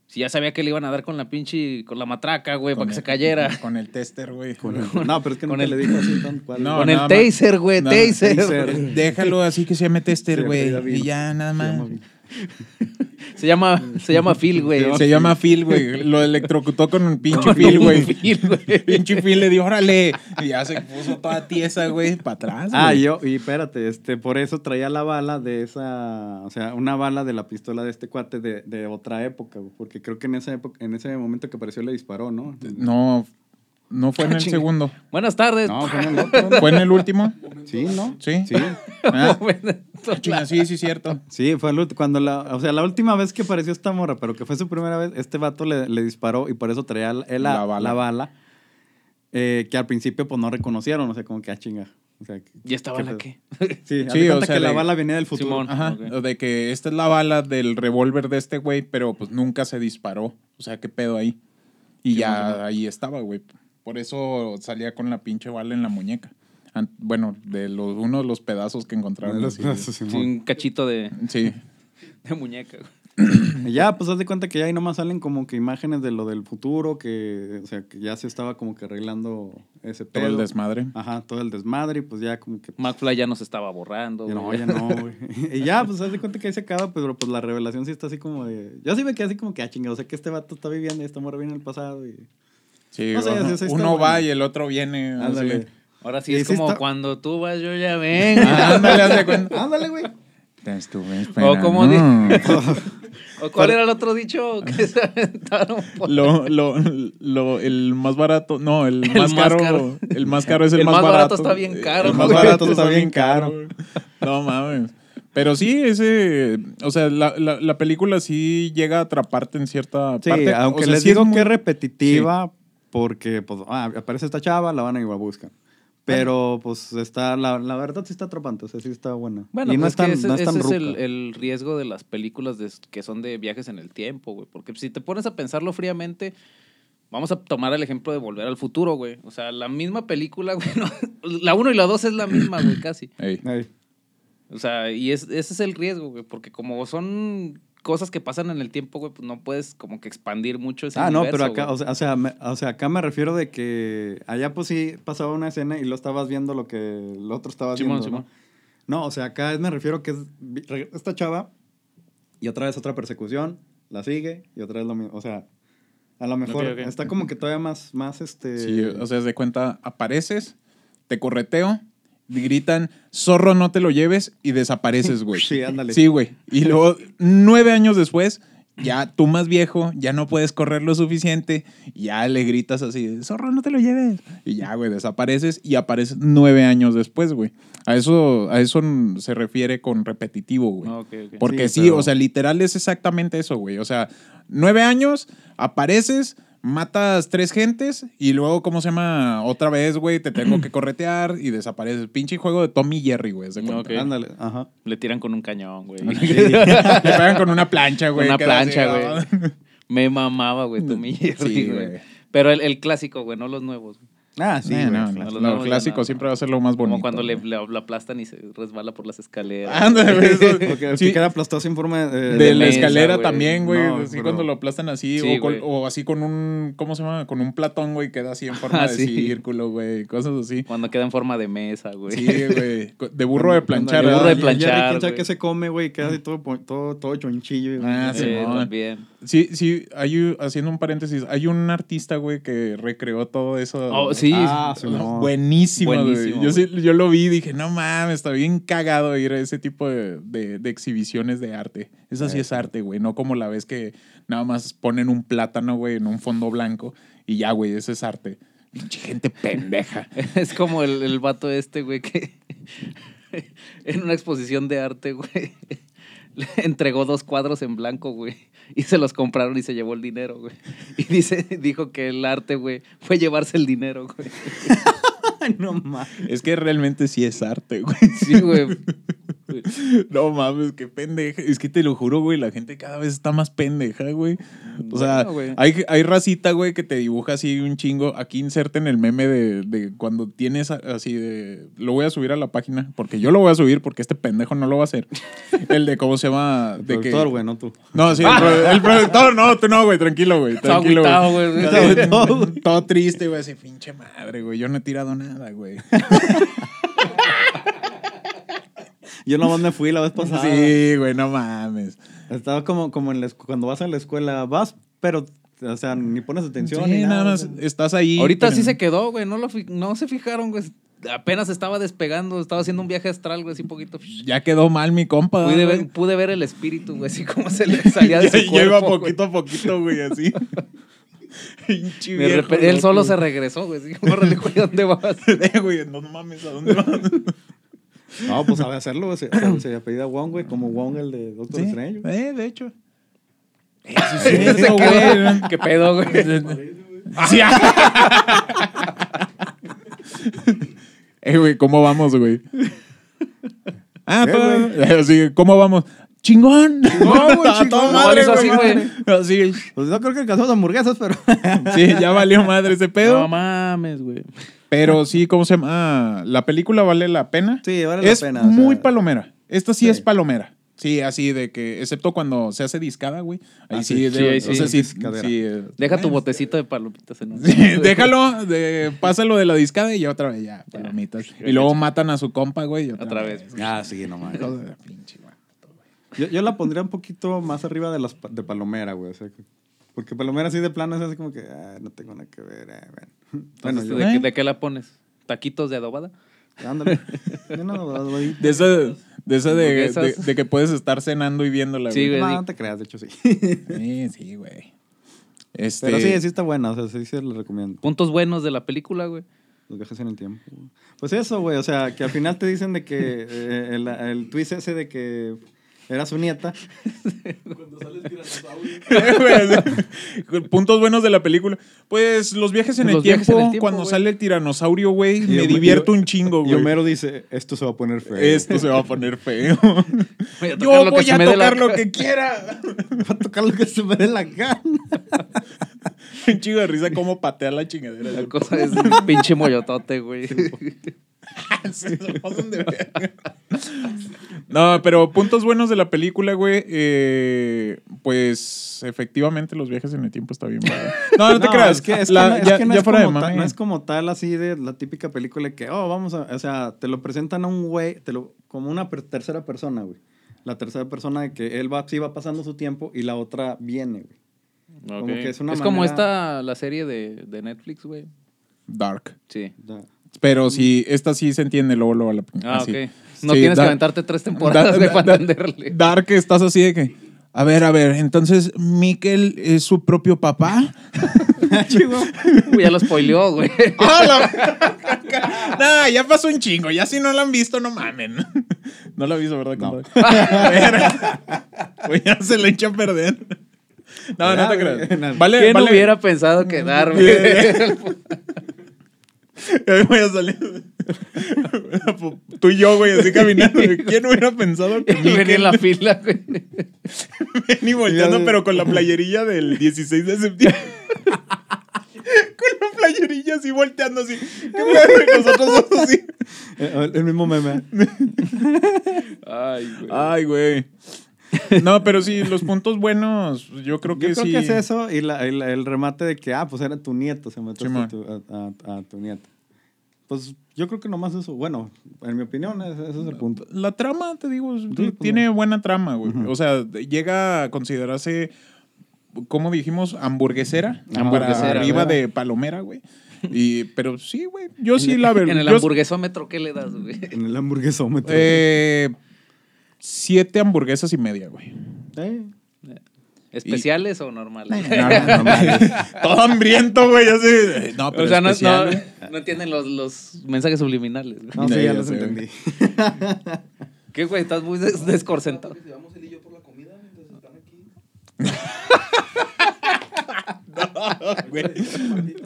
Speaker 1: Si ya sabía que le iban a dar con la pinche, con la matraca, güey, para
Speaker 3: Con
Speaker 1: que se
Speaker 3: el-
Speaker 1: cayera.
Speaker 3: Con el tester, güey.
Speaker 2: Con el- no, pero es que
Speaker 1: Con
Speaker 2: nunca
Speaker 1: el-
Speaker 2: le dijo así tan cual.
Speaker 3: [LAUGHS] No,
Speaker 1: con
Speaker 3: nada
Speaker 1: el
Speaker 3: más.
Speaker 1: taser, güey,
Speaker 3: No,
Speaker 1: taser.
Speaker 2: taser.
Speaker 3: Déjalo así que se llame tester,
Speaker 2: Siempre
Speaker 3: güey.
Speaker 2: ya vino.
Speaker 3: Y ya, nada
Speaker 2: Se
Speaker 3: más.
Speaker 2: llama-
Speaker 1: Se llama, se llama Phil, güey.
Speaker 3: Se llama Phil, güey. Lo electrocutó con un pinche Phil, güey.
Speaker 1: Phil, güey.
Speaker 3: [LAUGHS] Pinche Phil le dio, órale. Y ya se puso toda tiesa, güey, para
Speaker 1: Pues,
Speaker 3: atrás.
Speaker 2: Ah,
Speaker 3: güey.
Speaker 2: yo, y espérate, este, por eso traía la bala de esa, o sea, una bala de la pistola de este cuate de, de otra época, güey, porque creo que en esa época, en ese momento que apareció le disparó, ¿no?
Speaker 3: No, no fue en
Speaker 1: Ah,
Speaker 3: el
Speaker 1: chinga.
Speaker 3: segundo.
Speaker 1: Buenas tardes. [LAUGHS]
Speaker 2: No, fue en el otro, ¿no?
Speaker 3: ¿Fue en el último?
Speaker 2: Sí, ¿no?
Speaker 3: Sí.
Speaker 2: Sí,
Speaker 3: Ah, chinga, sí, sí, cierto.
Speaker 2: sí, fue el ulti- cuando la, o sea, la última vez que apareció esta morra, pero que fue su primera vez, este vato le, le disparó y por eso traía la, él la,
Speaker 3: La
Speaker 2: la
Speaker 3: bala.
Speaker 2: bala, eh, que al principio pues no reconocieron, o sea, como que ah, chinga. O sea, que-
Speaker 1: ¿Y esta bala
Speaker 2: pedo?
Speaker 1: qué?
Speaker 2: Sí,
Speaker 3: Sí,
Speaker 2: sí
Speaker 3: o
Speaker 2: o
Speaker 3: sea,
Speaker 2: que la
Speaker 3: de-
Speaker 2: bala venía del futuro.
Speaker 1: Simón.
Speaker 3: Ajá.
Speaker 1: Ok.
Speaker 3: De que esta es la bala del revólver de este güey, pero pues nunca se disparó. O sea, qué pedo ahí. Y ya ahí estaba, güey. Por eso salía con la pinche bala en la muñeca. An- Bueno, de los, uno de los pedazos que encontraron. así.
Speaker 1: Sí, un cachito de,
Speaker 3: Sí.
Speaker 1: de muñeca, güey.
Speaker 2: Y Ya, pues haz de cuenta que ya ahí nomás salen como que imágenes de lo del futuro, que, o sea, que ya se estaba como que arreglando ese
Speaker 3: Todo
Speaker 2: pedo.
Speaker 3: el desmadre.
Speaker 2: Ajá, todo el desmadre, y pues ya como que.
Speaker 1: McFly ya nos estaba borrando,
Speaker 2: ya no,
Speaker 1: güey.
Speaker 2: ya no, güey. [LAUGHS] Y ya, pues haz de cuenta que ahí se acaba, pero pues la revelación sí está así como de. Yo sí me quedé así como que, ah, chingado, o sea, que este vato está viviendo y esta morra viene en el pasado. Y...
Speaker 3: Sí,
Speaker 2: No sé,
Speaker 3: uno,
Speaker 2: sí, sí, está
Speaker 3: uno
Speaker 2: bueno.
Speaker 3: va y el otro viene. así.
Speaker 2: Ándale.
Speaker 1: Ahora sí
Speaker 2: Y
Speaker 1: es
Speaker 2: sí
Speaker 1: como
Speaker 2: está- Ah,
Speaker 1: cuando tú vas, yo ya vengo.
Speaker 3: Ándale, haz de cuenta.
Speaker 2: Ándale, güey.
Speaker 3: Te estuve
Speaker 1: O como di-
Speaker 3: esperando.
Speaker 1: [LAUGHS] ¿O ¿Cuál era el otro dicho
Speaker 2: Ah.
Speaker 1: que [LAUGHS] se aventaron? por-
Speaker 3: [LAUGHS] Lo, lo, lo- el más barato, no,
Speaker 1: [LAUGHS]
Speaker 3: el,
Speaker 1: El
Speaker 3: más,
Speaker 1: más
Speaker 3: caro,
Speaker 1: caro.
Speaker 3: El más caro es el,
Speaker 1: El
Speaker 3: más,
Speaker 1: más
Speaker 3: barato.
Speaker 1: barato está bien caro,
Speaker 3: El más
Speaker 1: güey.
Speaker 3: barato está
Speaker 2: Está
Speaker 3: bien
Speaker 2: bien
Speaker 3: caro. No mames. Pero sí, ese. O sea, la, la, la película sí llega a atraparte en cierta
Speaker 2: Sí,
Speaker 3: parte.
Speaker 2: aunque
Speaker 3: O sea,
Speaker 2: les
Speaker 3: sí es
Speaker 2: digo
Speaker 3: muy-
Speaker 2: que es repetitiva, porque pues ah, aparece esta chava, la van a ir a buscar. Pero pues está, la, la verdad sí está atrapante, o sea, sí está buena.
Speaker 1: Bueno,
Speaker 2: y no
Speaker 1: pues
Speaker 2: es tan,
Speaker 1: que ese,
Speaker 2: no es
Speaker 1: ese
Speaker 2: tan
Speaker 1: es el,
Speaker 2: ruca.
Speaker 1: el riesgo de las películas de- que son de viajes en el tiempo, güey. Porque si te pones a pensarlo fríamente, vamos a tomar el ejemplo de Volver al Futuro, güey. O sea, la misma película, [LAUGHS] güey. no, la 1 y la 2 es la misma, güey, casi.
Speaker 3: Ey,
Speaker 2: Ey,
Speaker 1: O sea, y es, ese es el riesgo, güey. Porque como son cosas que pasan en el tiempo, güey, pues no puedes como que expandir mucho ese
Speaker 2: Ah, no,
Speaker 1: universo,
Speaker 2: pero acá,
Speaker 1: güey.
Speaker 2: o sea, o, sea, me- o sea, acá me refiero de que allá pues sí pasaba una escena y lo estabas viendo lo que el otro estaba
Speaker 1: Simón,
Speaker 2: viendo.
Speaker 1: Simón.
Speaker 2: ¿no? no, o sea, acá me refiero que es vi- re- esta chava y otra vez otra persecución, la sigue y otra vez lo mismo. O sea, a lo mejor
Speaker 1: Ok, ok.
Speaker 2: está como que todavía más, más este...
Speaker 3: sí, o sea, haz de cuenta, apareces, te correteo, gritan, zorro, no te lo lleves, y desapareces, güey.
Speaker 2: [LAUGHS] Sí, ándale.
Speaker 3: Sí, güey. Y luego, nueve años después, ya tú más viejo, ya no puedes correr lo suficiente, y ya le gritas así, zorro, no te lo lleves. Y ya, güey, desapareces y apareces nueve años después, güey. A eso, a eso mm, se refiere con repetitivo, güey.
Speaker 1: Ah, ok, ok.
Speaker 3: [LAUGHS] Porque sí,
Speaker 2: Sí, pero-
Speaker 3: o sea, literal es exactamente eso, güey. O sea, nueve años, apareces, matas tres gentes y luego, ¿cómo se llama? Otra vez, güey, te
Speaker 2: [CLEARS THROAT]
Speaker 3: tengo que corretear y desapareces. Pinche juego de Tommy y Jerry, güey. haz de cuenta.
Speaker 1: Ok.
Speaker 2: Ándale, ajá.
Speaker 1: Le tiran con un cañón, güey.
Speaker 3: [LAUGHS]
Speaker 1: [LAUGHS]
Speaker 3: Le pegan con una plancha, güey.
Speaker 1: Una
Speaker 3: queda así,
Speaker 1: plancha,
Speaker 3: ¿no?
Speaker 1: güey. Me mamaba, güey, tu
Speaker 3: [LAUGHS] Sí, güey.
Speaker 1: güey. Pero el, el clásico, güey, no los nuevos. güey.
Speaker 2: Ah, sí,
Speaker 3: Sí,
Speaker 2: güey,
Speaker 3: no,
Speaker 2: [LAUGHS] claro.
Speaker 1: no,
Speaker 3: no, Lo
Speaker 1: no,
Speaker 3: clásico
Speaker 1: no.
Speaker 3: siempre va a ser lo más bonito.
Speaker 1: Como cuando le,
Speaker 3: güey. Ah,
Speaker 1: le- lo aplastan y se resbala por las escaleras.
Speaker 3: [LAUGHS] Ándale, güey. eso-
Speaker 2: [LAUGHS] Porque el
Speaker 3: [LAUGHS] sí,
Speaker 2: que queda aplastado eh, sin forma de,
Speaker 3: De la
Speaker 1: mesa,
Speaker 3: escalera
Speaker 1: güey.
Speaker 3: también, güey.
Speaker 2: No,
Speaker 3: así
Speaker 2: bro.
Speaker 3: cuando lo aplastan así.
Speaker 1: Sí,
Speaker 3: o, con-
Speaker 1: güey.
Speaker 3: o así con un. ¿Cómo se llama? Con un platón, güey. Queda así en forma
Speaker 1: Ah,
Speaker 3: de
Speaker 1: sí.
Speaker 3: círculo, güey. Cosas así.
Speaker 1: Cuando queda en forma de mesa, güey.
Speaker 3: Sí, güey. co- [LAUGHS] De burro de planchar.
Speaker 1: de
Speaker 3: ¿verdad?
Speaker 1: burro de
Speaker 2: Ya- ya
Speaker 1: planchar,
Speaker 2: Jerry, quién sabe
Speaker 1: güey.
Speaker 2: qué se come, güey, queda así todo, po- todo, todo chonchillo. güey.
Speaker 3: Ah,
Speaker 1: [LAUGHS]
Speaker 3: sí.
Speaker 1: Eh,
Speaker 3: Simón.
Speaker 1: también.
Speaker 3: Sí, sí. Hay, un- haciendo un paréntesis, hay un artista, güey, que recreó todo eso.
Speaker 1: Oh, sí.
Speaker 2: Ah, sí,
Speaker 3: No,
Speaker 2: no.
Speaker 3: Buenísimo, güey.
Speaker 1: Buenísimo,
Speaker 3: Yo, sí- yo lo vi y dije, no mames, está bien cagado ir a ese tipo de, de- de exhibiciones de arte. Esa sí es arte, güey. No como la vez que nada más ponen un plátano, güey, en un fondo blanco y ya, güey, eso es arte. Pinche gente [LAUGHS] pendeja.
Speaker 1: Es como el, el vato este, güey, que [LAUGHS] en una exposición de arte, güey, [LAUGHS] le entregó dos cuadros en blanco, güey, y se los compraron y se llevó el dinero, güey. [LAUGHS] Y dice, dijo que el arte, güey, fue llevarse el dinero, güey.
Speaker 2: Ay, no mames.
Speaker 3: Es que realmente [LAUGHS] sí es arte, güey.
Speaker 1: Sí, güey. güey.
Speaker 3: No mames, qué pendeja. Es que te lo juro, güey, la gente cada vez está más pendeja, güey. O sea,
Speaker 1: Bueno, güey.
Speaker 3: hay, hay racita, güey, que te dibuja así un chingo. Aquí inserten el meme de, de cuando tienes a- así de... Lo voy a subir a la página, porque yo lo voy a subir, porque este pendejo no lo va a hacer. El de cómo se llama...
Speaker 2: El
Speaker 3: de que-
Speaker 2: productor, güey, no tú.
Speaker 3: No, sí, el, pro- el productor, no, tú no, güey, tranquilo, güey.
Speaker 1: Está
Speaker 3: Tranquilo,
Speaker 1: agüitado, güey.
Speaker 3: Está bien,
Speaker 2: Está agüitado.
Speaker 3: Todo triste, güey, así, pinche madre, güey. Yo no he tirado nada, güey.
Speaker 2: Yo nomás me fui la vez pasada.
Speaker 3: [LAUGHS] Sí, güey, no mames.
Speaker 2: Estaba como, como en la escu- cuando vas a la escuela, vas, pero, o sea, ni pones atención
Speaker 3: Sí,
Speaker 2: ni nada.
Speaker 3: nada más
Speaker 2: o sea.
Speaker 3: estás ahí.
Speaker 1: Ahorita
Speaker 3: pero-
Speaker 1: sí se quedó, güey. No, lo fi- no se fijaron, güey. Apenas estaba despegando, estaba haciendo un viaje astral, güey, así poquito.
Speaker 3: Ya quedó mal mi compa.
Speaker 1: Pude
Speaker 3: güey.
Speaker 1: ver, pude ver el espíritu, güey, así como se
Speaker 3: [LAUGHS]
Speaker 1: le salía de
Speaker 3: Ah, Ya-
Speaker 1: su
Speaker 3: ya iba
Speaker 1: cuerpo, güey.
Speaker 3: poquito a poquito,
Speaker 1: [LAUGHS]
Speaker 3: güey, así. Pinche
Speaker 1: De
Speaker 3: viejo,
Speaker 1: repente, él
Speaker 3: loco, [LAUGHS]
Speaker 1: solo se
Speaker 3: güey.
Speaker 1: regresó, güey. así, "Órale, güey, ¿dónde
Speaker 3: [LAUGHS]
Speaker 1: vas?
Speaker 3: Eh, güey, no mames, ¿a dónde vas?
Speaker 2: No, pues sabe hacerlo, güey. Se, o sea, se apellida Wong, güey,
Speaker 3: [LAUGHS]
Speaker 2: como Wong el de Doctor
Speaker 3: Sí,
Speaker 2: Strange. güey.
Speaker 3: eh, de hecho. [LAUGHS]
Speaker 1: Se quedó, güey. ¿Qué pedo, güey?
Speaker 3: Sí, ah. eh, güey, ¿cómo vamos,
Speaker 1: [LAUGHS]
Speaker 3: güey? Ah,
Speaker 2: Eh,
Speaker 3: todo- Así, ¿cómo vamos? ¡Chingón!
Speaker 1: Chingón, güey,
Speaker 3: [LAUGHS] A toda
Speaker 1: chingón.
Speaker 3: madre,
Speaker 1: Eso sí,
Speaker 3: [LAUGHS] Así,
Speaker 2: Pues no creo que alcanzamos hamburguesas, pero... [LAUGHS]
Speaker 3: sí, ya valió madre ese pedo.
Speaker 1: No mames, güey.
Speaker 3: Pero sí, ¿cómo se llama? Ah, La película vale la pena.
Speaker 2: Sí, vale la
Speaker 3: Es
Speaker 2: pena, o
Speaker 3: Muy
Speaker 2: sea.
Speaker 3: palomera. Esta sí,
Speaker 2: Sí.
Speaker 3: es palomera. Sí, así de que, excepto cuando se hace discada, güey. Ahí
Speaker 2: Ah,
Speaker 3: sí,
Speaker 2: sí.
Speaker 3: de-
Speaker 1: Sí,
Speaker 3: o
Speaker 1: sí.
Speaker 3: sea, sí,
Speaker 2: Discadera.
Speaker 3: sí, eh,
Speaker 1: Deja
Speaker 3: bueno.
Speaker 1: tu botecito de palomitas en un.
Speaker 3: [LAUGHS] Sí, déjalo, de, pásalo de la discada y ya otra vez, ya, palomitas. Y luego matan a su compa, güey. y Otra,
Speaker 1: Otra vez.
Speaker 2: ah, sí, no mames.
Speaker 3: Hijo de la pinche, güey.
Speaker 2: Yo, yo la pondría un poquito más arriba de las pa- de Palomera, güey. o sea, que- porque Palomera así de plano es así como que, ah, no tengo nada que ver. eh, bueno. [LAUGHS] bueno,
Speaker 1: Entonces,
Speaker 2: yo,
Speaker 1: ¿de,
Speaker 3: ¿eh?
Speaker 1: qué, de qué la pones? ¿Taquitos de adobada?
Speaker 2: ándale.
Speaker 3: [LAUGHS]
Speaker 2: Yo no, güey.
Speaker 3: De esa, de, esa de, de,
Speaker 1: Hamburguesas.
Speaker 3: de que puedes estar cenando y viéndola,
Speaker 1: Sí,
Speaker 3: güey.
Speaker 2: No,
Speaker 1: di-
Speaker 2: no te creas, de hecho sí.
Speaker 3: Sí, sí, güey. Este,
Speaker 2: Pero sí, sí está buena, o sea, sí se la recomiendo.
Speaker 1: Puntos buenos de la película, güey.
Speaker 2: Los viajes en el tiempo. Pues eso, güey, o sea, que al final te dicen de que
Speaker 3: [LAUGHS]
Speaker 2: eh, el, el twist ese de que era su nieta.
Speaker 4: Cuando sale el tiranosaurio.
Speaker 3: [LAUGHS] Güey, Puntos buenos de la película. Pues los viajes en, el,
Speaker 1: Los
Speaker 3: tiempo,
Speaker 1: viajes en el tiempo,
Speaker 3: cuando
Speaker 1: güey.
Speaker 3: sale el tiranosaurio, güey, me
Speaker 2: Homer-
Speaker 3: divierto
Speaker 2: y-
Speaker 3: un chingo,
Speaker 2: Y
Speaker 3: güey.
Speaker 2: Homero dice, esto se va a poner feo.
Speaker 3: Esto se va a poner feo.
Speaker 1: [LAUGHS] Voy a tocar
Speaker 3: Yo
Speaker 1: lo que
Speaker 3: voy
Speaker 1: se
Speaker 3: a
Speaker 1: me dé la
Speaker 3: tocar lo
Speaker 1: gana.
Speaker 3: que quiera.
Speaker 2: Va a [LAUGHS] tocar lo que se [LAUGHS] me dé la gana.
Speaker 3: Un chingo de risa como patea la chingadera.
Speaker 1: La [LAUGHS]
Speaker 3: [LAUGHS]
Speaker 1: cosa es un pinche mollotote, güey.
Speaker 3: Se la pasan de verga. No, pero puntos buenos de la película, güey. eh, pues efectivamente los viajes en el tiempo está bien. padre. No, no te creas.
Speaker 2: Es que, es que
Speaker 3: La-
Speaker 2: no, es
Speaker 3: ya,
Speaker 2: que no
Speaker 3: ya
Speaker 2: es
Speaker 3: fuera de
Speaker 2: como ta-
Speaker 3: mame.
Speaker 2: no es como tal así de la típica película que, oh, vamos a. O sea, te lo presentan a un güey, te lo, como una per- tercera persona, güey. La tercera persona de que él va, sí va pasando su tiempo y la otra viene, güey. Como
Speaker 1: Ok.
Speaker 2: que es
Speaker 1: es
Speaker 2: una
Speaker 1: como
Speaker 2: manera-
Speaker 1: esta, la serie de, de Netflix, güey.
Speaker 3: Dark.
Speaker 1: Sí.
Speaker 2: O sea, [LAUGHS]
Speaker 3: Pero sí, esta sí se entiende luego, luego a la
Speaker 1: Mm. Ah,
Speaker 3: así.
Speaker 1: ok. No
Speaker 3: Sí,
Speaker 1: tienes
Speaker 3: Dark-
Speaker 1: que aventarte tres temporadas,
Speaker 3: Da-
Speaker 1: güey,
Speaker 3: da-
Speaker 1: para
Speaker 3: da-
Speaker 1: entenderle.
Speaker 3: Dark, estás así de que. A ver, a ver, entonces, ¿Miquel es su propio
Speaker 1: [LAUGHS]
Speaker 3: papá?
Speaker 1: Uy, ya lo spoileó, güey.
Speaker 3: [LAUGHS] Nah, ya pasó un chingo. Ya si no la han visto, no mamen. [LAUGHS] No la aviso, ¿verdad?
Speaker 2: No.
Speaker 3: compadre? [LAUGHS] Pues ya se le echa a perder. No, no te creas. Vale,
Speaker 1: ¿Quién
Speaker 3: vale. [LAUGHS]
Speaker 1: hubiera pensado que dar, güey?
Speaker 3: Ahí voy a salir. [LAUGHS] Tú y yo, güey, así caminando.
Speaker 1: [LAUGHS]
Speaker 3: ¿Quién hubiera pensado que
Speaker 1: Venía en
Speaker 3: Miquel
Speaker 1: la fila, güey.
Speaker 3: [LAUGHS] Ni volteando, pero con la playerilla del 16 de septiembre. [LAUGHS] con la playerilla así volteando así. ¿Qué pedo? Y Nosotros dos así.
Speaker 2: el, el mismo [LAUGHS] meme.
Speaker 1: Ay,
Speaker 2: Ah,
Speaker 1: güey.
Speaker 3: Ay, güey. [LAUGHS] No, pero sí, los puntos buenos, yo creo
Speaker 2: Yo
Speaker 3: que
Speaker 2: creo
Speaker 3: sí.
Speaker 2: que es eso y la- el, el remate de que, ah, pues era tu nieto, se metió
Speaker 3: Simón.
Speaker 2: a, tu, a- a- a tu nieto. Pues yo creo que nomás eso, bueno, en mi opinión, ese, ese es el punto.
Speaker 3: La trama, te digo, es-
Speaker 2: pues,
Speaker 3: tiene buena trama, güey. O sea, llega a considerarse, como dijimos, hamburguesera.
Speaker 1: Hamburguesera,
Speaker 3: Para arriba
Speaker 2: güey.
Speaker 3: de palomera, güey. Y, pero sí, güey. Yo sí la verdad.
Speaker 1: [LAUGHS] En el hamburguesómetro, ¿qué le das, güey?
Speaker 2: En el hamburguesómetro.
Speaker 3: Eh, siete hamburguesas y
Speaker 2: [LAUGHS]
Speaker 3: media, güey.
Speaker 2: Eh.
Speaker 1: ¿Especiales o normales? [LAUGHS]
Speaker 3: Todo hambriento, güey. ya sé. No, pero
Speaker 1: o sea, no,
Speaker 3: especial, ¿eh? güey.
Speaker 1: no, no entienden los, los mensajes subliminales. güey.
Speaker 2: No, sí,
Speaker 3: Ya,
Speaker 2: ya
Speaker 3: ya
Speaker 2: los
Speaker 3: sé, güey.
Speaker 2: entendí. [LAUGHS]
Speaker 1: ¿Qué, güey? Estás muy des-
Speaker 3: [LAUGHS]
Speaker 1: descorcentado.
Speaker 4: Que llevamos él y yo por la comida mientras están aquí.
Speaker 3: Güey.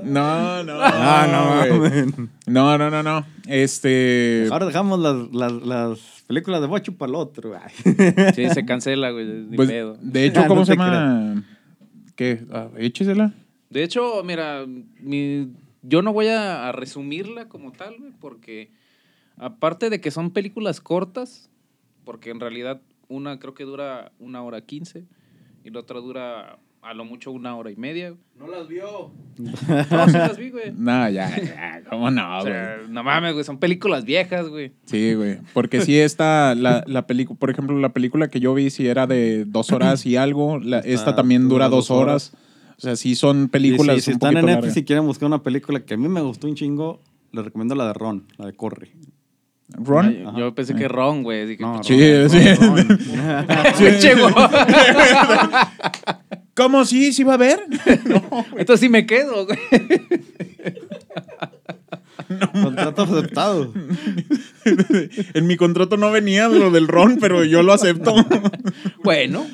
Speaker 3: No, no.
Speaker 2: Ah, [LAUGHS] no,
Speaker 3: güey.
Speaker 2: [LAUGHS] mamen.
Speaker 3: No, no, no, no. Este.
Speaker 2: Ahora dejamos las, las, las Película de Bocho para el otro. Ay.
Speaker 1: Sí, se cancela, güey. Ni
Speaker 3: Pues,
Speaker 1: pedo.
Speaker 3: de hecho,
Speaker 2: Ah,
Speaker 3: ¿cómo
Speaker 2: no
Speaker 3: se
Speaker 2: te
Speaker 3: llama? ¿Qué? Ah, échesela.
Speaker 1: De hecho, mira, mi- yo no voy a, a resumirla como tal, güey, porque aparte de que son películas cortas, porque en realidad una creo que dura una hora quince y la otra dura a lo mucho una hora y media. güey.
Speaker 4: No las vio.
Speaker 1: No, sí las vi,
Speaker 2: [LAUGHS]
Speaker 1: güey.
Speaker 3: No, ya, ya, ¿cómo no,
Speaker 1: O
Speaker 3: güey?
Speaker 1: sea, no mames, güey, son películas viejas, güey.
Speaker 3: Sí, güey. Porque sí está la, la película, por ejemplo, la película que yo vi sí era de
Speaker 2: [CLEARS THROAT]
Speaker 3: dos horas y algo. La- esta
Speaker 2: Está-
Speaker 3: también dura
Speaker 2: dura
Speaker 3: dos
Speaker 2: dos
Speaker 3: horas. O sea, sí son [LAUGHS] películas.
Speaker 2: Y si, si
Speaker 3: un
Speaker 2: están en
Speaker 3: poquito
Speaker 2: Netflix y
Speaker 3: largas.
Speaker 2: quieren buscar una película que a mí me gustó un chingo, les recomiendo la de Ron, la de Corre.
Speaker 3: Ron.
Speaker 1: Yo- Yo pensé que Ron, güey. Dije,
Speaker 2: Eh. No,
Speaker 1: "Pinche
Speaker 3: Sí,
Speaker 2: Ron,
Speaker 3: sí.
Speaker 2: Ron.
Speaker 1: pinche,
Speaker 2: [LAUGHS]
Speaker 1: güey".
Speaker 3: ¿Cómo sí? ¿Sí va a haber?
Speaker 1: Entonces sí me quedo,
Speaker 2: [LAUGHS]
Speaker 1: güey.
Speaker 3: [LAUGHS]
Speaker 2: [LAUGHS] Contrato aceptado.
Speaker 3: en mi contrato no venía lo del Ron, pero yo lo acepto.
Speaker 1: Bueno,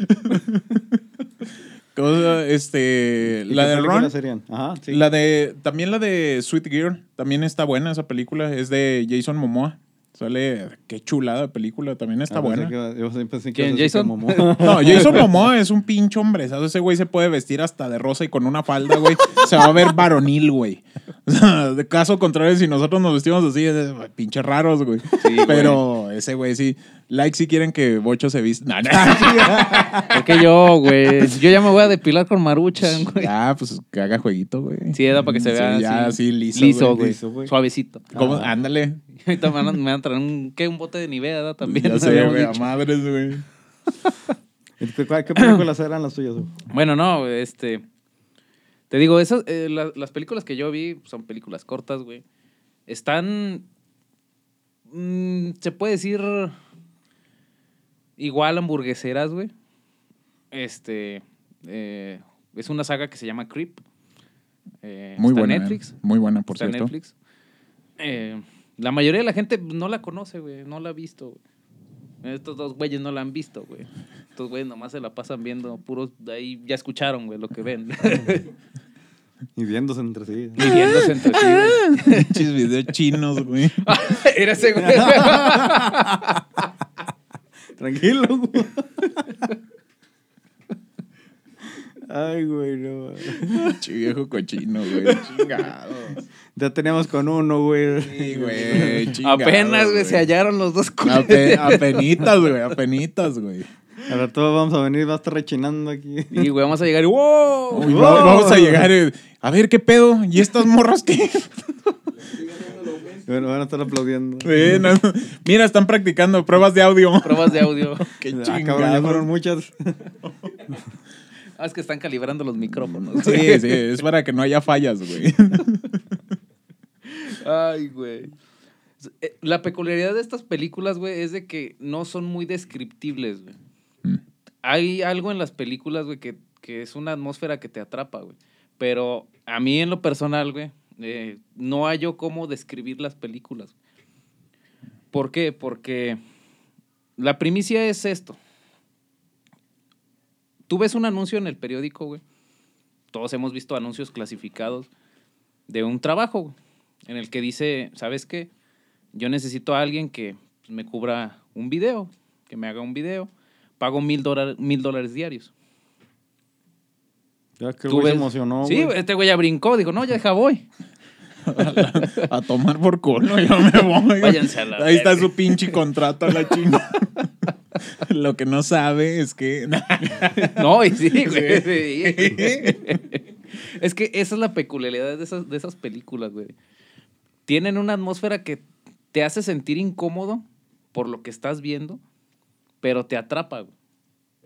Speaker 3: Cosa, este,
Speaker 2: ¿Y
Speaker 3: la
Speaker 2: qué
Speaker 3: del
Speaker 2: películas
Speaker 3: Ron.
Speaker 2: serían? Ajá, sí.
Speaker 3: La de, también la de Sweet Gear, también está buena esa película, es de Jason Momoa. Sale, qué chulada de película, también está
Speaker 2: Ah, pensé
Speaker 3: buena.
Speaker 2: que iba- yo siempre pensé que
Speaker 1: ¿Quién,
Speaker 2: ibas a decir
Speaker 1: Jason?
Speaker 2: que
Speaker 3: [LAUGHS]
Speaker 2: Momoa.
Speaker 3: No, Jason Momoa es un pinche hombre, ¿sabes? Ese güey se puede vestir hasta de rosa y con una falda, güey. Se va a ver varonil, güey. O sea, de caso contrario, si nosotros nos vestimos así, es de, pinche raros, güey.
Speaker 1: güey.
Speaker 3: Pero ese güey sí. Like si quieren que Bocho se vista. Nah, nah.
Speaker 1: [LAUGHS] porque yo, güey. Yo ya me voy a depilar con
Speaker 2: [LAUGHS]
Speaker 1: Maruchan, güey.
Speaker 3: Ah, pues que haga jueguito, güey.
Speaker 1: Sí, era para que se vea
Speaker 3: Mm, Sí, ya,
Speaker 1: así,
Speaker 3: sí, liso.
Speaker 1: liso, Ah. güey.
Speaker 2: liso, güey.
Speaker 1: Suavecito. [LAUGHS]
Speaker 3: ¿Cómo? Ándale.
Speaker 1: Ahorita me van a, me van a traer un, ¿qué? un bote de Nivea también.
Speaker 3: ya
Speaker 1: [LAUGHS] ¿no?
Speaker 3: sé,
Speaker 1: Habíamos
Speaker 3: güey, a
Speaker 1: dicho.
Speaker 3: madres, güey.
Speaker 2: ¿Y ¿Qué, cuál- qué películas eran las tuyas? güey?
Speaker 1: Bueno, no, este. Te digo, esas, eh, la- las películas que yo vi son películas cortas, güey. Están. mm, se puede decir. Igual hamburgueseras, güey. Este. eh, es una saga que se llama Creep. Eh,
Speaker 3: Muy
Speaker 1: está en
Speaker 3: buena.
Speaker 1: Netflix.
Speaker 3: eh. Muy buena, por
Speaker 1: está en
Speaker 3: cierto.
Speaker 1: Netflix. Eh, la mayoría de la gente no la conoce, güey. No la ha visto, güey. Estos dos güeyes no la han visto, güey. Estos güeyes nomás se la pasan viendo puros... De ahí ya escucharon, güey, lo que [LAUGHS] ven.
Speaker 2: Y viéndose entre
Speaker 3: [LAUGHS]
Speaker 2: sí.
Speaker 1: Midiéndose entre sí, güey.
Speaker 3: [LAUGHS] Pinches videos chinos, güey.
Speaker 1: [LAUGHS] Era ese [LAUGHS] güey.
Speaker 2: Tranquilo, güey. Ay, güey, no.
Speaker 3: Pinche viejo cochino, güey. Chingado.
Speaker 2: Ya tenemos con uno, güey.
Speaker 3: Sí,
Speaker 1: [LAUGHS]
Speaker 3: güey. chingado,
Speaker 1: Apenas, güey, se hallaron los dos culos.
Speaker 3: Ape- apenitas, güey, apenitas, güey.
Speaker 2: A ver, todos vamos a venir, va a estar rechinando aquí.
Speaker 1: Y, güey, vamos a llegar y... ¡Wow!
Speaker 3: Uy, va- Vamos a llegar. eh, A ver, ¿qué pedo? ¿Y estas morras
Speaker 1: [LAUGHS]
Speaker 3: qué?
Speaker 2: Bueno, van a estar aplaudiendo.
Speaker 3: Sí, no, no. Mira, están practicando pruebas de audio.
Speaker 1: Pruebas de audio. [LAUGHS]
Speaker 3: [LAUGHS] Qué
Speaker 2: Ah, cabrón, ya fueron
Speaker 3: chingado.
Speaker 2: muchas.
Speaker 1: Ah, es que están calibrando los micrófonos. [LAUGHS]
Speaker 3: Sí, sí, es para que no haya fallas, güey. [LAUGHS]
Speaker 1: Ay, güey. Eh, La peculiaridad de estas películas, güey, es de que no son muy descriptibles, güey.
Speaker 3: Mm.
Speaker 1: Hay algo en las películas, güey, que, que es una atmósfera que te atrapa, güey. Pero a mí en lo personal, güey, eh, no hallo cómo describir las películas. ¿Por qué? Porque la primicia es esto. Tú ves un anuncio en el periódico, güey. Todos hemos visto anuncios clasificados de un trabajo, güey, en el que dice, ¿sabes qué? Yo necesito a alguien que me cubra un video, que me haga un video. Pago mil, dólar- mil dólares diarios.
Speaker 2: Ya que el
Speaker 1: Tú
Speaker 2: güey se
Speaker 1: ves-
Speaker 2: emocionó,
Speaker 1: Sí,
Speaker 2: güey.
Speaker 1: este güey ya brincó, dijo, no, ya deja voy.
Speaker 3: A tomar por culo, yo me voy.
Speaker 1: Váyanse a la
Speaker 3: Ahí está
Speaker 1: verga.
Speaker 3: su pinche contrato a la china. [LAUGHS] Lo que no sabe es que.
Speaker 1: [LAUGHS]
Speaker 3: [LAUGHS]
Speaker 1: No, y sí, güey. sí. Es que esa es la peculiaridad de esas, de esas películas, güey. Tienen una atmósfera que te hace sentir incómodo por lo que estás viendo, pero te atrapa, güey.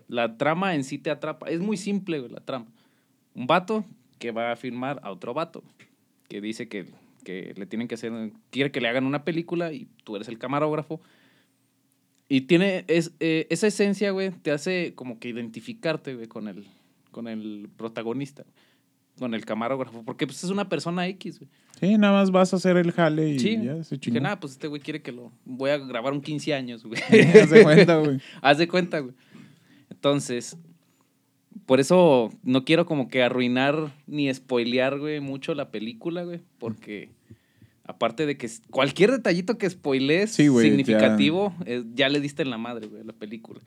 Speaker 1: La trama en sí te atrapa. Es muy simple, güey, la trama. Un vato que va a firmar a otro vato que dice que, que le tienen que hacer, quiere que le hagan una película y tú eres el camarógrafo. Y tiene es, eh, esa esencia, güey, te hace como que identificarte, güey, con el, con el protagonista, con el camarógrafo, porque pues es una persona X, güey.
Speaker 3: Sí, nada más vas a hacer el jale y
Speaker 1: Sí,
Speaker 3: ya se chingó.
Speaker 1: dije,
Speaker 3: [LAUGHS]
Speaker 1: nada, pues este güey quiere que lo, voy a grabar un 15 años, güey.
Speaker 3: Haz de cuenta, güey.
Speaker 1: Haz de cuenta, güey. Entonces, por eso no quiero como que arruinar ni spoilear, güey, mucho la película, güey, porque Aparte de que s- cualquier detallito que spoilees
Speaker 3: Sí, güey,
Speaker 1: significativo, eh, ya. le diste en la madre, güey, a la película.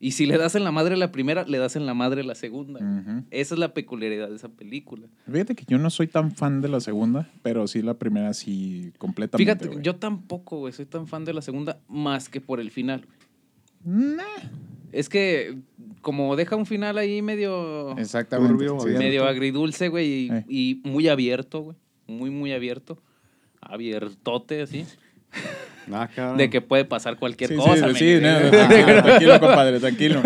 Speaker 1: Y si le das en la madre la primera, le das en la madre la segunda. güey.
Speaker 3: Ujú.
Speaker 1: Esa es la peculiaridad de esa película.
Speaker 3: Fíjate que yo no soy tan fan de la segunda, pero sí la primera sí completamente.
Speaker 1: Fíjate,
Speaker 3: güey.
Speaker 1: yo tampoco, güey, soy tan fan de la segunda más que por el final. güey.
Speaker 3: Nah.
Speaker 1: Es que como deja un final ahí medio,
Speaker 3: Exactamente.
Speaker 2: Turbio,
Speaker 3: Sí.
Speaker 2: abierto.
Speaker 1: medio agridulce, güey, y,
Speaker 3: Eh.
Speaker 1: y muy abierto, güey. Muy, muy abierto. Abiertote, así.
Speaker 2: Ah, cabrón.
Speaker 1: De que puede pasar cualquier
Speaker 3: Sí,
Speaker 1: cosa.
Speaker 3: sí,
Speaker 1: me
Speaker 3: sí,
Speaker 1: diré. [LAUGHS]
Speaker 3: no, tranquilo, tranquilo, compadre, tranquilo.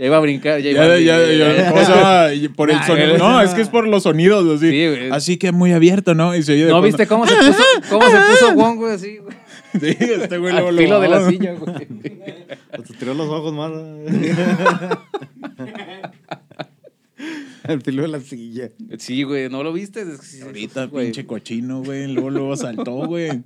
Speaker 1: Ya iba a brincar, ya iba
Speaker 3: Ya,
Speaker 1: a
Speaker 3: ya, ya, ¿cómo se llama? Y Por el
Speaker 1: Nah,
Speaker 3: sonido.
Speaker 1: güey,
Speaker 3: No,
Speaker 2: no.
Speaker 3: es que es por los sonidos, así.
Speaker 1: Sí, güey.
Speaker 3: así que muy abierto, ¿no? Y se oye
Speaker 1: [LAUGHS]
Speaker 3: de
Speaker 1: ¿No
Speaker 3: fondo.
Speaker 1: viste cómo se puso, cómo se puso Wong, güey, así, güey?
Speaker 3: [LAUGHS] Sí, este güey luego
Speaker 1: Al
Speaker 3: lo
Speaker 1: filo de la
Speaker 3: bajó.
Speaker 1: silla, güey.
Speaker 2: Hasta tiró los ojos más. El filo de la silla.
Speaker 1: Sí, güey, ¿no lo viste? Es que sí,
Speaker 3: [LAUGHS] Ahorita,
Speaker 1: güey.
Speaker 3: pinche cochino, güey. Luego, luego saltó, güey.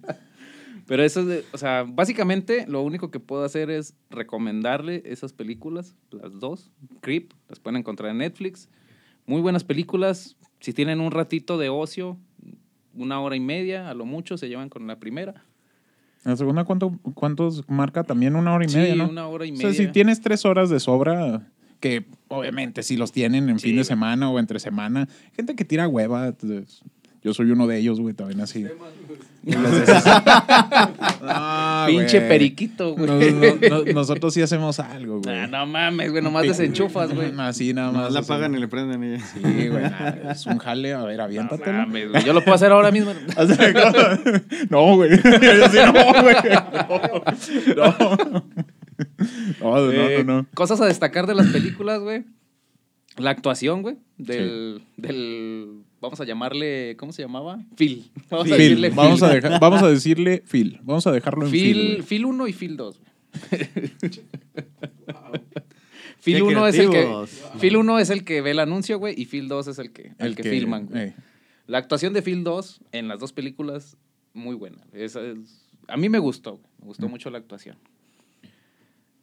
Speaker 1: Pero eso, es de- o sea, básicamente lo único que puedo hacer es recomendarle esas películas, las dos, Creep, las pueden encontrar en Netflix. Muy buenas películas, si tienen un ratito de ocio, una hora y media, a lo mucho, se llevan con la primera.
Speaker 3: La segunda, ¿cuánto, ¿cuántos marca? También una hora y
Speaker 1: Sí,
Speaker 3: media, ¿no?
Speaker 1: una hora y
Speaker 3: O
Speaker 1: media.
Speaker 3: sea, si tienes tres horas de sobra, que obviamente si los tienen en
Speaker 1: Sí,
Speaker 3: fin de
Speaker 1: güey.
Speaker 3: semana o entre semana, gente que tira hueva, entonces, yo soy uno de ellos, güey, también así.
Speaker 1: [LAUGHS]
Speaker 3: Ah,
Speaker 1: Pinche
Speaker 3: güey.
Speaker 1: periquito, güey.
Speaker 3: Nos- no- no- nosotros sí hacemos algo, güey.
Speaker 1: Ah, no mames, güey, nomás desenchufas, güey.
Speaker 3: No, Así nada más.
Speaker 2: Nomás la
Speaker 3: así.
Speaker 2: apagan y le prenden y ya.
Speaker 3: Sí, güey, nada, es un jale. A ver,
Speaker 1: No
Speaker 3: [LAUGHS] aviéntatelo.
Speaker 1: mames, güey, Yo lo puedo hacer ahora mismo.
Speaker 3: No, güey. Sí, no, güey. No. No, no, no,
Speaker 1: Eh,
Speaker 3: no.
Speaker 1: Cosas a destacar de las películas, güey. La actuación, güey, del, del- Vamos a llamarle... ¿Cómo se llamaba? Phil. [LAUGHS] Vamos a
Speaker 3: Phil,
Speaker 1: decirle Phil.
Speaker 3: vamos, A dejar- vamos a decirle Phil. Vamos a dejarlo en Phil.
Speaker 1: Phil,
Speaker 3: güey.
Speaker 1: Phil 1 y Phil 2.
Speaker 3: [LAUGHS]
Speaker 2: Qué
Speaker 1: Phil 1 es el que...
Speaker 2: creativos.
Speaker 1: Phil 1 es el que ve el anuncio, güey, y Phil 2 es el que, el que, filman, güey.
Speaker 3: eh,
Speaker 1: La actuación de Phil 2 en las dos películas, muy buena. Esa es- a mí me gustó, güey. me gustó mucho la actuación.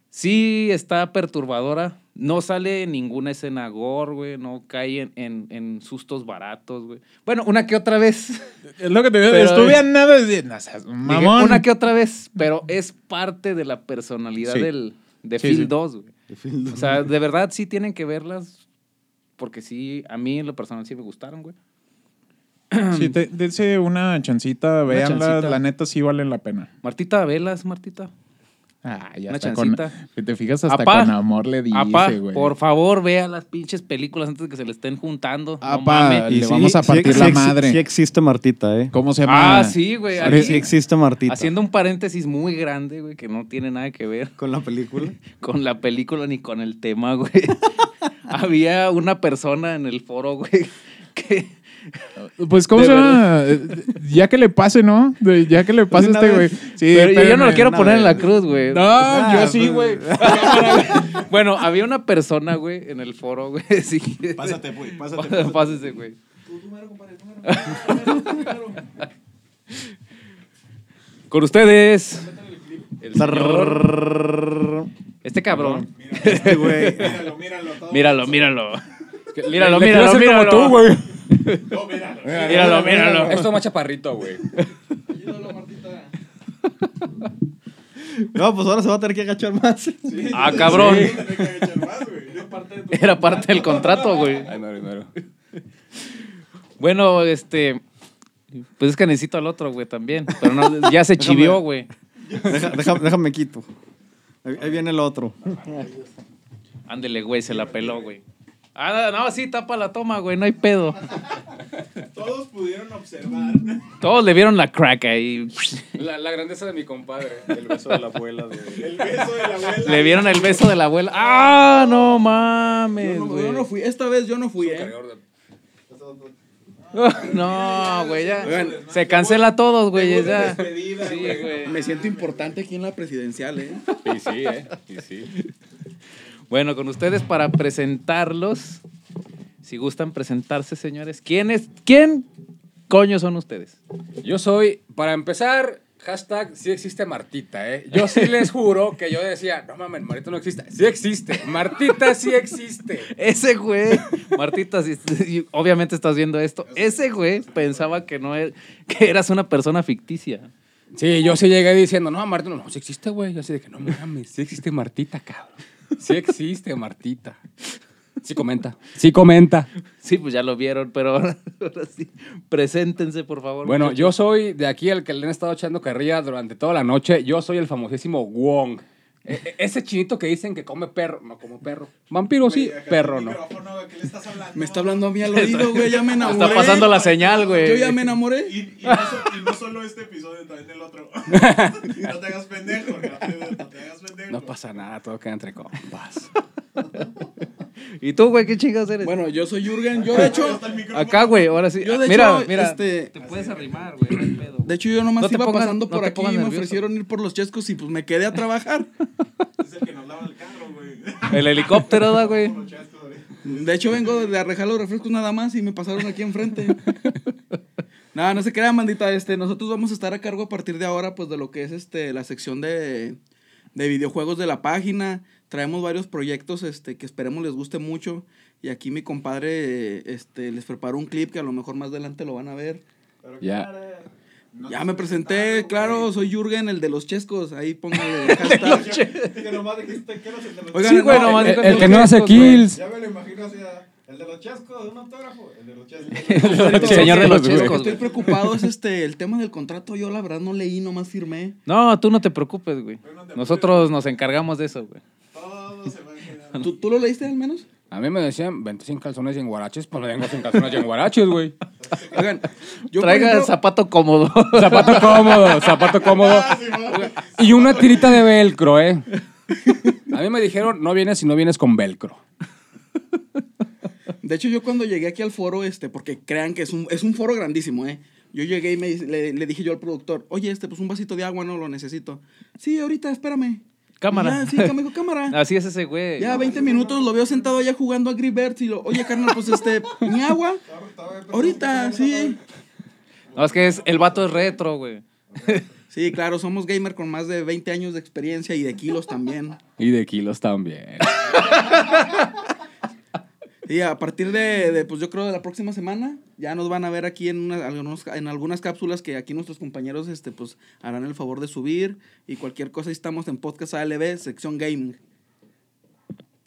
Speaker 1: Sí, está perturbadora. No sale ninguna escena gore, güey. No cae en, en- en sustos baratos, güey. Bueno, una que otra vez. [LAUGHS]
Speaker 3: Es lo que te digo.
Speaker 1: Pero-
Speaker 3: Estuve a nada de. no seas
Speaker 1: Dije,
Speaker 3: mamón.
Speaker 1: una que otra vez, pero es parte de la personalidad
Speaker 3: Sí.
Speaker 1: del, de
Speaker 3: Sí,
Speaker 1: Phil
Speaker 3: sí.
Speaker 1: 2, güey. O sea, de verdad sí tienen que verlas. Porque sí, a mí en lo personal sí me gustaron, güey.
Speaker 3: Sí, te- dense una chancita, véanla.
Speaker 1: chancita.
Speaker 3: La neta sí vale la pena.
Speaker 1: Martita, velas, Martita.
Speaker 3: Ah, ya
Speaker 1: Una
Speaker 3: está.
Speaker 1: chancita.
Speaker 3: te fijas hasta
Speaker 1: Apá.
Speaker 3: con amor le dice,
Speaker 1: Apá,
Speaker 3: güey.
Speaker 1: por favor, vea las pinches películas antes de que se le estén juntando.
Speaker 3: Apá,
Speaker 1: no mames.
Speaker 3: le vamos a partir
Speaker 2: ex-
Speaker 3: la
Speaker 2: ex-
Speaker 3: madre.
Speaker 2: Sí existe Martita, ¿eh?
Speaker 3: ¿Cómo se llama?
Speaker 1: Ah, sí, güey.
Speaker 2: Sí,
Speaker 1: aquí,
Speaker 2: sí existe Martita.
Speaker 1: haciendo un paréntesis muy grande, güey, que no tiene nada que ver
Speaker 2: Con la película.
Speaker 1: con la película ni con el tema, [LAUGHS] güey. Había una persona en el foro, güey, que
Speaker 3: Pues, ¿cómo
Speaker 1: De
Speaker 3: se llama? Eh, Ya que le pase, ¿no? De- ya que le pase
Speaker 2: una
Speaker 3: este güey.
Speaker 2: vez.
Speaker 3: Sí,
Speaker 1: [LAUGHS] pero yo- yo no
Speaker 3: espérenme,
Speaker 1: lo quiero
Speaker 3: una
Speaker 1: poner Ah, pues, en la
Speaker 3: vez.
Speaker 1: cruz, güey.
Speaker 3: No, yo
Speaker 1: [LAUGHS]
Speaker 3: sí, güey.
Speaker 1: Bueno, había una persona, güey, en el foro, güey, [LAUGHS] sí.
Speaker 2: Pásate, güey,
Speaker 1: Pásese, güey.
Speaker 4: Tú, número, compadre, número, número, número.
Speaker 1: [LAUGHS] Con ustedes. el señor- este cabrón.
Speaker 2: Este güey.
Speaker 4: Míralo, míralo. todo.
Speaker 1: Míralo, míralo. Míralo,
Speaker 3: Le quiero
Speaker 1: míralo,
Speaker 3: hacer
Speaker 1: míralo.
Speaker 3: como tú, güey.
Speaker 4: No, míralo.
Speaker 1: Míralo, míralo.
Speaker 5: Esto es más chaparrito, güey.
Speaker 4: Ayúdalo, Martita.
Speaker 2: No, pues ahora se va a tener que agachar más.
Speaker 1: Ah, cabrón.
Speaker 4: Tiene que echar más, güey. Es parte de tu-
Speaker 1: Era parte del contrato, güey.
Speaker 5: Ay, madre, madre.
Speaker 1: Bueno, este. Pues es que necesito al otro, güey, también. Pero no, ya se chivió, güey.
Speaker 2: [LAUGHS] Deja- deja- déjame quito. Ahí, ahí viene el otro.
Speaker 1: Ándele, güey, se la peló, güey. Ah, no, sí, tapa la toma, güey, no hay pedo.
Speaker 4: Todos pudieron observar.
Speaker 1: Todos le vieron la crack ahí.
Speaker 5: La, la grandeza de mi compadre. El beso de la abuela, güey.
Speaker 4: El beso de la abuela.
Speaker 1: Le vieron el beso de la abuela. ¡Ah, no
Speaker 4: Yo
Speaker 1: mames,
Speaker 4: no-
Speaker 1: güey!
Speaker 4: yo no fui. Esta vez yo no fui, ¿eh?
Speaker 5: Cargador de-
Speaker 1: [LAUGHS] No, güey, ya. Se cancela todos, güey, ya.
Speaker 4: Despedida,
Speaker 1: Sí,
Speaker 4: güey.
Speaker 1: güey.
Speaker 6: Me siento importante aquí en la presidencial, ¿eh?
Speaker 5: Y sí, eh. Y sí.
Speaker 1: Bueno, con ustedes para presentarlos. Si gustan presentarse, señores. ¿Quién es? ¿Quién coño son ustedes?
Speaker 5: Yo soy, para empezar, Hashtag sí existe Martita, ¿eh? Yo sí les juro que yo decía, no mames, Martita no existe. Sí existe, Martita sí existe.
Speaker 1: Ese güey, Martita, si- si- obviamente estás viendo esto. Ese güey pensaba que no er- que eras una persona ficticia.
Speaker 5: Sí, yo sí llegué diciendo, no, Martita, no, sí existe, güey. Yo así de que, no mames, sí existe Martita, cabrón. Sí existe Martita. Sí comenta, sí comenta.
Speaker 1: Sí, pues ya lo vieron, pero ahora, ahora sí, preséntense, por favor.
Speaker 5: Bueno,
Speaker 1: muchachos.
Speaker 5: yo soy de aquí el que le han estado echando carrilla durante toda la noche. Yo soy el famosísimo Wong. E- e- ese chinito que dicen que come perro, no como perro. Vampiro sí, perro no.
Speaker 4: ¿Qué le estás hablando?
Speaker 6: Me está hablando a
Speaker 1: [LAUGHS]
Speaker 6: mí al oído, güey. Ya me enamoré.
Speaker 1: Está pasando la señal, güey.
Speaker 6: Yo ya me enamoré.
Speaker 4: Y, y no, so- y no solo este episodio, también el
Speaker 2: [LAUGHS]
Speaker 4: otro. no te hagas pendejo, no te, no te hagas pendejo.
Speaker 5: No pasa nada, todo queda entre compas.
Speaker 1: ¿Y tú, güey, qué chingas eres?
Speaker 6: Bueno, yo soy Jürgen. Yo, de hecho,
Speaker 4: Hasta el micrófono.
Speaker 1: Acá, güey, ahora sí.
Speaker 6: Yo, de
Speaker 1: mira,
Speaker 6: hecho,
Speaker 1: mira.
Speaker 6: este-
Speaker 1: Te puedes arrimar, güey, no hay pedo.
Speaker 6: de hecho yo nomás
Speaker 1: No te
Speaker 6: iba
Speaker 1: pongas-
Speaker 6: pasando
Speaker 1: no
Speaker 6: por
Speaker 1: te
Speaker 6: aquí
Speaker 1: pongas
Speaker 6: y me
Speaker 1: nervioso.
Speaker 6: ofrecieron ir por los chescos y pues me quedé a trabajar.
Speaker 4: Es el que nos lava el carro, güey.
Speaker 1: El helicóptero, da, güey.
Speaker 4: Los chascos, güey.
Speaker 6: De hecho, vengo de arrejar los refrescos nada más y me pasaron
Speaker 1: [LAUGHS]
Speaker 6: aquí enfrente. No, no se crea, mandita. Este, nosotros vamos a estar a cargo a partir de ahora, pues, de lo que es este, la sección de, de videojuegos de la página. Traemos varios proyectos este, que esperemos les guste mucho. Y aquí mi compadre este, les preparó un clip que a lo mejor más adelante lo van a ver.
Speaker 4: Pero
Speaker 5: Ya.
Speaker 4: claro, no
Speaker 6: ya
Speaker 4: te
Speaker 6: me presenté,
Speaker 4: presentaron,
Speaker 6: claro,
Speaker 4: güey.
Speaker 6: soy Jürgen, el de los chescos.
Speaker 1: [LAUGHS]
Speaker 6: Ahí póngale hashtag.
Speaker 4: [LAUGHS] Que nomás dijiste, ¿qué no se te lo-
Speaker 6: [LAUGHS] Oigan,
Speaker 1: Sí, güey,
Speaker 6: no,
Speaker 1: nomás
Speaker 6: el-
Speaker 1: dijo
Speaker 5: el
Speaker 1: los
Speaker 5: que no hace
Speaker 1: chescos, güey.
Speaker 5: kills.
Speaker 4: Ya me lo imagino así, ah, el de los chascos, un autógrafo, el de los chascos.
Speaker 1: [LAUGHS]
Speaker 6: Ahorita,
Speaker 1: Señor de los
Speaker 6: lo que
Speaker 1: chescos,
Speaker 6: Estoy
Speaker 1: güey. [LAUGHS]
Speaker 6: preocupado, es este, el tema del contrato. Yo, la verdad, no leí, nomás firmé.
Speaker 1: No, tú no te preocupes, güey. Nosotros nos encargamos de eso, güey.
Speaker 4: Todo se va a quedar.
Speaker 6: ¿Tú, tú lo leíste al menos?
Speaker 5: A mí me decían, vente sin calzones y en guaraches, pues me vengo sin calzones y en guaraches, güey.
Speaker 6: Oigan, yo por
Speaker 1: Traiga
Speaker 6: ejemplo,
Speaker 1: zapato [LAUGHS] cómodo.
Speaker 5: [LAUGHS] Zapato cómodo, zapato cómodo. Y una tirita de velcro, ¿eh? A mí me dijeron, no vienes si no vienes con velcro.
Speaker 6: De hecho, yo cuando llegué aquí al foro, este, porque crean que es un, es un foro grandísimo, ¿eh? Yo llegué y me, dice- le, le dije yo al productor, oye, este, pues un vasito de agua, no lo necesito. Sí, ahorita, espérame.
Speaker 1: Cámara.
Speaker 6: Ya, sí, cá- me
Speaker 1: [LAUGHS]
Speaker 6: dijo, cámara.
Speaker 1: Así es ese güey.
Speaker 6: Ya, 20 minutos, lo veo sentado allá jugando a Gribert y lo, oye, carnal, pues este, mi agua. Ahorita, sí.
Speaker 1: No, es que es, el vato es retro, güey.
Speaker 6: Sí, claro, somos gamer con más de 20 años de experiencia y de kilos también.
Speaker 5: Y de kilos también.
Speaker 6: Y a partir de, de, pues yo creo de la próxima semana, ya nos van a ver aquí en, una- algunos- en algunas cápsulas que aquí nuestros compañeros este, pues, harán el favor de subir. Y cualquier cosa, ahí estamos en Podcast ALB, sección gaming.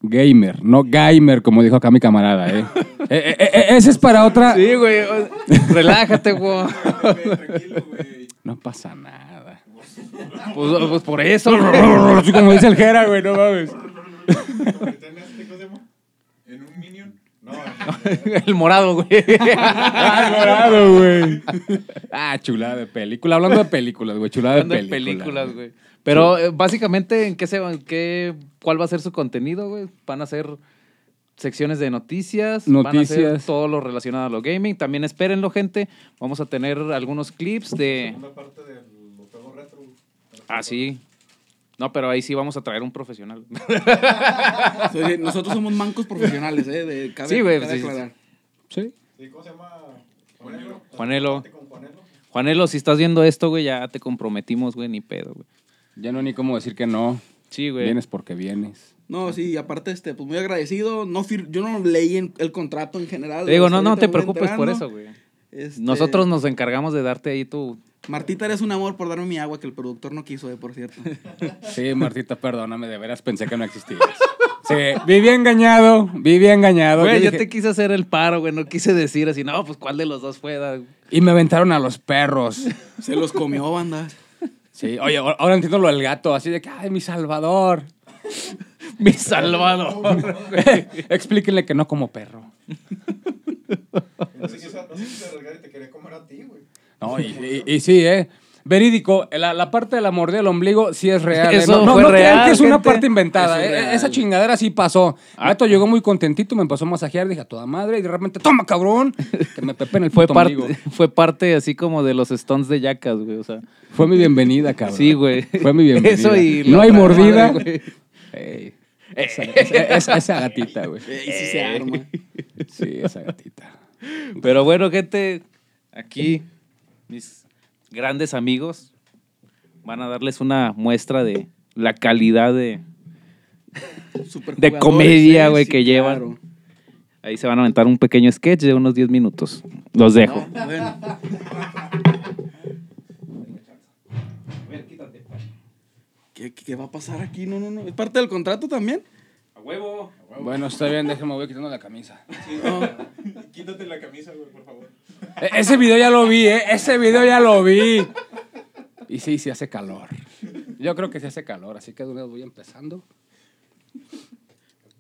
Speaker 5: Gamer, no gamer, como dijo acá mi camarada, [LAUGHS] ¿eh? Eh, eh, eh, ese es para otra.
Speaker 1: Sí, güey. o- Relájate, güey. [LAUGHS]
Speaker 4: Tranquilo, Tranquilo, güey.
Speaker 5: No pasa nada.
Speaker 1: Pues, pues por [LAUGHS] eso.
Speaker 5: [LAUGHS] Así como dice el Jera, güey, no mames.
Speaker 4: Ahorita en este, ¿cómo se llama? ¿En un Minion? No, en-
Speaker 1: El morado, güey.
Speaker 5: Ah, dorado, güey. Ah, chulada de película. Hablando de películas, güey, chulada de
Speaker 1: Hablando de
Speaker 5: películas.
Speaker 1: películas, güey. Pero eh, básicamente, ¿en qué se va- en qué, ¿cuál va a ser su contenido, güey? Van a ser secciones de noticias, van a ser
Speaker 5: Noticias.
Speaker 1: todo lo relacionado a lo gaming. También espérenlo, gente. Vamos a tener algunos clips de.
Speaker 4: segunda parte del juego retro.
Speaker 1: Ah, sí. No, pero ahí sí vamos a traer un profesional. [LAUGHS]
Speaker 6: Soy- Nosotros somos mancos profesionales, ¿eh? De, cabe,
Speaker 1: Sí, güey, pues,
Speaker 6: cabe
Speaker 1: sí, sí,
Speaker 6: aclarar.
Speaker 5: Sí.
Speaker 4: Sí, ¿Cómo se llama? Juanelo.
Speaker 1: Juanelo.
Speaker 4: Con Juanelo.
Speaker 1: Juanelo, si estás viendo esto, güey, ya te comprometimos, güey, ni pedo, güey.
Speaker 5: Ya no ni cómo decir que no.
Speaker 1: Sí, güey.
Speaker 5: Vienes porque vienes.
Speaker 6: No, sí, y aparte, este, pues muy agradecido. No fir- yo no leí en- el contrato en general.
Speaker 1: Te digo,
Speaker 6: hasta
Speaker 1: no, no
Speaker 6: ahorita
Speaker 1: te
Speaker 6: me voy
Speaker 1: preocupes por
Speaker 6: enterando.
Speaker 1: eso, güey.
Speaker 6: Este,
Speaker 1: Nosotros nos encargamos de darte ahí tu...
Speaker 6: Martita, eres un amor por darme mi agua que el productor no quiso, eh, por
Speaker 1: [LAUGHS]
Speaker 6: cierto.
Speaker 5: Sí, Martita, perdóname, de veras pensé que no existías. Sí, viví engañado, viví engañado.
Speaker 1: Güey,
Speaker 5: Yo
Speaker 1: yo
Speaker 5: dije-
Speaker 1: te quise hacer el paro, güey. No quise decir así, no, pues cuál de los dos fue.
Speaker 5: [LAUGHS]
Speaker 1: da?
Speaker 5: Y me aventaron a los perros.
Speaker 6: Se los comió, bandas.
Speaker 5: Sí, oye, ahora ahora entiendo lo del gato, así de que, ay, mi salvador. [LAUGHS]
Speaker 1: Mi salvador.
Speaker 5: Explíquenle que no como perro.
Speaker 4: No sé qué se no sé si se regaña y te quería comer a ti, güey.
Speaker 5: No, y, y- y sí, ¿eh? Verídico, la, la parte de la mordida del ombligo sí es real. ¿eh?
Speaker 1: Eso
Speaker 5: no, no,
Speaker 1: fue
Speaker 5: no crean
Speaker 1: real,
Speaker 5: que es una
Speaker 1: gente.
Speaker 5: parte inventada.
Speaker 6: Eso es
Speaker 5: ¿eh?
Speaker 6: real. Ah.
Speaker 5: Esa chingadera sí pasó. Gato llegó muy contentito, me empezó a masajear, dije a toda madre, y de repente, toma, cabrón, que me pepe en
Speaker 1: [LAUGHS]
Speaker 5: el
Speaker 1: Fue
Speaker 5: puto
Speaker 1: parte,
Speaker 5: ombligo.
Speaker 1: [LAUGHS] fue parte así como de los stones de yacas, güey. O sea,
Speaker 5: Fue mi bienvenida, cabrón.
Speaker 1: sí, güey.
Speaker 5: Fue mi
Speaker 1: [LAUGHS]
Speaker 5: bienvenida.
Speaker 1: Eso y...
Speaker 5: No
Speaker 1: la
Speaker 5: hay
Speaker 1: otra
Speaker 5: mordida.
Speaker 1: madre, güey.
Speaker 5: Ey, esa, esa- [LAUGHS] esa- esa gatita, güey.
Speaker 6: Ey, Eh, sí
Speaker 1: Eh.
Speaker 6: se arma.
Speaker 5: [LAUGHS] Sí, esa gatita.
Speaker 1: Pero bueno, gente, aquí mis grandes amigos, van a darles una muestra de la calidad de...
Speaker 6: Superjugadores,
Speaker 1: comedia,
Speaker 6: sí,
Speaker 1: güey,
Speaker 6: sí,
Speaker 1: que llevan.
Speaker 6: claro.
Speaker 1: Ahí se van a aventar un pequeño sketch de unos 10 minutos. Los dejo.
Speaker 6: No, bueno. ¿Qué, qué va a pasar aquí? No, no, no. ¿Es parte del contrato también?
Speaker 5: Bueno, está bien, déjame, voy quitando la camisa.
Speaker 4: [LAUGHS] Quítate la camisa, güey, por favor.
Speaker 5: E- ese video ya lo vi, ¿eh? Ese video ya lo vi. Y sí, sí hace calor. Yo creo que sí hace calor, así que de una vez voy empezando.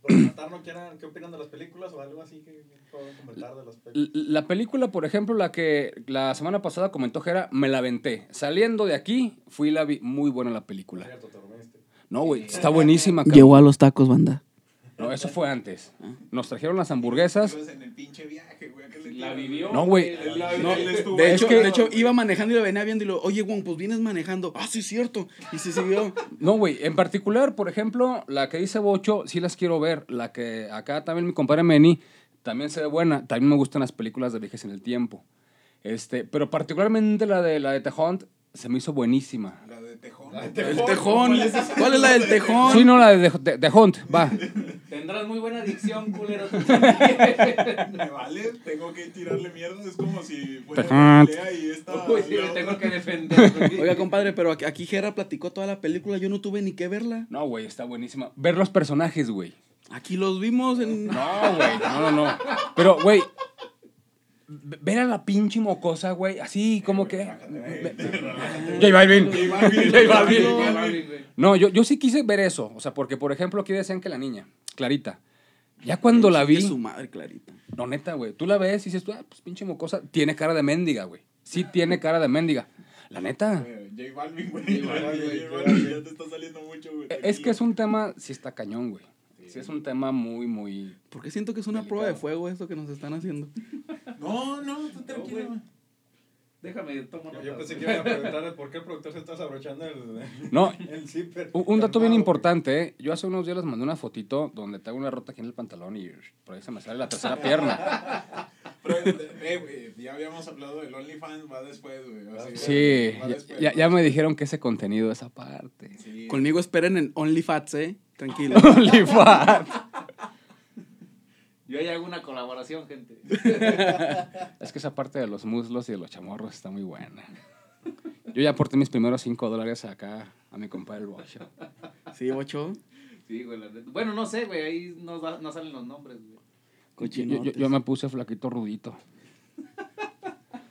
Speaker 4: Por matar, no quieran, ¿qué opinan de las películas o algo así que puedan comentar de las películas?
Speaker 5: L- La película, por ejemplo, la que la semana pasada comentó Jera, me la venté. Saliendo de aquí, fui y la vi. Muy buena la película. No, güey, está buenísima. cabrón.
Speaker 6: Llegó a los tacos, banda.
Speaker 5: No, eso fue antes. Nos trajeron las hamburguesas.
Speaker 4: Ibas en el pinche viaje, güey. ¿qué le
Speaker 1: La
Speaker 4: tiras?
Speaker 1: vivió.
Speaker 5: No, güey.
Speaker 4: No, él estuvo
Speaker 5: Pues
Speaker 6: De
Speaker 4: ahí,
Speaker 6: hecho,
Speaker 4: güey.
Speaker 6: de hecho, iba manejando y lo venía viendo y lo, oye, Juan, pues vienes manejando. Ah, sí, es cierto. Y se siguió.
Speaker 5: No, güey. En particular, por ejemplo, la que dice Bocho, sí las quiero ver. La que acá también mi compadre Meni, también se ve buena. También me gustan las películas de viajes en el tiempo. Este, pero particularmente la de la de The Hunt se me hizo buenísima.
Speaker 4: La de Tejón.
Speaker 6: El tejón. ¿Cuál es la del tejón?
Speaker 5: Sí, no, la de The, The- The Hunt, va. [LAUGHS]
Speaker 1: Tendrás muy buena adicción, culero. [LAUGHS]
Speaker 4: Me vale, tengo que tirarle mierda. Es como si fuera
Speaker 5: Tejón.
Speaker 4: una pelea y esta. la otra-
Speaker 1: que
Speaker 7: [LAUGHS]
Speaker 1: defender.
Speaker 6: Oiga, compadre, pero aquí, aquí Jera platicó toda la película. Yo no tuve ni que verla.
Speaker 5: No, güey, está buenísima. Ver los personajes, güey.
Speaker 6: Aquí los vimos en.
Speaker 5: No, güey, no, no, no. Pero, güey, ve- ver a la pinche mocosa, güey, así como que... J Balvin. J Balvin. No, yo, yo sí quise ver eso. O sea, porque, por ejemplo, aquí decían que la niña, Clarita, ya cuando la
Speaker 6: De su
Speaker 5: vi...
Speaker 6: madre, Clarita.
Speaker 5: No, neta, güey, tú la ves y dices tú, ah, pues pinche mocosa, tiene cara de mendiga, güey. Sí tiene cara de mendiga. La neta.
Speaker 4: Eh, J Balvin, güey. J Balvin, J Balvin, ya te está saliendo mucho, güey.
Speaker 5: Es que es un tema, sí está cañón, güey. Sí es un tema muy, muy...
Speaker 6: Porque siento que es una prueba de fuego esto que nos están haciendo.
Speaker 4: No, no, tú tranquilo, güey.
Speaker 1: Déjame tomar.
Speaker 7: Yo pues pensé que iba a preguntar por qué el productor se está abrochando el,
Speaker 5: No,
Speaker 7: el zipper.
Speaker 5: Un, un dato bien
Speaker 7: Calmado,
Speaker 5: importante, ¿eh? yo hace unos días les mandé una fotito donde tengo una rota aquí en el pantalón y por ahí se me sale la tercera pierna.
Speaker 4: Pero, eh, güey, ya habíamos hablado del OnlyFans, va después, güey. así que
Speaker 5: Sí,
Speaker 4: va
Speaker 5: ya-
Speaker 4: después,
Speaker 5: ya,
Speaker 4: ¿no?
Speaker 5: ya me dijeron que ese contenido es aparte. [LAUGHS]
Speaker 4: Sí.
Speaker 6: Conmigo esperen en OnlyFats, ¿eh? Tranquilo.
Speaker 5: OnlyFans.
Speaker 1: Yo ahí hago una colaboración, gente.
Speaker 5: Es que esa parte de los muslos y de los chamorros está muy buena. Yo ya aporté mis primeros 5 dólares acá a mi compadre el Bocho.
Speaker 6: Sí, ocho.
Speaker 1: Sí, güey. la neta. Bueno, no sé, güey. Ahí no, da- no salen los nombres, güey.
Speaker 5: Yo, yo- yo me puse flaquito rudito.
Speaker 7: ¿A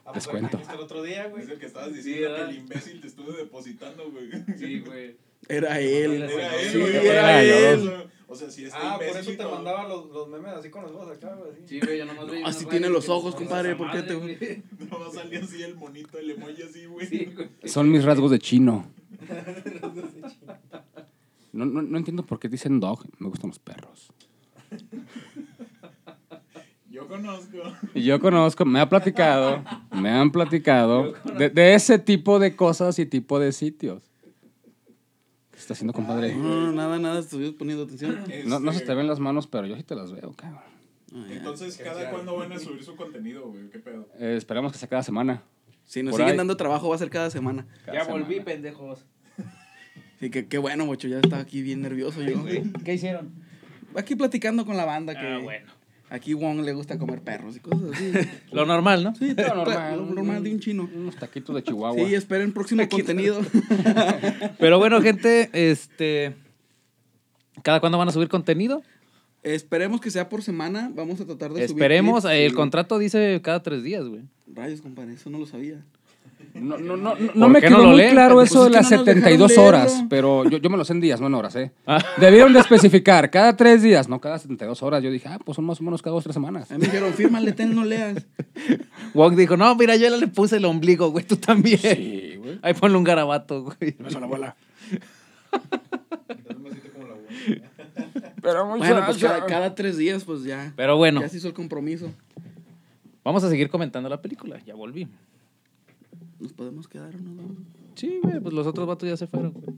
Speaker 7: poco
Speaker 5: Les cuento.
Speaker 7: Ah, pues, dijiste el otro día, güey?
Speaker 4: Es el que estabas
Speaker 1: Sí,
Speaker 4: diciendo que
Speaker 1: ¿verdad?
Speaker 4: el imbécil te estuvo depositando, güey.
Speaker 1: Sí, güey.
Speaker 6: Era él.
Speaker 4: Era él,
Speaker 6: Sí,
Speaker 4: güey.
Speaker 6: era
Speaker 4: él.
Speaker 5: yo.
Speaker 4: O sea, si este
Speaker 7: Ah, por
Speaker 4: imbécil.
Speaker 7: eso te
Speaker 4: no-
Speaker 7: mandaba los, los memes así con los ojos acá, güey. así.
Speaker 1: Sí, güey, yo nomás veía
Speaker 6: así
Speaker 1: unos
Speaker 6: tiene
Speaker 1: rayos
Speaker 6: los
Speaker 1: que
Speaker 6: ojos,
Speaker 1: no-
Speaker 6: compadre,
Speaker 1: esa
Speaker 6: ¿por qué
Speaker 1: madre,
Speaker 6: te-
Speaker 1: güey?
Speaker 4: Nomás salía así el monito, el emoji así, güey.
Speaker 1: Sí, güey.
Speaker 5: Son mis rasgos de chino. No, no, no entiendo por qué dicen dog, me gustan los perros.
Speaker 4: Yo conozco.
Speaker 5: Y Yo conozco, me ha platicado, me han platicado de, de ese tipo de cosas y tipo de sitios. ¿Qué está haciendo, compadre?
Speaker 6: No, no, no, nada, nada, estuve poniendo atención.
Speaker 5: No, no se
Speaker 4: Este,
Speaker 5: te ven las manos, pero yo sí te las veo, cabrón.
Speaker 4: Entonces, ¿cada cuándo van a subir su contenido, güey? ¿Qué pedo?
Speaker 5: Eh, esperamos que sea cada semana.
Speaker 6: Si nos
Speaker 5: Por
Speaker 6: siguen
Speaker 5: ahí.
Speaker 6: dando trabajo, va a ser cada semana.
Speaker 5: Cada
Speaker 1: Ya volví,
Speaker 5: semana.
Speaker 1: pendejos.
Speaker 6: Así que qué bueno, mocho, ya estaba aquí bien nervioso yo.
Speaker 1: ¿Qué hicieron?
Speaker 6: Aquí platicando con la banda que
Speaker 1: Ah, bueno.
Speaker 6: aquí Wong le gusta comer perros y cosas así.
Speaker 1: Lo normal, ¿no?
Speaker 6: [LAUGHS] Sí,
Speaker 5: Todo
Speaker 6: normal, lo normal de un chino.
Speaker 5: Unos taquitos de Chihuahua.
Speaker 6: Sí, esperen próximo [LAUGHS] contenido.
Speaker 1: Pero bueno, gente, este. ¿Cada cuándo van a subir contenido?
Speaker 6: Esperemos que sea por semana, vamos a tratar de subir
Speaker 1: Esperemos. eh,
Speaker 6: clips
Speaker 1: El
Speaker 6: y-
Speaker 1: contrato dice cada tres días, güey.
Speaker 6: Rayos, compadre, eso no lo sabía.
Speaker 5: No, no, no, no, no me
Speaker 1: qué no
Speaker 5: quedó
Speaker 1: lo
Speaker 5: muy
Speaker 1: leen?
Speaker 5: claro
Speaker 6: Pues
Speaker 5: eso
Speaker 6: es
Speaker 5: de
Speaker 6: que
Speaker 5: las
Speaker 6: no nos dejaron
Speaker 5: 72
Speaker 6: leerlo.
Speaker 5: horas, pero yo, yo me lo sé en días, no en horas, ¿eh?
Speaker 1: Ah.
Speaker 5: Debieron de especificar, cada tres días, no cada 72 horas. Yo dije, ah, pues son más o menos cada dos, tres semanas.
Speaker 6: A mí me dijeron, fírmale, ten, no [LAUGHS] leas.
Speaker 1: Wong dijo: No, mira, yo ya le puse el ombligo, güey. Tú también.
Speaker 5: Sí, güey.
Speaker 1: Ahí ponle un garabato, güey.
Speaker 5: la bola.
Speaker 7: Entonces me siento como la abuela.
Speaker 5: Pero muchas
Speaker 6: Bueno, pues cada, cada tres días, pues ya.
Speaker 1: Pero bueno,
Speaker 6: Ya se hizo el compromiso.
Speaker 1: vamos a seguir comentando la película. Ya volví.
Speaker 6: ¿Nos podemos quedar o no?
Speaker 1: Sí, güey, pues los otros vatos ya se fueron, güey.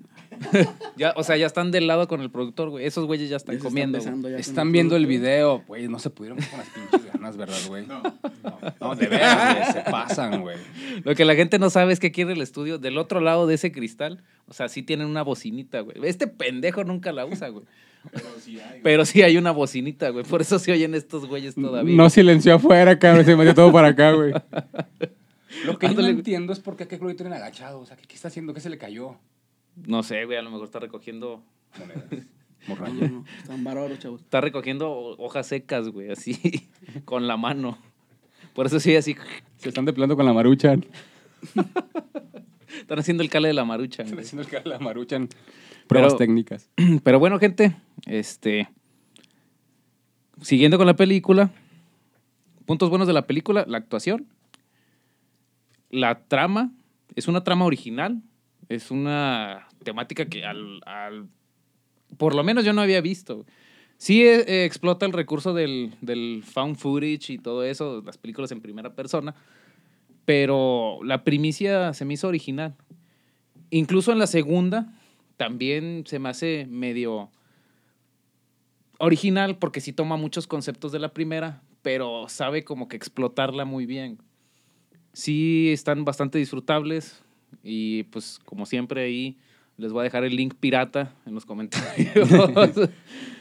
Speaker 1: [LAUGHS] ya, o sea, ya están del lado con el productor, güey. Esos güeyes ya están
Speaker 6: Ya se
Speaker 1: comiendo. güey.
Speaker 6: besando ya con
Speaker 5: Están viendo el video, güey. No se pudieron con las pinches ganas, ¿verdad, güey? No, de veras, güey. Se pasan, güey.
Speaker 1: Lo que la gente no sabe es que aquí en el estudio, del otro lado de ese cristal, o sea, sí tienen una bocinita, güey. Este pendejo nunca la usa, güey. Pero sí hay una bocinita, güey. Por eso se oyen estos güeyes todavía.
Speaker 3: No silenció afuera, cabrón. Se metió todo para
Speaker 4: [LAUGHS]
Speaker 3: acá, güey.
Speaker 5: Lo que yo no
Speaker 1: Ándale, güey.
Speaker 5: entiendo es por qué a qué lo tienen agachado. O sea, ¿qué, qué está haciendo? ¿Qué se le cayó?
Speaker 1: No sé, güey, a lo mejor está recogiendo
Speaker 6: No, no, no, Están bárbaros, chavos.
Speaker 1: está recogiendo ho- hojas secas, güey, así [LAUGHS] con la mano. Por eso sí así [LAUGHS]
Speaker 3: Se están deplando con la marucha.
Speaker 5: [LAUGHS]
Speaker 1: están haciendo el cale de la marucha.
Speaker 5: Están
Speaker 1: güey.
Speaker 5: haciendo el cara de la maruchan.
Speaker 3: Pruebas
Speaker 1: Pero-
Speaker 3: técnicas.
Speaker 1: [CLEARS THROAT] Pero bueno, gente, este. Siguiendo con la película. Puntos buenos de la película: la actuación. La trama. Es una trama original. Es una temática que al. al- por lo menos yo no había visto. Sí eh, eh, explota el recurso del, del found footage y todo eso, las películas en primera persona. Pero la primicia se me hizo original. Incluso en la segunda, también se me hace medio original porque sí toma muchos conceptos de la primera, pero sabe como que explotarla muy bien. Sí están bastante disfrutables y pues como siempre ahí les voy a dejar el link pirata en los comentarios.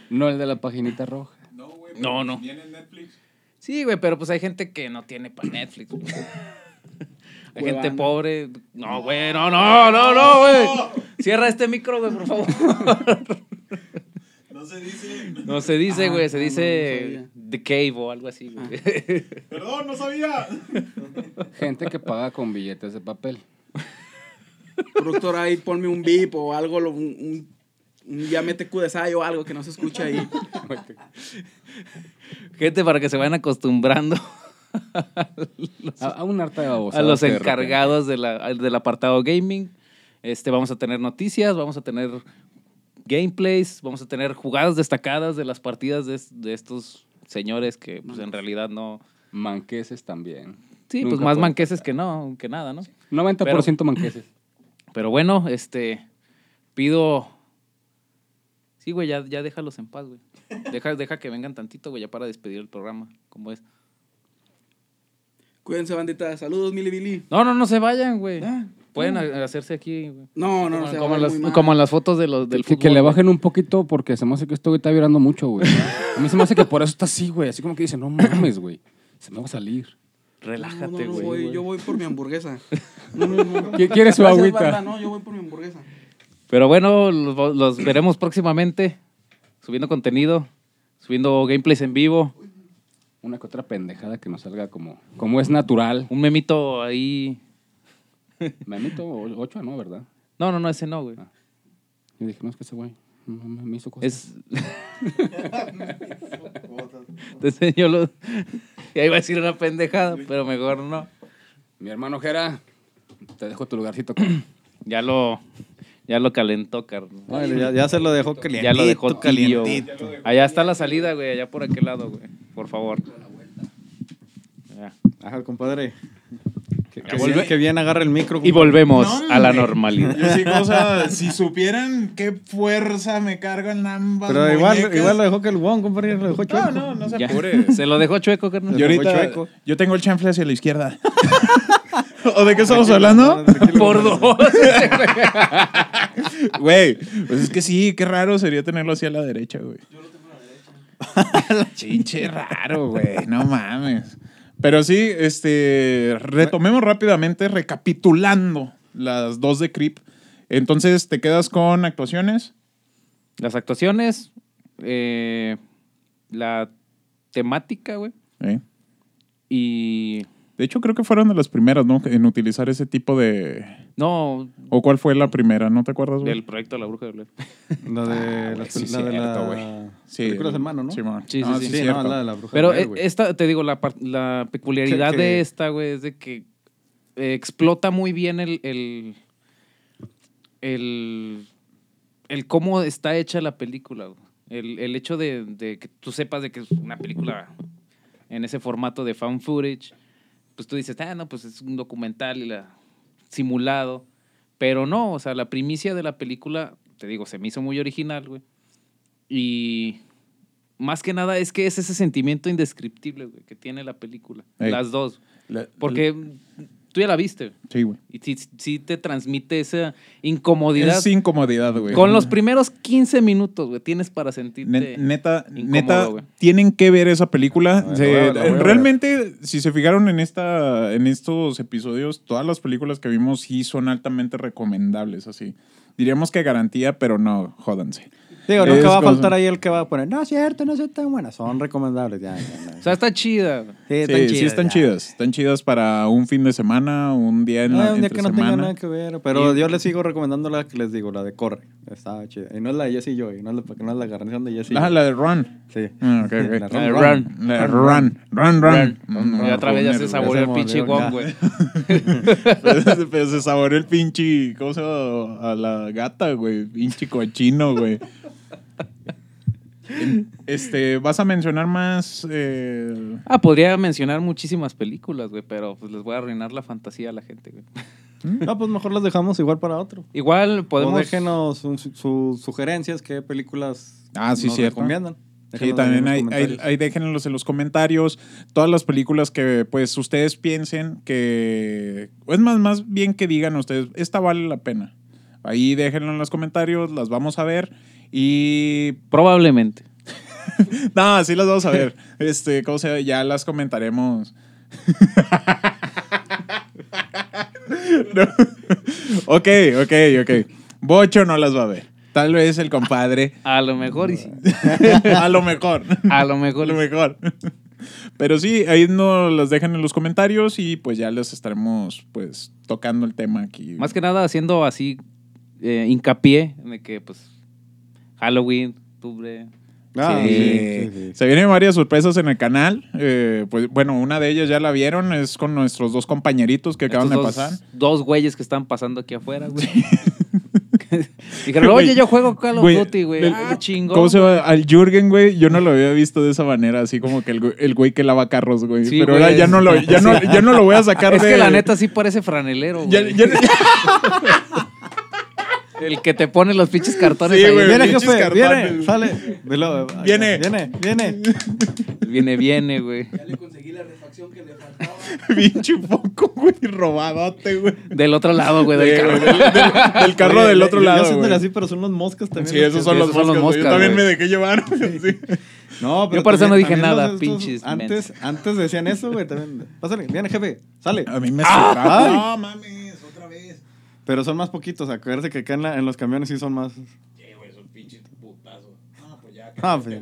Speaker 5: No el de la paginita roja.
Speaker 4: No, güey.
Speaker 1: No,
Speaker 4: pero
Speaker 1: no.
Speaker 4: Viene en Netflix.
Speaker 1: sí, güey, pero pues hay gente que no tiene para Netflix. güey. Hay
Speaker 6: Cuevana.
Speaker 1: gente pobre. No, güey, no, no, no, no, güey. Cierra este micro, güey, por favor.
Speaker 4: No se dice.
Speaker 1: No se dice,
Speaker 6: Ah,
Speaker 1: güey, se
Speaker 6: no, no, no
Speaker 1: dice
Speaker 6: sabía.
Speaker 1: The Cave o algo así, güey. [LAUGHS]
Speaker 4: Perdón, no sabía.
Speaker 5: Gente que paga con billetes de papel.
Speaker 6: Productor, ahí ponme un bip o algo, lo- un, un, un ya mete cudesay o algo que no se escuche [LAUGHS] ahí.
Speaker 1: Gente, para que se vayan acostumbrando
Speaker 5: A, a un harta de
Speaker 1: a
Speaker 5: babosadas
Speaker 1: los
Speaker 5: que de repente-
Speaker 1: encargados de la- al- del apartado gaming. Este, vamos a tener noticias, vamos a tener gameplays, vamos a tener jugadas destacadas de las partidas de, es- de estos señores que pues, en realidad no...
Speaker 5: Manqueses también.
Speaker 1: Sí,
Speaker 5: Nunca
Speaker 1: pues más
Speaker 5: pueden
Speaker 1: manqueses que no, que nada, ¿no?
Speaker 5: 90% manqueses.
Speaker 1: Pero bueno, este, pido... Sí, güey, ya, ya déjalos en paz,
Speaker 6: [LAUGHS]
Speaker 1: güey. Deja, deja que vengan tantito, güey, ya para despedir el programa, como es.
Speaker 6: Cuídense, bandita. Saludos, Mili Billy.
Speaker 1: No, no, no se vayan, güey.
Speaker 6: Ah,
Speaker 1: Pueden a- hacerse aquí, güey.
Speaker 6: No, no, no, se va a
Speaker 1: como,
Speaker 6: ver
Speaker 1: las,
Speaker 6: muy mal.
Speaker 1: como las fotos de los, del
Speaker 5: que, que
Speaker 1: fútbol,
Speaker 5: le
Speaker 1: güey.
Speaker 5: bajen un poquito porque se me hace que esto güey está vibrando mucho, güey. A mí se me hace que por eso está así, güey. Así como que dice, no mames, güey. Se me va a salir.
Speaker 6: No, no,
Speaker 1: Relájate,
Speaker 6: no,
Speaker 1: güey.
Speaker 6: voy, yo voy por mi hamburguesa. No, no, no.
Speaker 5: ¿Qui- ¿Quiere su
Speaker 6: Gracias,
Speaker 5: agüita?
Speaker 6: banda, no, yo voy por mi hamburguesa.
Speaker 1: Pero bueno, los, los veremos próximamente. Subiendo contenido, subiendo gameplays en vivo.
Speaker 5: Una que otra pendejada que nos salga como, como es natural.
Speaker 1: Un memito ahí.
Speaker 5: Me meto 8 no, ¿verdad?
Speaker 1: No, no, no, ese no, güey.
Speaker 5: Ah, Yo dije, no, es que ese güey no, me, me hizo cosas.
Speaker 1: Es. Te [LAUGHS] enseño los. Ya iba a decir una pendejada, pero mejor no.
Speaker 5: Mi hermano Jera, te dejo tu lugarcito. cabrón.
Speaker 1: Ya lo. Ya lo calentó, carnal.
Speaker 2: Órale, ya, ya se lo dejó calientito.
Speaker 1: Ya lo dejó tío.
Speaker 2: calientito.
Speaker 1: Allá está la salida, güey. Allá por aquel lado, güey. Por favor. Ya.
Speaker 2: Ajá, compadre. Que, que
Speaker 1: Ya volve-
Speaker 2: bien, que bien agarra el micro.
Speaker 1: Y
Speaker 2: compadre.
Speaker 1: volvemos
Speaker 4: No,
Speaker 1: a la
Speaker 4: hombre.
Speaker 1: normalidad.
Speaker 4: Yo sí, cosa, si supieran qué fuerza me cargo en ambas.
Speaker 2: Pero igual,
Speaker 4: muñecas.
Speaker 2: igual lo dejó que el Wong, compadre. Lo
Speaker 7: Ah,
Speaker 2: dejó chueco.
Speaker 4: No, no, no se
Speaker 1: Ya.
Speaker 4: [LAUGHS] apure.
Speaker 1: [LAUGHS] Se lo dejó chueco, carnal.
Speaker 4: Yo
Speaker 2: Lo dejó
Speaker 4: ahorita.
Speaker 2: chueco.
Speaker 4: Yo tengo el chanfle hacia la
Speaker 2: [LAUGHS]
Speaker 4: izquierda. ¿O de qué estamos hablando?
Speaker 1: Por dos.
Speaker 4: Güey, pues es que sí, qué raro sería tenerlo hacia la derecha, güey. Yo lo tengo a la derecha. [LAUGHS] Chinche raro, güey, no mames. Pero sí, este, retomemos rápidamente, recapitulando las dos de Creep. Entonces, te quedas con actuaciones.
Speaker 1: Las actuaciones, eh, la temática, güey.
Speaker 4: ¿eh?
Speaker 1: Y.
Speaker 4: De hecho, creo que fueron de las primeras, ¿no? En utilizar ese tipo de...
Speaker 1: No,
Speaker 4: ¿O cuál fue la primera? ¿No te acuerdas, güey?
Speaker 1: del proyecto de la bruja de Blair.
Speaker 2: La de
Speaker 3: Ah,
Speaker 5: güey,
Speaker 2: la,
Speaker 5: sí,
Speaker 2: la de la-
Speaker 5: cierto, güey.
Speaker 4: Sí,
Speaker 2: películas
Speaker 4: el-
Speaker 2: en mano, ¿no?
Speaker 4: Simón.
Speaker 1: Sí, sí,
Speaker 4: Ah,
Speaker 1: sí.
Speaker 2: Sí, no,
Speaker 4: cierto.
Speaker 2: la de la bruja.
Speaker 1: Pero
Speaker 2: de Blair,
Speaker 1: eh,
Speaker 2: güey.
Speaker 1: esta, te digo, la, par- la peculiaridad
Speaker 2: Que- que-
Speaker 1: de esta, güey, es de que eh, explota muy bien el, el, el, el cómo está hecha la película. güey. El, el hecho de, de que tú sepas de que es una película en ese formato de found footage, pues tú dices, ah, no, pues es un documental y la, simulado. Pero no, o sea, la primicia de la película, te digo, se me hizo muy original, güey. Y más que nada es que es ese sentimiento indescriptible, güey, que tiene la película.
Speaker 3: Ey.
Speaker 1: Las dos.
Speaker 3: La-
Speaker 1: Porque tú ya la viste.
Speaker 3: Sí, güey.
Speaker 1: Y sí, sí te transmite esa incomodidad.
Speaker 3: Es incomodidad, güey.
Speaker 1: Con los primeros 15 minutos, güey, tienes para sentirte.
Speaker 3: Ne- neta,
Speaker 1: incómodo,
Speaker 3: neta,
Speaker 1: güey.
Speaker 3: tienen que ver esa película.
Speaker 4: la
Speaker 3: Se-
Speaker 4: voy a- la voy a ver.
Speaker 3: realmente, si se fijaron en esta, en estos episodios, todas las películas que vimos sí son altamente recomendables, así. Diríamos que garantía, pero no, jódanse.
Speaker 2: Digo, nunca
Speaker 3: Es
Speaker 2: va a
Speaker 3: cosa-
Speaker 2: faltar ahí el que va a poner, no es cierto, no son tan buenas, son recomendables. Ya, ya, ya.
Speaker 1: o sea, está chida. güey.
Speaker 2: Sí,
Speaker 3: Sí, sí están
Speaker 2: ya.
Speaker 3: chidas. Están chidas para un fin de semana, un día en la
Speaker 2: Ah, un día
Speaker 3: entre
Speaker 2: que no tenga
Speaker 3: semana.
Speaker 2: nada que ver. Pero yo les sigo recomendando la que les digo, la de Corre. Está chida. Y no es la de Jesse y Joy, no es la, porque no es la garnición de Jesse. y
Speaker 3: Ah,
Speaker 2: Joy.
Speaker 3: la de Run.
Speaker 2: Sí.
Speaker 3: Ah, ok, ok.
Speaker 2: La
Speaker 1: La de
Speaker 2: Run,
Speaker 1: Run.
Speaker 3: La de Run. Run, Run. Mm,
Speaker 1: Y otra vez ya
Speaker 3: joder,
Speaker 1: se
Speaker 3: güey.
Speaker 1: saboreó el
Speaker 2: se
Speaker 1: pinche
Speaker 2: mordió,
Speaker 1: gong,
Speaker 2: ya.
Speaker 3: [LAUGHS]
Speaker 1: güey.
Speaker 3: Pero se saboreó el pinche, ¿cómo se llama? A la gata, güey. Pinche cochino, güey. Este, ¿vas a mencionar más? eh,
Speaker 1: Ah, podría mencionar muchísimas películas, güey, pero pues les voy a arruinar la fantasía a la gente, güey.
Speaker 2: No, pues mejor las dejamos igual para otro.
Speaker 1: Igual podemos.
Speaker 2: O déjenos un- su- sus sugerencias, qué películas
Speaker 3: Ah, sí,
Speaker 2: nos
Speaker 3: cierto.
Speaker 2: recomiendan.
Speaker 3: Sí,
Speaker 2: Déjenos
Speaker 3: también
Speaker 2: ahí
Speaker 3: hay,
Speaker 2: en los
Speaker 3: hay,
Speaker 2: comentarios.
Speaker 3: hay- déjenlos en los comentarios. Todas las películas que pues ustedes piensen que. o Es más, más bien que digan ustedes, esta vale la pena. Ahí déjenlo en los comentarios, las vamos a ver. Y
Speaker 1: Probablemente.
Speaker 3: No, sí las vamos a ver. [LAUGHS] Este, ¿cómo se llama? Ya las comentaremos. [LAUGHS] No. Ok, ok, ok. Bocho no las va a ver. Tal vez el compadre. [LAUGHS]
Speaker 1: A lo mejor. y sí.
Speaker 3: A lo mejor.
Speaker 1: A lo
Speaker 3: A
Speaker 1: mejor. y
Speaker 3: lo
Speaker 1: sí.
Speaker 3: mejor. Pero sí, ahí nos las dejan en los comentarios y pues ya les estaremos pues tocando el tema aquí.
Speaker 1: Más que nada haciendo así eh, hincapié en de que, pues, Halloween, octubre.
Speaker 2: Ah,
Speaker 3: Sí.
Speaker 2: sí, sí, sí.
Speaker 3: Se vienen varias sorpresas en el canal. Eh, pues bueno, una de ellas ya la vieron, es con nuestros dos compañeritos que acaban
Speaker 1: estos
Speaker 3: de
Speaker 1: dos,
Speaker 3: pasar.
Speaker 1: Dos güeyes que están pasando aquí afuera,
Speaker 3: [LAUGHS]
Speaker 1: güey. Dijeron,
Speaker 3: Güey,
Speaker 1: oye, yo juego Call of
Speaker 3: güey,
Speaker 1: Duty, güey.
Speaker 3: el-
Speaker 1: Ah, chingón.
Speaker 3: ¿Cómo se llama? Al Jürgen, güey, yo no lo había visto de esa manera, así como que el, güey- el güey que lava carros, güey.
Speaker 1: Sí,
Speaker 3: Pero
Speaker 1: güey,
Speaker 3: ahora ya
Speaker 1: es-
Speaker 3: no, lo,
Speaker 1: [LAUGHS]
Speaker 3: ya, no, ya no lo voy a sacar
Speaker 1: Ah, Es
Speaker 3: de...
Speaker 1: que la neta sí parece franelero,
Speaker 3: Ya-
Speaker 1: güey.
Speaker 3: ya- [LAUGHS]
Speaker 1: El que te pone los pinches cartones
Speaker 3: Sí,
Speaker 1: ahí.
Speaker 3: güey.
Speaker 2: Viene,
Speaker 3: Pinches
Speaker 2: jefe, viene,
Speaker 3: cartones.
Speaker 2: sale. Velo,
Speaker 3: Viene.
Speaker 2: Viene, viene.
Speaker 1: Viene, viene, güey.
Speaker 6: Ya le conseguí la refacción que le faltaba.
Speaker 3: Pinche foco, güey, robadote, güey.
Speaker 1: Del otro lado, güey, del
Speaker 3: Sí,
Speaker 1: carro.
Speaker 3: güey, del, del- del carro
Speaker 2: Oye,
Speaker 3: del
Speaker 2: le-
Speaker 3: otro
Speaker 2: yo
Speaker 3: lado,
Speaker 2: haciéndole
Speaker 3: güey.
Speaker 2: así, pero son los moscas también.
Speaker 3: Sí, esos son los
Speaker 1: esos son los
Speaker 3: moscas, güey. Yo
Speaker 1: moscas,
Speaker 3: también me
Speaker 1: güey.
Speaker 3: dejé llevar. güey, sí.
Speaker 2: No, pero
Speaker 1: Yo por eso no dije nada,
Speaker 2: estos-
Speaker 1: pinches
Speaker 2: Antes, antes decían eso, güey, también. Pásale, viene, jefe, sale.
Speaker 3: A mí me
Speaker 2: ay.
Speaker 3: sobraba. Ah. No mames, otra vez.
Speaker 2: Pero son más poquitos, acuérdense que acá en, la- en los camiones sí son más. Ah, pues.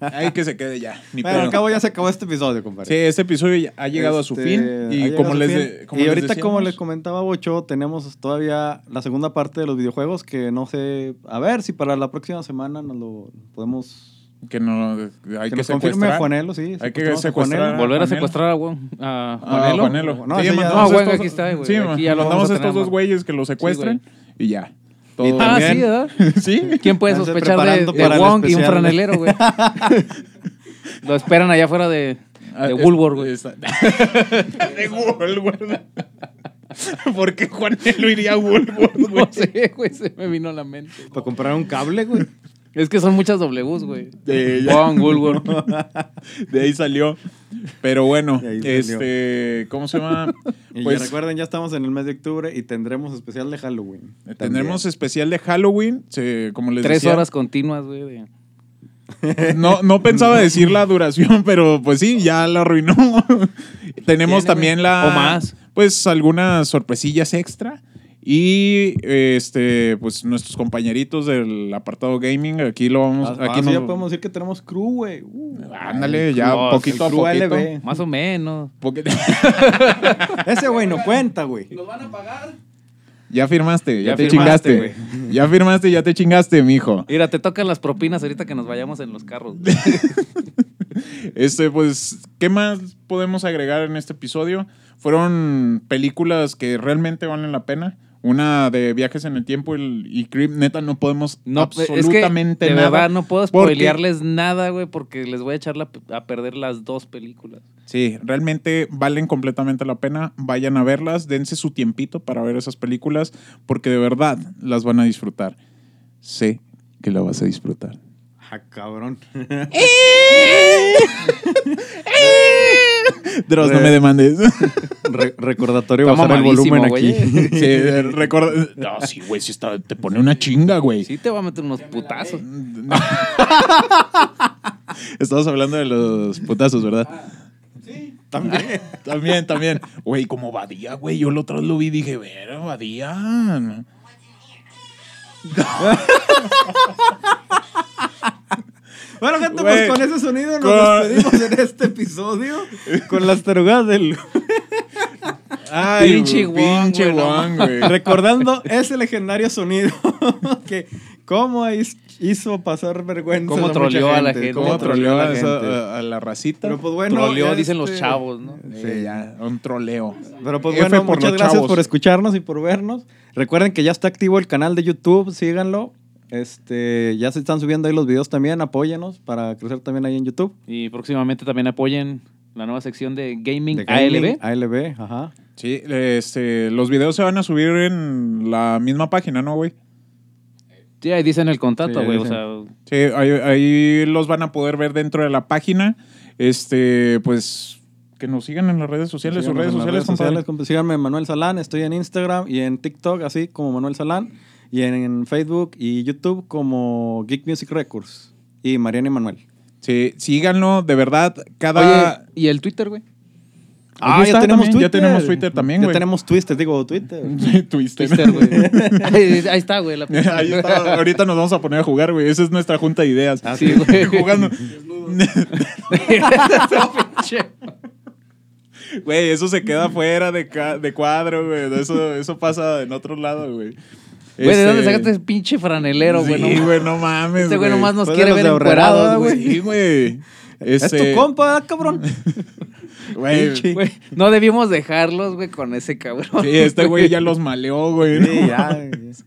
Speaker 3: Ay, que se quede ya. Ni
Speaker 2: Bueno,
Speaker 3: pedo.
Speaker 2: al cabo ya se acabó este episodio,
Speaker 3: Sí,
Speaker 2: compadre.
Speaker 3: este episodio ya ha llegado a su
Speaker 2: Este, ha
Speaker 3: fin. Y
Speaker 2: llegado
Speaker 3: como
Speaker 2: a su
Speaker 3: les,
Speaker 2: fin.
Speaker 3: de- como
Speaker 2: Y
Speaker 3: les
Speaker 2: ahorita, como
Speaker 3: decíamos-
Speaker 2: les comentaba Bocho, tenemos todavía la segunda parte de los videojuegos que no sé. A ver si para la próxima semana nos lo podemos.
Speaker 3: Que no. Hay que,
Speaker 2: nos confirme
Speaker 3: secuestrar.
Speaker 2: Juanelo, sí.
Speaker 3: Hay que
Speaker 2: secuestramos a
Speaker 3: secuestrar
Speaker 2: Juanelo.
Speaker 1: Volver a
Speaker 3: Juanelo.
Speaker 1: secuestrar a, Juan- a
Speaker 3: Ah,
Speaker 1: Juanelo.
Speaker 3: Juanelo.
Speaker 2: No,
Speaker 3: Sí,
Speaker 2: ese ya-
Speaker 3: mandamos
Speaker 2: No,
Speaker 1: güey,
Speaker 3: estos-
Speaker 1: aquí está, güey.
Speaker 3: Sí,
Speaker 1: Aquí ya lo
Speaker 3: mandamos
Speaker 1: vamos a
Speaker 3: a
Speaker 1: tener,
Speaker 3: estos dos
Speaker 1: man.
Speaker 3: güeyes que lo secuestren y ya. Todo
Speaker 1: Ah,
Speaker 3: bien.
Speaker 1: sí, ¿verdad?
Speaker 3: [LAUGHS] Sí.
Speaker 1: ¿Quién puede
Speaker 2: Antes
Speaker 1: sospechar de,
Speaker 2: preparando
Speaker 1: de
Speaker 2: para el
Speaker 1: Wong y un
Speaker 2: especial.
Speaker 1: franelero,
Speaker 3: [LAUGHS]
Speaker 1: güey? Lo esperan allá afuera de,
Speaker 3: Ah,
Speaker 1: de
Speaker 3: es-
Speaker 1: Woolworth, güey.
Speaker 3: está- [LAUGHS] de Woolworth. ¿Por qué Juanelo iría a Woolworth,
Speaker 1: [LAUGHS]
Speaker 3: güey?
Speaker 1: No sé, güey, se me vino a la mente.
Speaker 2: Para comprar un cable, güey.
Speaker 1: Es que son muchas Ws, güey.
Speaker 3: De-
Speaker 1: Wong, Woolworth.
Speaker 3: De ahí salió. Pero bueno,
Speaker 2: De ahí salió.
Speaker 3: este, ¿cómo se llama?
Speaker 2: [LAUGHS] Y
Speaker 3: Pues-
Speaker 2: recuerden, ya estamos en el mes de octubre y tendremos especial de Halloween.
Speaker 3: Eh, Tendremos especial de Halloween, se- como les
Speaker 1: Tres
Speaker 3: pues decía.
Speaker 1: horas continuas, güey. de-
Speaker 3: No, no pensaba decir la duración, pero pues sí, ya la arruinó. Tenemos
Speaker 1: Tiene,
Speaker 3: también
Speaker 1: güey.
Speaker 3: la...
Speaker 1: O más.
Speaker 3: Pues algunas sorpresillas extra. Y este, pues nuestros compañeritos del apartado gaming, aquí lo vamos...
Speaker 2: Ah, ah,
Speaker 3: aquí
Speaker 2: sí,
Speaker 3: nos-
Speaker 2: ya podemos decir que tenemos crew, güey. Uh.
Speaker 3: Ándale, ya
Speaker 1: Cruz,
Speaker 3: poquito a
Speaker 2: el Cruz LB.
Speaker 3: poquito.
Speaker 1: Más o menos.
Speaker 3: Poquito- [LAUGHS]
Speaker 2: Ese güey no cuenta, güey.
Speaker 6: ¿Nos van a pagar?
Speaker 3: ya firmaste, ya,
Speaker 1: Ya
Speaker 3: te
Speaker 2: firmaste,
Speaker 3: chingaste. Ya firmaste, ya te chingaste, mijo.
Speaker 1: Mira, te tocan las propinas ahorita que nos vayamos en los carros.
Speaker 3: Este, pues, ¿qué más podemos agregar en este episodio? Fueron películas que realmente valen la pena. Una de viajes en el tiempo el- y Creep, neta, no podemos
Speaker 1: No, es que,
Speaker 3: absolutamente
Speaker 1: de
Speaker 3: nada.
Speaker 1: verdad, no puedo
Speaker 3: porque-
Speaker 1: spoilearles nada, güey, porque les voy a echar la- a perder las dos películas.
Speaker 3: Sí, realmente valen completamente la pena. Vayan a verlas, dense su tiempito para ver esas películas, porque de verdad las van a disfrutar. Sé que la vas a disfrutar.
Speaker 2: Ah,
Speaker 3: [LAUGHS]
Speaker 2: cabrón.
Speaker 3: Dross, no me [LAUGHS] demandes.
Speaker 2: Re- recordatorio
Speaker 1: Está
Speaker 2: bajar el
Speaker 1: mamadísimo,
Speaker 2: volumen
Speaker 1: güey.
Speaker 3: [LAUGHS]
Speaker 2: aquí.
Speaker 3: sí, recuerda. No, sí, güey, sí está- te pone una chinga, güey.
Speaker 1: Sí te va a meter unos putazos.
Speaker 3: No. [LAUGHS] Estamos hablando de los putazos, ¿verdad? Sí. También, [LAUGHS] también, también. Güey, como Badía, güey. Yo el otro día lo vi y dije, ver, Badía. No.
Speaker 2: Bueno, gente,
Speaker 3: Güey.
Speaker 2: pues con ese sonido nos
Speaker 3: Con-
Speaker 2: despedimos en este episodio con las tarugadas del...
Speaker 3: Ay,
Speaker 1: Pinche
Speaker 3: güey,
Speaker 1: Wong,
Speaker 3: pinche
Speaker 1: güey, no
Speaker 3: Wong, güey.
Speaker 2: Recordando ese legendario sonido [LAUGHS] que cómo his- hizo pasar vergüenza
Speaker 1: Cómo
Speaker 2: a mucha
Speaker 1: troleó a la gente,
Speaker 3: ¿Cómo
Speaker 1: cómo
Speaker 3: troleó a, esa-
Speaker 2: gente.
Speaker 3: a- a la racita?
Speaker 2: Pero pues bueno,
Speaker 1: Troleó,
Speaker 2: ya
Speaker 1: dicen los
Speaker 2: este-
Speaker 1: chavos, ¿no?
Speaker 3: Sí, ya, un troleo.
Speaker 2: Pero pues
Speaker 3: F
Speaker 2: bueno,
Speaker 3: por
Speaker 2: muchas
Speaker 3: los
Speaker 2: gracias
Speaker 3: chavos.
Speaker 2: por escucharnos y por vernos. Recuerden que ya está activo el canal de YouTube, síganlo. Este, ya se están subiendo ahí los videos también, apóyanos para crecer también ahí en YouTube.
Speaker 1: Y próximamente también apoyen la nueva sección de Gaming,
Speaker 2: De
Speaker 1: ALB.
Speaker 2: gaming, ALB, ajá.
Speaker 3: Sí, este, los videos se van a subir en la misma página, ¿no, güey?
Speaker 1: Sí, ahí dicen el contrato,
Speaker 2: Sí,
Speaker 1: güey. o
Speaker 2: dicen.
Speaker 1: sea,
Speaker 3: Sí, ahí, ahí los van a poder ver dentro de la página. Este, pues que nos sigan en las redes sociales, sus
Speaker 2: Síganos
Speaker 3: redes
Speaker 2: en las
Speaker 3: sociales, compadre.
Speaker 2: compa- Síganme en Manuel Salán, estoy en Instagram y en TikTok, así como Manuel Salán, y en, en Facebook y YouTube como Geek Music Records y Mariana y Manuel.
Speaker 3: Sí, síganlo, de verdad, cada
Speaker 1: Oye, y el Twitter, güey.
Speaker 3: Ah, ya tenemos Twitter. Ya tenemos Twitter también,
Speaker 2: Ya
Speaker 3: güey. [LAUGHS]
Speaker 2: tenemos Twitter, digo Twitter.
Speaker 3: Twister.
Speaker 1: Twitter,
Speaker 3: [LAUGHS]
Speaker 1: güey. ahí, ahí está, güey. la pinche-
Speaker 3: Ahí está, ahorita nos vamos a poner a jugar, güey. Esa es nuestra junta de ideas.
Speaker 1: Ah, sí, güey.
Speaker 3: [LAUGHS] Jugando.
Speaker 1: Pinche.
Speaker 3: Güey, eso se queda fuera de, ca- de cuadro, güey. Eso, eso pasa en otro lado, güey.
Speaker 1: Güey, ¿de dónde
Speaker 3: Este-
Speaker 1: sacaste ese pinche franelero, güey?
Speaker 3: Sí,
Speaker 1: No,
Speaker 3: güey, no mames.
Speaker 1: Este güey nomás nos
Speaker 2: Fue de
Speaker 1: quiere
Speaker 2: los
Speaker 1: ver
Speaker 2: de Aurrera,
Speaker 1: encuerados, güey.
Speaker 3: Sí, güey.
Speaker 2: Es
Speaker 3: Este,
Speaker 2: tu compa, ¿verdad,
Speaker 3: [LAUGHS]
Speaker 2: cabrón.
Speaker 3: güey.
Speaker 2: pinche.
Speaker 1: Güey, no debimos dejarlos, güey, con ese cabrón.
Speaker 3: Sí, este güey ya los maleó, güey. ¿no?
Speaker 2: Sí, ya.
Speaker 3: Nada más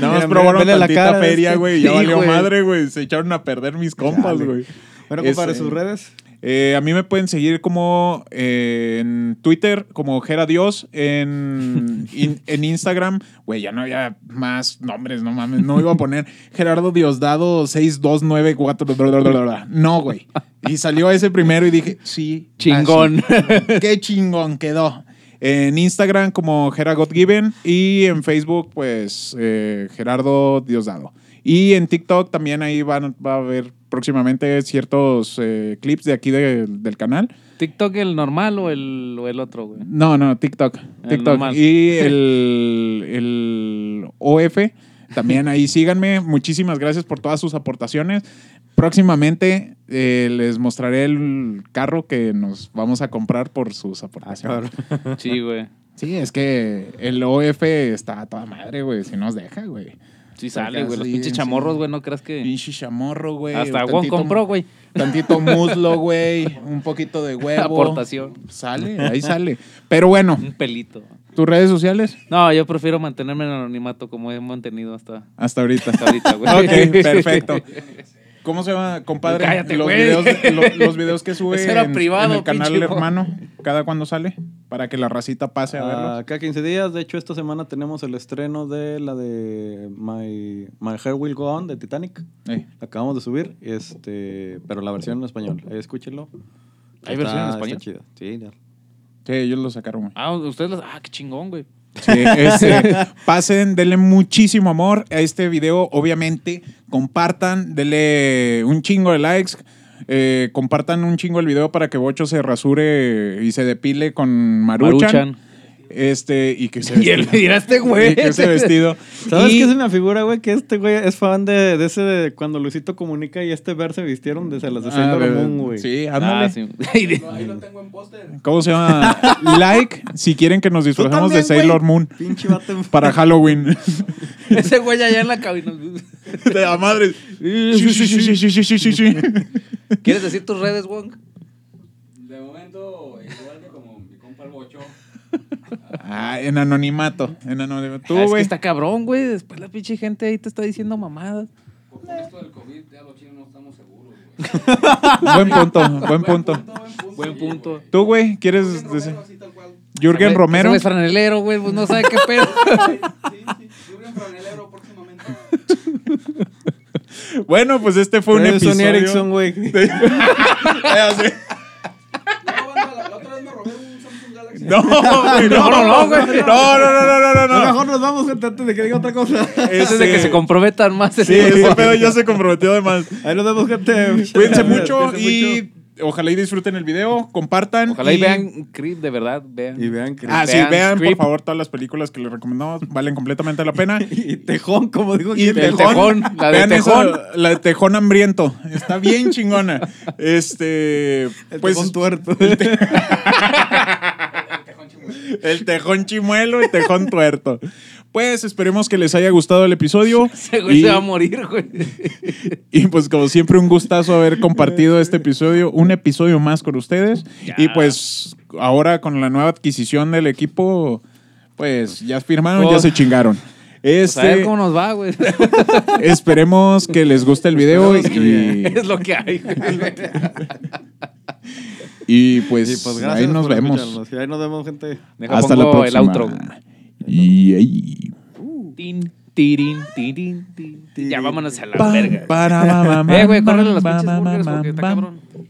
Speaker 2: Mira,
Speaker 3: probaron
Speaker 2: vele la
Speaker 3: tantita
Speaker 2: cara de
Speaker 3: feria,
Speaker 2: este.
Speaker 3: güey. Ya
Speaker 1: Sí,
Speaker 3: valió
Speaker 1: güey.
Speaker 3: madre, güey. Se echaron a perder mis compas,
Speaker 2: Chale.
Speaker 3: güey. Este,
Speaker 2: Bueno, compadre,
Speaker 3: Ese-
Speaker 2: sus redes.
Speaker 3: Eh, a mí me pueden seguir como eh, en Twitter, como Jera Dios, en, in- en Instagram. Güey, ya no había más nombres, no mames. No iba a poner Gerardo Diosdado 6294. bla, bla, bla, bla, bla. No, güey. Y salió ese primero y dije, sí.
Speaker 1: Chingón.
Speaker 3: así. [LAUGHS] Qué chingón quedó. En Instagram como Gera Godgiven y en Facebook, pues eh, Gerardo Diosdado. Y en TikTok también ahí van, va a haber próximamente ciertos eh, clips de aquí de- del canal.
Speaker 1: ¿TikTok el normal o el, o el otro, güey?
Speaker 3: No, no, TikTok.
Speaker 1: El
Speaker 3: TikTok.
Speaker 1: normal.
Speaker 3: y el, el OF. También ahí síganme. Muchísimas gracias por todas sus aportaciones. Próximamente eh, les mostraré el carro que nos vamos a comprar por sus aportaciones.
Speaker 1: Sí, güey.
Speaker 3: sí, es que el OF está a toda madre, güey. Si nos deja, güey.
Speaker 1: Sí
Speaker 3: Acá
Speaker 1: sale, güey. Los
Speaker 3: sí,
Speaker 1: pinches
Speaker 3: sí.
Speaker 1: chamorros, güey, no creas que...
Speaker 3: Pinche chamorro, güey.
Speaker 1: Hasta Juan
Speaker 3: Tantito-
Speaker 1: compró, güey. [LAUGHS]
Speaker 3: Tantito muslo, güey. Un poquito de huevo.
Speaker 1: Aportación. [LAUGHS]
Speaker 3: Sale, ahí sale. Pero bueno,
Speaker 1: Un pelito.
Speaker 3: tus redes sociales.
Speaker 1: No, yo prefiero mantenerme en anonimato como he mantenido hasta,
Speaker 3: Hasta ahorita.
Speaker 1: hasta ahorita, [LAUGHS] güey.
Speaker 3: Ok, perfecto. ¿Cómo se llama, compadre?
Speaker 1: Cállate,
Speaker 3: los,
Speaker 1: güey.
Speaker 3: videos,
Speaker 1: [LAUGHS]
Speaker 3: lo- los videos que sube
Speaker 1: Eso era
Speaker 3: en,
Speaker 1: privado,
Speaker 3: en el canal
Speaker 1: pinche
Speaker 3: hermano, cada cuando sale, para que la racita pase a verlos.
Speaker 1: Ah,
Speaker 2: Acá 15 Ah, días. De hecho, esta semana tenemos el estreno de la de My, My Hair Will Go On de Titanic.
Speaker 3: Ey.
Speaker 2: La acabamos de subir, este, pero la versión en español. Eh, escúchenlo.
Speaker 1: ¿Hay versión en español?
Speaker 2: Está chida. Sí, ya.
Speaker 3: Sí, ellos lo sacaron. güey.
Speaker 1: Ah, ustedes los... Ah, qué chingón, güey.
Speaker 3: Sí, este, pasen, denle muchísimo amor a este video, obviamente. Compartan, denle un chingo de likes. eh, compartan un chingo el video para que Bocho se rasure y se depile con Maruchan.
Speaker 1: Maruchan.
Speaker 3: Este, y que se
Speaker 1: [LAUGHS] Y él
Speaker 3: vestida-
Speaker 1: dirá este güey.
Speaker 3: y que ese vestido.
Speaker 2: ¿Sabes
Speaker 3: Y-
Speaker 2: qué se me figura, güey? Que este güey es fan de, de ese de cuando Luisito comunica y este ver se vistieron de se las de
Speaker 1: Pues
Speaker 3: Ah,
Speaker 2: Sailor
Speaker 3: de-
Speaker 2: Moon, güey.
Speaker 3: Sí, ándale.
Speaker 1: Ah, sí. [LAUGHS] Y de-
Speaker 6: Ahí lo tengo en póster.
Speaker 3: ¿Cómo se [LAUGHS] llama? like si quieren que nos disfrazemos de
Speaker 2: también, güey.
Speaker 3: Sailor Moon
Speaker 2: Pinche vato.
Speaker 3: para [LAUGHS] Halloween.
Speaker 1: Ese güey allá en la cabina.
Speaker 3: de la madre. Sí, sí, sí, sí, sí, sí, sí, sí.
Speaker 1: ¿Quieres decir tus redes, Wong?
Speaker 5: De momento. momento, igual que como mi compa el bocho.
Speaker 3: Ah, en anonimato. En anonimato.
Speaker 1: Ah,
Speaker 3: Tú,
Speaker 1: es que
Speaker 3: güey.
Speaker 1: está cabrón, güey. Después la pinche gente ahí te está diciendo mamadas.
Speaker 5: Con esto del COVID, ya los chinos no estamos seguros, güey.
Speaker 3: Buen punto, buen punto.
Speaker 1: Buen punto.
Speaker 3: Tú, güey, ¿quieres decir?
Speaker 6: Así tal cual.
Speaker 3: Jürgen
Speaker 1: Ese
Speaker 3: Romero.
Speaker 1: güey Es franelero, güey. Pues no sabe qué
Speaker 3: [LAUGHS]
Speaker 1: pedo.
Speaker 6: Sí, sí. Jürgen Franelero próximamente.
Speaker 3: Bueno, pues este fue un
Speaker 2: Edson
Speaker 3: episodio. Ah,
Speaker 2: Erickson, güey.
Speaker 3: [LAUGHS]
Speaker 6: No, banda, la, la otra vez me robé un Samsung Galaxy.
Speaker 3: [LAUGHS] No, güey, no, no, no, güey. No, no, no, no, Este, no, no.
Speaker 2: Mejor nos vamos gente, antes de que diga otra
Speaker 3: [LAUGHS]
Speaker 2: cosa.
Speaker 1: Antes de que se comprometan más. [LAUGHS] el
Speaker 3: Sí, ese pedo ya se comprometió además.
Speaker 2: Ahí nos vemos, gente.
Speaker 3: [LAUGHS] Cuídense mucho y ojalá y disfruten el video, compartan.
Speaker 1: Ojalá y vean Creep, de verdad, vean.
Speaker 2: Y vean que.
Speaker 3: Ah, sí,
Speaker 1: vean
Speaker 3: vean por
Speaker 1: Creep.
Speaker 3: favor todas las películas que les recomendamos, valen completamente la pena.
Speaker 2: [LAUGHS] Y tejón, como digo.
Speaker 3: Y
Speaker 2: aquí.
Speaker 1: Del Tejón, la de
Speaker 3: vean
Speaker 1: Tejón.
Speaker 3: esa- la de Tejón hambriento. Está bien chingona. Este,
Speaker 2: El
Speaker 3: pues
Speaker 2: tejón tuerto.
Speaker 3: el Tejón chimuelo y Tejón tuerto. Pues esperemos que les haya gustado el
Speaker 1: [LAUGHS]
Speaker 3: episodio.
Speaker 1: [LAUGHS] Ese güey
Speaker 3: y-
Speaker 1: se va a morir, güey.
Speaker 3: Y pues como siempre un gustazo
Speaker 1: [LAUGHS]
Speaker 3: haber compartido este episodio, un episodio más con ustedes. Y pues ahora con la nueva adquisición del equipo, pues ya firmaron, ya
Speaker 1: Oh.
Speaker 3: se chingaron.
Speaker 1: Pues a ver
Speaker 3: Este,
Speaker 1: cómo nos va, güey.
Speaker 3: esperemos que les guste el video y,
Speaker 1: [LAUGHS] Es lo que hay, güey.
Speaker 3: y, pues,
Speaker 2: Y pues gracias.
Speaker 3: ahí nos
Speaker 2: por
Speaker 3: vemos.
Speaker 2: escucharnos. Y ahí nos vemos, gente.
Speaker 1: Deja,
Speaker 3: Hasta la
Speaker 1: pongo
Speaker 3: próxima.
Speaker 1: el outro.
Speaker 3: Y ahí.
Speaker 1: Tin, tirin, tirin, tin. Ya vámonos a la
Speaker 3: Pam,
Speaker 1: verga.
Speaker 3: para, ba, ba,
Speaker 1: Eh, güey,
Speaker 3: bam,
Speaker 1: córrele las
Speaker 3: bam,
Speaker 1: pinches
Speaker 3: bam,
Speaker 1: burgers
Speaker 3: bam,
Speaker 1: porque está
Speaker 3: bam.
Speaker 1: cabrón.